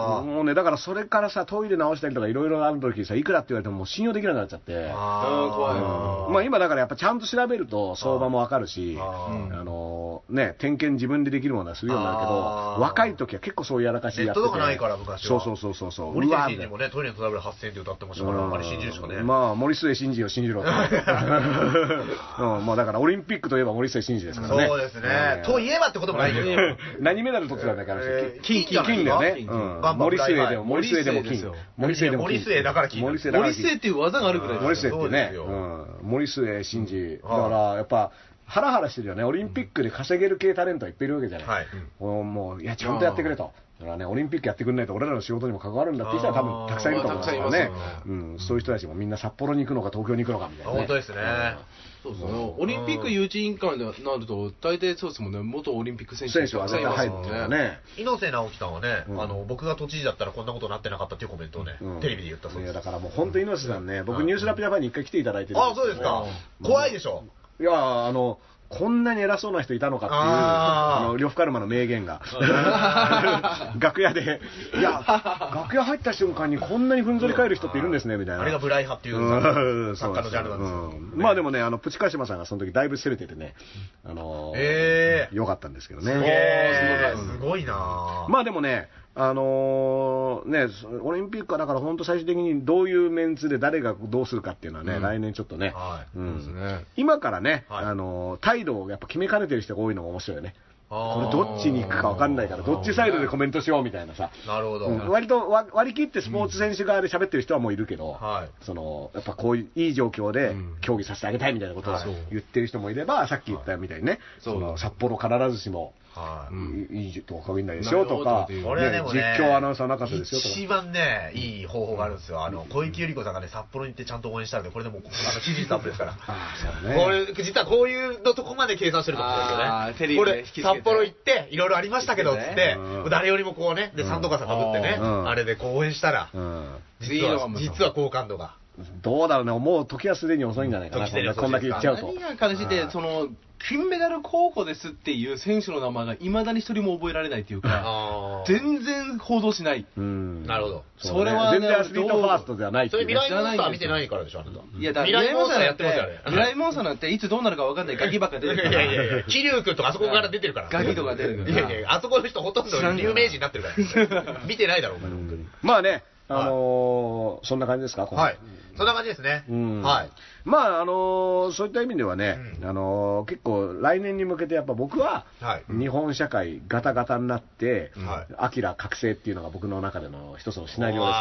Speaker 2: あ
Speaker 3: もうねだからそれからさトイレ直したりとかいろいろある時さいくらって言われてももう信用できなくなっちゃって
Speaker 2: ー
Speaker 3: ま
Speaker 2: あー。
Speaker 4: うん怖い
Speaker 2: あー
Speaker 3: あ今だからやっぱちゃんと調べると相場もわかるし
Speaker 2: あー
Speaker 3: あのの、ね、点検自分でできるものはするようになるけど
Speaker 2: あー、
Speaker 3: 若い時は結構そういうやらかしやっ
Speaker 2: ネ
Speaker 3: てて
Speaker 2: ットとかないから昔
Speaker 3: そう
Speaker 2: は
Speaker 3: そうそうそうそう。
Speaker 2: 森
Speaker 3: うわ
Speaker 2: 田
Speaker 3: ー
Speaker 2: 真にもね、トイレのトラブル発生って歌ってましたから、あれ信じるしかね。
Speaker 3: うんまあ、森末慎二を 信じろと。うん、もうだからオリンピックといえば森末慎二ですからね。
Speaker 2: そうですね。といえばってこともないけど。
Speaker 3: 何メダル取ってたんだっけ、あの人
Speaker 2: えー
Speaker 3: 金、
Speaker 2: 金じゃない
Speaker 3: 金、金だよね。
Speaker 4: 金
Speaker 3: うん
Speaker 2: バンバン
Speaker 3: 森末でも、森
Speaker 4: 森
Speaker 3: 末
Speaker 4: 末
Speaker 3: でも
Speaker 4: です
Speaker 3: 金
Speaker 4: よ。
Speaker 3: 森末でも金。
Speaker 2: いや森末だから金
Speaker 3: 森末だから
Speaker 4: 森
Speaker 3: 金
Speaker 4: 末っていう技があるぐらい
Speaker 3: 森末っ
Speaker 4: よ
Speaker 3: て
Speaker 2: そうで
Speaker 3: ね
Speaker 2: す、よ
Speaker 3: うん、森末慎二、だからやっぱ、ハラハラしてるよね、オリンピックで稼げる系タレントはいっぱいいるわけじゃない、
Speaker 2: はい
Speaker 3: もうもう、いや、ちゃんとやってくれと、だからね、オリンピックやってくれないと、俺らの仕事にも関わるんだっていう人は、多分たくさんいると思うんですよね
Speaker 4: あーたくさんいます、
Speaker 3: う
Speaker 4: よ
Speaker 3: ん、そういう人たちもみんな札幌に行くのか、東京に行くのかみたいな、ね、
Speaker 2: 本当ですね。
Speaker 4: そうですね。オリンピック誘致委員会になると、大体そうですもんね、元オリンピック選手
Speaker 3: 選手は絶対入るっていうかね。
Speaker 2: 猪瀬直樹さんはね、
Speaker 3: うん
Speaker 2: あの、僕が都知事だったらこんなことになってなかったっていうコメントをね、
Speaker 3: うん
Speaker 2: テレビで言ったそう
Speaker 3: い
Speaker 2: で
Speaker 3: や
Speaker 2: す。
Speaker 3: だからもう本当、猪瀬さんね、僕、
Speaker 2: うん
Speaker 3: ニュースラップジャパンに一回来ていただいてるん
Speaker 2: ああ、そうですか。怖いでしょ。
Speaker 3: いやーあの、こんなに偉そうな人いたのかっていう、
Speaker 2: あー
Speaker 3: あの、呂布カルマの名 言が。楽屋で、いや、楽屋入った瞬間にこんなにふんぞり返る人っているんですね、みたいな。
Speaker 2: あれがブライ派っていう
Speaker 3: うん
Speaker 2: 作家のジャンルなんですよ
Speaker 3: そうそううんまあでもね、あの、プチカシマさんがその時だいぶ攻めててね、あのー、
Speaker 2: えー
Speaker 3: よかったんですけどね。
Speaker 2: すげえ
Speaker 3: う
Speaker 2: す
Speaker 3: ん
Speaker 2: ごいな
Speaker 3: まあでもね、あのーね、オリンピックはだから本当最終的にどういうメンツで誰がどうするかっていうのはね、
Speaker 4: うん
Speaker 3: 来年ちょっとね、
Speaker 2: はい
Speaker 3: うん
Speaker 4: そうですね
Speaker 3: 今からね、
Speaker 2: はい
Speaker 3: あのー態度をやっぱ決めかねてる人が多いのが面白いよね。これ
Speaker 2: あー
Speaker 3: どっちに行くか分かんないから、どっちサイドでコメントしようみたいなさ。
Speaker 2: なるほど。
Speaker 3: うん割とわ割り切ってスポーツ選手側で喋ってる人はもういるけど、
Speaker 2: はい。
Speaker 3: そのやっぱこういういい状況で
Speaker 4: うん
Speaker 3: 競技させてあげたいみたいなことを
Speaker 2: はい
Speaker 3: 言ってる人もいれば、さっき言ったみたいにね、
Speaker 4: そう
Speaker 3: その札幌必ずしも
Speaker 2: は
Speaker 4: う
Speaker 2: い。
Speaker 4: ん
Speaker 3: いいいとは限らないでしょとか、
Speaker 4: なるほどという
Speaker 2: これはでもね、
Speaker 3: 実況アナウンサーなかったですよとか。
Speaker 2: 一番ね、いい方法があるんですよ。あの、小池百合子さんがね、札幌に行ってちゃんと応援したので、これでもう、あの、支持率アップですから。
Speaker 3: ああ、そう
Speaker 2: こ
Speaker 3: ね。
Speaker 2: れ、実はこういうのとこまで計算してると思うんですよ
Speaker 4: あーテ
Speaker 2: ね。
Speaker 4: レ
Speaker 2: こ
Speaker 4: ビで
Speaker 2: れ
Speaker 4: 引き付け、て
Speaker 2: 札幌行って、いろいろありましたけど、つ
Speaker 4: 引き
Speaker 2: っ
Speaker 4: 付け
Speaker 2: て
Speaker 3: てねうん、
Speaker 2: 誰よりもこうね、で、
Speaker 3: うん
Speaker 2: サンドカーさんかぶってね、
Speaker 3: うん
Speaker 2: あれでこう応援したら、
Speaker 3: うん。
Speaker 2: 実
Speaker 4: いいの
Speaker 2: は
Speaker 4: か、も
Speaker 2: 実は好感度が。
Speaker 3: どうだろうね、もう時はすでに遅いんじゃないかな、
Speaker 2: 時
Speaker 3: こ
Speaker 2: すで
Speaker 3: ん
Speaker 2: に
Speaker 3: な
Speaker 2: 遅い
Speaker 3: こんだけ言っちゃうと。
Speaker 4: 何が悲しいって、その、金メダル候補ですっていう選手の名前がいまだに一人も覚えられないっていうか、
Speaker 2: あー
Speaker 4: 全然報道しない。
Speaker 3: うん
Speaker 2: なるほど。
Speaker 3: そうね
Speaker 4: それはね
Speaker 3: 全然アスリートファーストではないって
Speaker 2: そ
Speaker 3: い
Speaker 2: れ
Speaker 3: う
Speaker 2: 未
Speaker 3: ね
Speaker 2: 来モンスター見てないからでしょ、あなた。
Speaker 4: いや、だ
Speaker 2: 未来モンスターやってますよ、あれ。
Speaker 4: 未来モンスターなんていつどうなるか分かんないガキばっか出て
Speaker 2: いや
Speaker 4: るか
Speaker 2: い
Speaker 4: ら。
Speaker 2: やいや、桐生君とかあそこから出てるから。
Speaker 4: ガキとか出てるか
Speaker 2: い
Speaker 4: ら
Speaker 2: やいやいや、あそこの人ほとんど
Speaker 4: 知らんよ
Speaker 2: 有名人になってる から。見てないだろ、お前の。
Speaker 3: まあね、あのーそんな感じですか、今回
Speaker 2: はい。そんな感じですね。
Speaker 3: うん
Speaker 2: はい。
Speaker 3: まあ、あのーそういった意味ではね、
Speaker 2: うん
Speaker 3: あのー結構、来年に向けて、やっぱ僕は、
Speaker 2: はい。
Speaker 3: 日本社会ガタガタになって
Speaker 2: は、
Speaker 3: アキラ覚醒っていうのが僕の中での一つのシナリオですか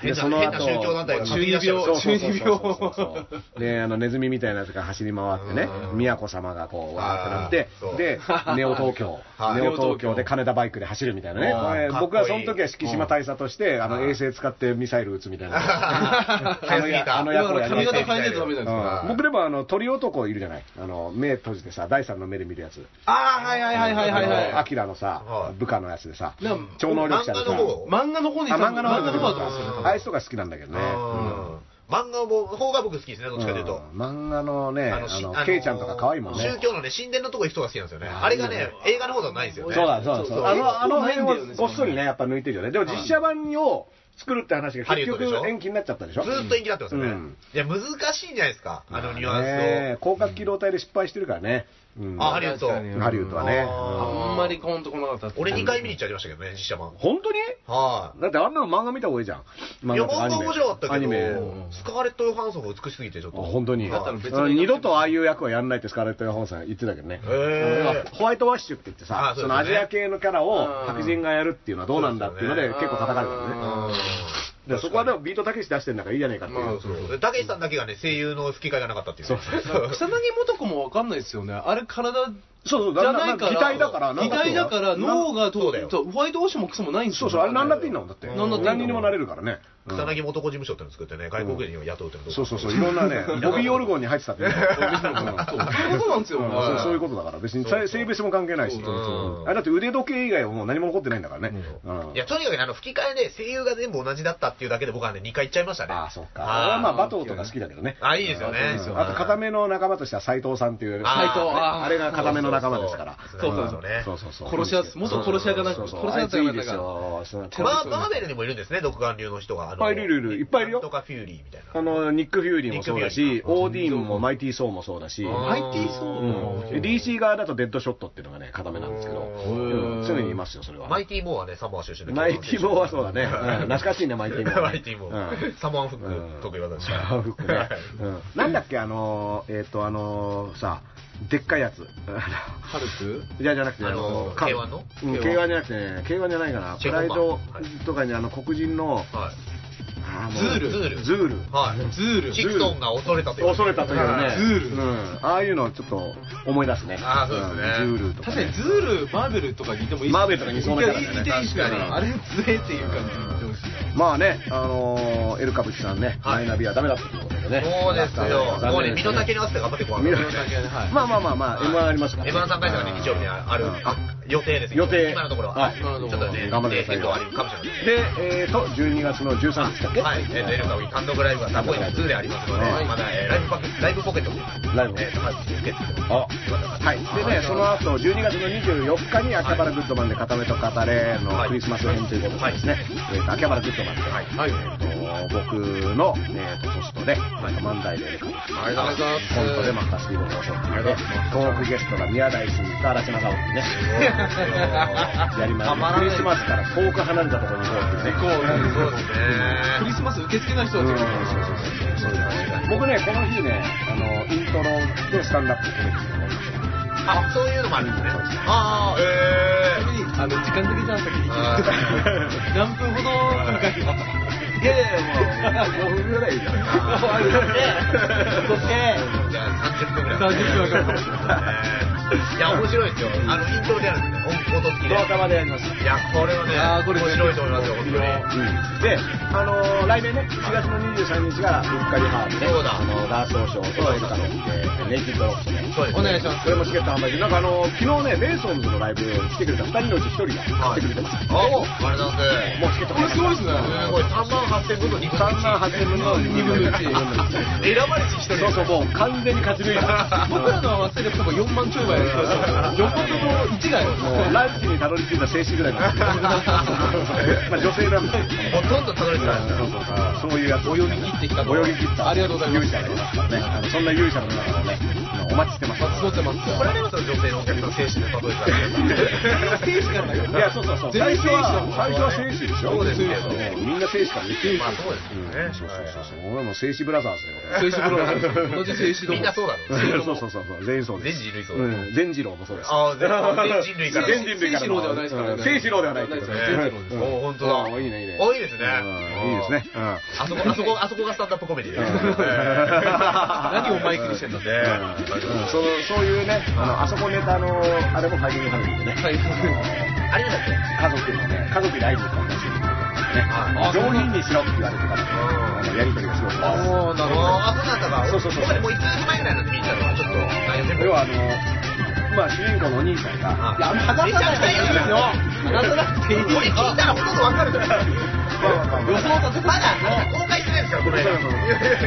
Speaker 2: あ、
Speaker 3: らもうで
Speaker 2: 変
Speaker 3: その
Speaker 2: な変な
Speaker 3: 後
Speaker 2: 宗教団体が担ぎ出してる
Speaker 3: そうそ うそう
Speaker 4: 中二
Speaker 3: そう
Speaker 4: 病
Speaker 3: そうそうであのネズミみたいなやつが走り回ってね
Speaker 2: うん
Speaker 3: 宮子様がこうわーって
Speaker 2: あ
Speaker 3: なっ
Speaker 2: ーそ
Speaker 3: て
Speaker 2: う
Speaker 3: でネオ東京
Speaker 2: はい
Speaker 3: ネオ東京で金田バイクで走るみたいなね
Speaker 2: うん
Speaker 3: これ
Speaker 2: かっこいい
Speaker 3: 僕はその時は敷島大佐としてあの衛星使ってミサイル撃つみたいな
Speaker 2: 早すぎた。
Speaker 3: あの
Speaker 4: だ
Speaker 3: 役
Speaker 4: か
Speaker 3: をや
Speaker 4: ら
Speaker 3: りまし
Speaker 4: 髪
Speaker 3: たよ
Speaker 4: 型変えないとダメじゃ
Speaker 3: う
Speaker 4: ないですか。
Speaker 3: ん僕でもあの鳥男いるじゃないあの目閉じてさ第三の目で見るやつ
Speaker 4: ああ、はいはいはいはいはい
Speaker 3: あのア
Speaker 4: はい。
Speaker 3: キラのさ
Speaker 2: はい
Speaker 3: 部下のやつでさ
Speaker 4: でも
Speaker 3: 超能力者で
Speaker 2: 漫画の方
Speaker 3: さ
Speaker 4: 漫画の方に
Speaker 3: あ漫画の方
Speaker 4: 漫画の方だと思うんですよ
Speaker 3: の
Speaker 4: ね。
Speaker 3: あいつとか好きなんだけどね
Speaker 2: うん漫画の方が僕好きですね、どっちかというと。
Speaker 3: うん漫画のね、あ
Speaker 2: し
Speaker 3: の
Speaker 2: あの
Speaker 3: ケイちゃんとか可愛いもんね。
Speaker 2: 宗教のね、神殿のとこ行く人が好きなんですよね。あれがね、映画の方だとないんですよ
Speaker 3: そう
Speaker 2: ね。
Speaker 3: だ、そうだ、そうだ。あの、あの辺
Speaker 4: ないんだよね
Speaker 3: をごっそりね、やっぱ抜いてるよね。でも実写版を作るって話が
Speaker 2: ハリ
Speaker 3: 結
Speaker 2: ウッドでしょ
Speaker 3: 局延期になっちゃったでしょ。
Speaker 2: ずーっと延期になってますよね。
Speaker 3: うん
Speaker 2: いや、難しいんじゃないですか、あのニュア
Speaker 3: ね
Speaker 2: ン
Speaker 3: え広角機動隊で失敗してるからね。うん
Speaker 2: あハリウッド
Speaker 4: 確かに
Speaker 3: ハリウッドはね。
Speaker 2: あ
Speaker 4: あんまりコンとこなかったっ
Speaker 2: ス
Speaker 4: す
Speaker 2: を。俺2回見に行っちゃいましたけどね、実写版。
Speaker 3: 本当に
Speaker 2: は
Speaker 3: だってあんなの漫画見た方がいいじゃん。
Speaker 2: い。いや、本当面白かったけど、
Speaker 3: アニメ。
Speaker 2: スカーレット・ヨハンソンが美しすぎて、ちょっ
Speaker 3: あ
Speaker 2: と。
Speaker 3: 本当に。
Speaker 4: だったら
Speaker 2: はい
Speaker 4: 別の
Speaker 3: うん二度とああいう役はやんないってスカーレット・ヨハンさん言ってたけどね。
Speaker 2: へえ
Speaker 3: ホワイトワッシュって言ってさ、
Speaker 2: あ
Speaker 3: そ
Speaker 2: そうですね
Speaker 3: のアジア系のキャラを
Speaker 4: うん
Speaker 3: 白人がやるっていうのはどうなんだっていうので
Speaker 4: そう
Speaker 3: 結
Speaker 4: ですよね
Speaker 3: 構叩かれたの
Speaker 4: う
Speaker 3: ね。
Speaker 4: ん
Speaker 3: だからそこはでもビートたけし出してるんだからいいじゃないかってい
Speaker 4: ま
Speaker 3: う
Speaker 4: あ。そう
Speaker 2: でたけしさんだけがね、声優の吹き替えがなかったっていうね。
Speaker 4: 草薙素子もわかんないですよね。あれ体
Speaker 3: そうそう、
Speaker 4: じゃ
Speaker 3: だ
Speaker 4: ないから。
Speaker 3: 擬態だから、
Speaker 4: 擬態だから、脳が
Speaker 2: そうだよ
Speaker 4: そうホワイトオーシャンもクソもないんです
Speaker 3: そ
Speaker 4: よ。
Speaker 3: うそう、あれ何だっていいんだもん、だって。
Speaker 4: 何だっていいんだもん
Speaker 3: 何にでもなれるからね。
Speaker 2: 草薙元子事務所っていうのを作ってね、外国人を雇うっていうの
Speaker 3: そうそうそう、いろんなね、ボビー・オルゴンに入ってたってね。
Speaker 4: そうそういうことなんですよ。
Speaker 3: うん
Speaker 4: は
Speaker 3: そう
Speaker 4: い
Speaker 3: そういうことだから、別に
Speaker 2: そうそう
Speaker 3: 性別も関係ないし、
Speaker 4: そう
Speaker 2: そう
Speaker 3: うん
Speaker 2: うん
Speaker 3: あれだって腕時計以外はもう何も残ってないんだからね。うん
Speaker 2: いや、とにかくねあの、吹き替えで声優が全部同じだったっていうだけで僕はね、2回行っちゃいましたね。
Speaker 3: ああ、そうか。
Speaker 2: あー
Speaker 3: 俺はまあ、バトーとか好きだけどね。
Speaker 2: あ、いいですよ
Speaker 3: う
Speaker 2: ね。
Speaker 3: んあと、固めの仲間としては斎藤さんっていう、
Speaker 2: あー
Speaker 4: 斎藤あー
Speaker 3: あれが固めの仲間ですから。
Speaker 2: そうそうそうね
Speaker 3: そうそうそう。
Speaker 4: 殺し屋です元殺し屋がなんか
Speaker 3: そうそう
Speaker 4: 殺し屋って
Speaker 3: あいつい
Speaker 4: ないん
Speaker 3: で
Speaker 4: か
Speaker 3: すよ。そうなんか
Speaker 2: バーバーベルにもいるんですね、独眼流の人が。あの
Speaker 3: いっぱいいるいるいるいっぱいいるよ
Speaker 2: なんとかフューリーみたいな。
Speaker 3: あの、ニック・フューリーもそうだ
Speaker 2: ニッ
Speaker 3: し、
Speaker 2: クフューリー
Speaker 3: オーディーンもマイティー・ソーもそうだし、
Speaker 2: あ
Speaker 4: マイティーソ
Speaker 3: う
Speaker 4: ー
Speaker 3: ん
Speaker 4: の、
Speaker 3: DC 側だとデッドショットっていうのがね、固めなんですけど、
Speaker 4: うん
Speaker 3: うん常にいますよ、それは。
Speaker 2: マイティー・モーはね、サモア出身で
Speaker 3: マイティモはそうだね。うん懐かしいね、マイティモ
Speaker 2: マイティー・モー。サモアンフック得意技でした。
Speaker 3: あフックね。うんなんだっけ、あのー、えっと、あのー、さ、でっかいやつ。あ
Speaker 4: ハルク
Speaker 3: のじゃじゃなくて、
Speaker 2: あのー
Speaker 3: カ
Speaker 2: K1 の
Speaker 3: うん
Speaker 4: K1
Speaker 3: K1 じゃなくてね、K1 じゃないかな。
Speaker 2: シ
Speaker 3: プ
Speaker 2: ェフォ
Speaker 3: ライ
Speaker 2: ンバ
Speaker 3: ド
Speaker 2: ー
Speaker 3: とかにあの黒人の、
Speaker 2: はい。
Speaker 3: あもう
Speaker 4: ズール
Speaker 2: ズール
Speaker 3: ズール。
Speaker 2: はい。
Speaker 4: ズール
Speaker 2: ヒクトンが恐れたという。
Speaker 3: 恐れたという
Speaker 2: は
Speaker 3: ね。
Speaker 4: ズール
Speaker 3: うん。ああいうのをちょっと思い出すね。
Speaker 2: あーそうですね
Speaker 3: んズールとか
Speaker 4: 確
Speaker 3: ね。
Speaker 4: かにズールマーベルとかにいてもいい
Speaker 3: マーベルとかにいそうなキャラだよね
Speaker 4: いていいしか
Speaker 3: 確かに
Speaker 4: あれ強えっていう感じになってほしい
Speaker 3: まあね、あのー、エル歌舞伎さんね、
Speaker 2: はい
Speaker 3: マイナビはダメだったということでね。
Speaker 2: そうですよ。もう
Speaker 3: 残
Speaker 2: ね、身
Speaker 3: 念です
Speaker 2: の丈に合わせて頑張っていこう。
Speaker 3: 身の
Speaker 4: 丈はい
Speaker 3: まあまあまあまあ、M1 ありますから、
Speaker 2: エヴァン3回戦がね、日曜日にある
Speaker 3: あ
Speaker 2: 予定です。
Speaker 3: 予定
Speaker 2: 今のところは。
Speaker 3: は
Speaker 2: ち
Speaker 3: い
Speaker 2: ょっとね、
Speaker 3: 頑張ってください
Speaker 2: 変
Speaker 3: よ
Speaker 2: 更あるかもしれないです。
Speaker 3: で、えー、と、12月の13日だっけ
Speaker 2: はい、えーと、エルカウィ単独ライブはサポイン2でありますので、
Speaker 3: はい
Speaker 2: まだ、えーライブパケライブポケットも、
Speaker 3: ライブ
Speaker 2: えーと、まず受け付けてます。
Speaker 3: あはい、でね、その後12月の24日に秋葉原グッドマンで「固めと語れ」のクリスマス編ということでですね、えーと秋葉原グッドマンで、
Speaker 4: はい
Speaker 3: えーと僕の、えー、とホストで、まあ漫才でコン
Speaker 2: ありがとうございます
Speaker 3: トでマスタースピード放送っていうのでトークゲストが宮台真司と嵐正雄 ってねやります
Speaker 2: たまらない
Speaker 3: クリスマスから遠く離れたところに行こうっていうね
Speaker 4: こう
Speaker 2: そうです
Speaker 4: ク
Speaker 2: ね。
Speaker 4: リスマス受付ない人
Speaker 3: う
Speaker 4: は
Speaker 3: ん
Speaker 4: ち
Speaker 3: そ
Speaker 4: ょ
Speaker 3: う
Speaker 4: っと
Speaker 3: そうそうそうそう僕ねこの日ねあのイントロでスタンダップしてるんですよね
Speaker 2: あ、そういうのもあるんですね。ああ、え
Speaker 4: ちなみにあの時間的じゃなくて
Speaker 2: は
Speaker 4: 何分ほどかけます
Speaker 3: いやいやもう5分ぐらいじゃん
Speaker 2: ー。じゃあ30分ぐらい。
Speaker 4: 30分かかる
Speaker 2: いや、面白いですよ。あの、イントロであるんですね。音音付きで。
Speaker 3: 動画までやります
Speaker 2: いや、これはね、
Speaker 4: あーこれ
Speaker 2: 面白いと思いますよ、本当に。
Speaker 3: で、あのー来年ね、4月の23日がうっかりハーフで、
Speaker 2: そうだ
Speaker 3: あのダースオーショーとエルカロンで、ネイキッドロックで、
Speaker 2: そうですね
Speaker 4: お願いします
Speaker 3: それもチケット販売中、なんかあのー昨日ね、メイソンズのライブ来てくれた2人のうち1人が来てくれてます。
Speaker 2: あ、ありがとうございます。
Speaker 3: もうチケット
Speaker 4: これすごいですね
Speaker 2: すごい、3万8000分の2
Speaker 3: 3万8000分の2分の1。
Speaker 2: 選ばれし一人
Speaker 3: そうそう、もう完全に勝ち抜いた。
Speaker 4: 僕らの合わせで多分4万ちょいはやりましたよっぽどの1が
Speaker 3: もうランチにたどり着いた静止ぐらいの。 まあ女性なんで。
Speaker 2: ほとんどたどり着かないです
Speaker 3: そ
Speaker 2: よ。
Speaker 3: うそうそうそういうやつ。泳ぎ
Speaker 4: 切ってきたと
Speaker 3: 泳ぎ切った。
Speaker 4: ありがとうございます
Speaker 3: 勇者がいますからね。あのそんな勇者の皆さんをね、あのお待ちしてます。
Speaker 4: 松戸ってます
Speaker 2: これでもその女性のお客さん精神で例えたら。
Speaker 4: 精子からだけど
Speaker 3: いや、そうそうそう。
Speaker 4: 全
Speaker 3: 最
Speaker 4: 然
Speaker 3: 初は、最初は
Speaker 4: 精
Speaker 3: 精子で
Speaker 4: 子でし
Speaker 3: し
Speaker 4: ょ
Speaker 3: ょ。
Speaker 2: そうですけど
Speaker 3: みんな精子から見てる
Speaker 2: まあそうですよね
Speaker 3: うんそうそうそうそう。俺も精子ブラザーズだ
Speaker 4: 静
Speaker 3: よ。
Speaker 4: 止ブロー同じ静止
Speaker 2: みんなそうだろうね。
Speaker 3: そうそうそうそう。全員そうです。
Speaker 2: 全人類そうだ
Speaker 3: うん。全次郎もそうです。
Speaker 2: あー全人類から
Speaker 3: 全人類から。
Speaker 4: 聖子郎ではないですからね
Speaker 3: 聖子郎ではないってことね。
Speaker 4: 聖子郎です
Speaker 3: うん
Speaker 2: お本当だ
Speaker 3: おいいね、いいね。
Speaker 2: おいいですね
Speaker 3: うんいいですね。うん
Speaker 2: あそこ、あそこ、あそこがスタンダップコメディです。
Speaker 4: 何をマイクにしてんだ
Speaker 2: ね
Speaker 4: ね
Speaker 3: うんそのそういうね、あの、あそこネタの、あれもハイにハミングでね、
Speaker 4: はい
Speaker 2: あれなんだっけ
Speaker 3: 家族のね、家族で会いに行ったんです
Speaker 2: あ
Speaker 3: 上品にしろって言われてから、あのやりとりがすごい。
Speaker 4: あーなるほど
Speaker 2: あー、そうなんだか。
Speaker 3: そうそうそう
Speaker 2: 僕ねもう1年前ぐらいになって見に行ったのは、ちょっと、内容全部
Speaker 3: 要はあの、まあ主人公のお兄さんが、
Speaker 2: いや、話さないでいいですよ。話さなくていい。これ聞いたらほとんどわかるから。
Speaker 3: 予想
Speaker 2: まだ公開してないですから、これ。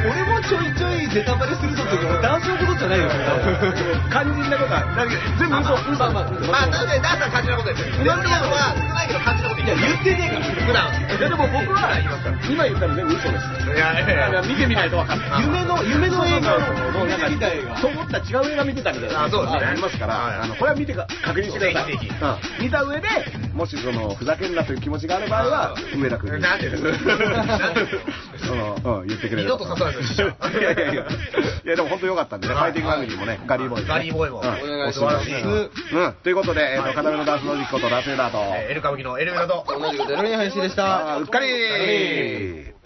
Speaker 4: 俺もちょいちょいネタバレするぞっていうか男子のことじゃないよね
Speaker 3: 肝心なことは、なんか全部嘘、嘘、
Speaker 4: まあまあ
Speaker 2: まあ、なので、ダンさん感じなことですよ。レオリアンは少ないけど感じなこと言ってる。
Speaker 4: 言ってねえから
Speaker 2: 普段。い
Speaker 3: でも僕は今言ったら全部嘘です。
Speaker 2: や、いやいや。
Speaker 3: 見てみないと分かんない。
Speaker 4: 夢の夢の映画を見てみたい
Speaker 3: と思ったら違う映画見てたみたい
Speaker 2: あ
Speaker 3: な
Speaker 2: そうですね
Speaker 3: ありますか
Speaker 2: はい
Speaker 3: ら、あのこれは見てか確認してください、
Speaker 2: ぜひぜ
Speaker 3: うん見た上で、もしそのふざけんなという気持ちがある場合は、上田君に、
Speaker 2: なんでなんで
Speaker 3: そのうん、言ってくれる
Speaker 2: 二度と刺さないでほしい
Speaker 3: いやいやいや、いやでも本当よかったんでね、ファイティングファミリーもね、ガリーボーイもね、
Speaker 2: ガリーボーイも
Speaker 3: うん
Speaker 2: お願
Speaker 4: いします
Speaker 3: おすめですうんということで、えーと片目のダンスの実こと、ラセダーと、
Speaker 2: えーエル歌舞伎のエルメラと。
Speaker 4: 同じことやるに林でした
Speaker 3: あーうっかり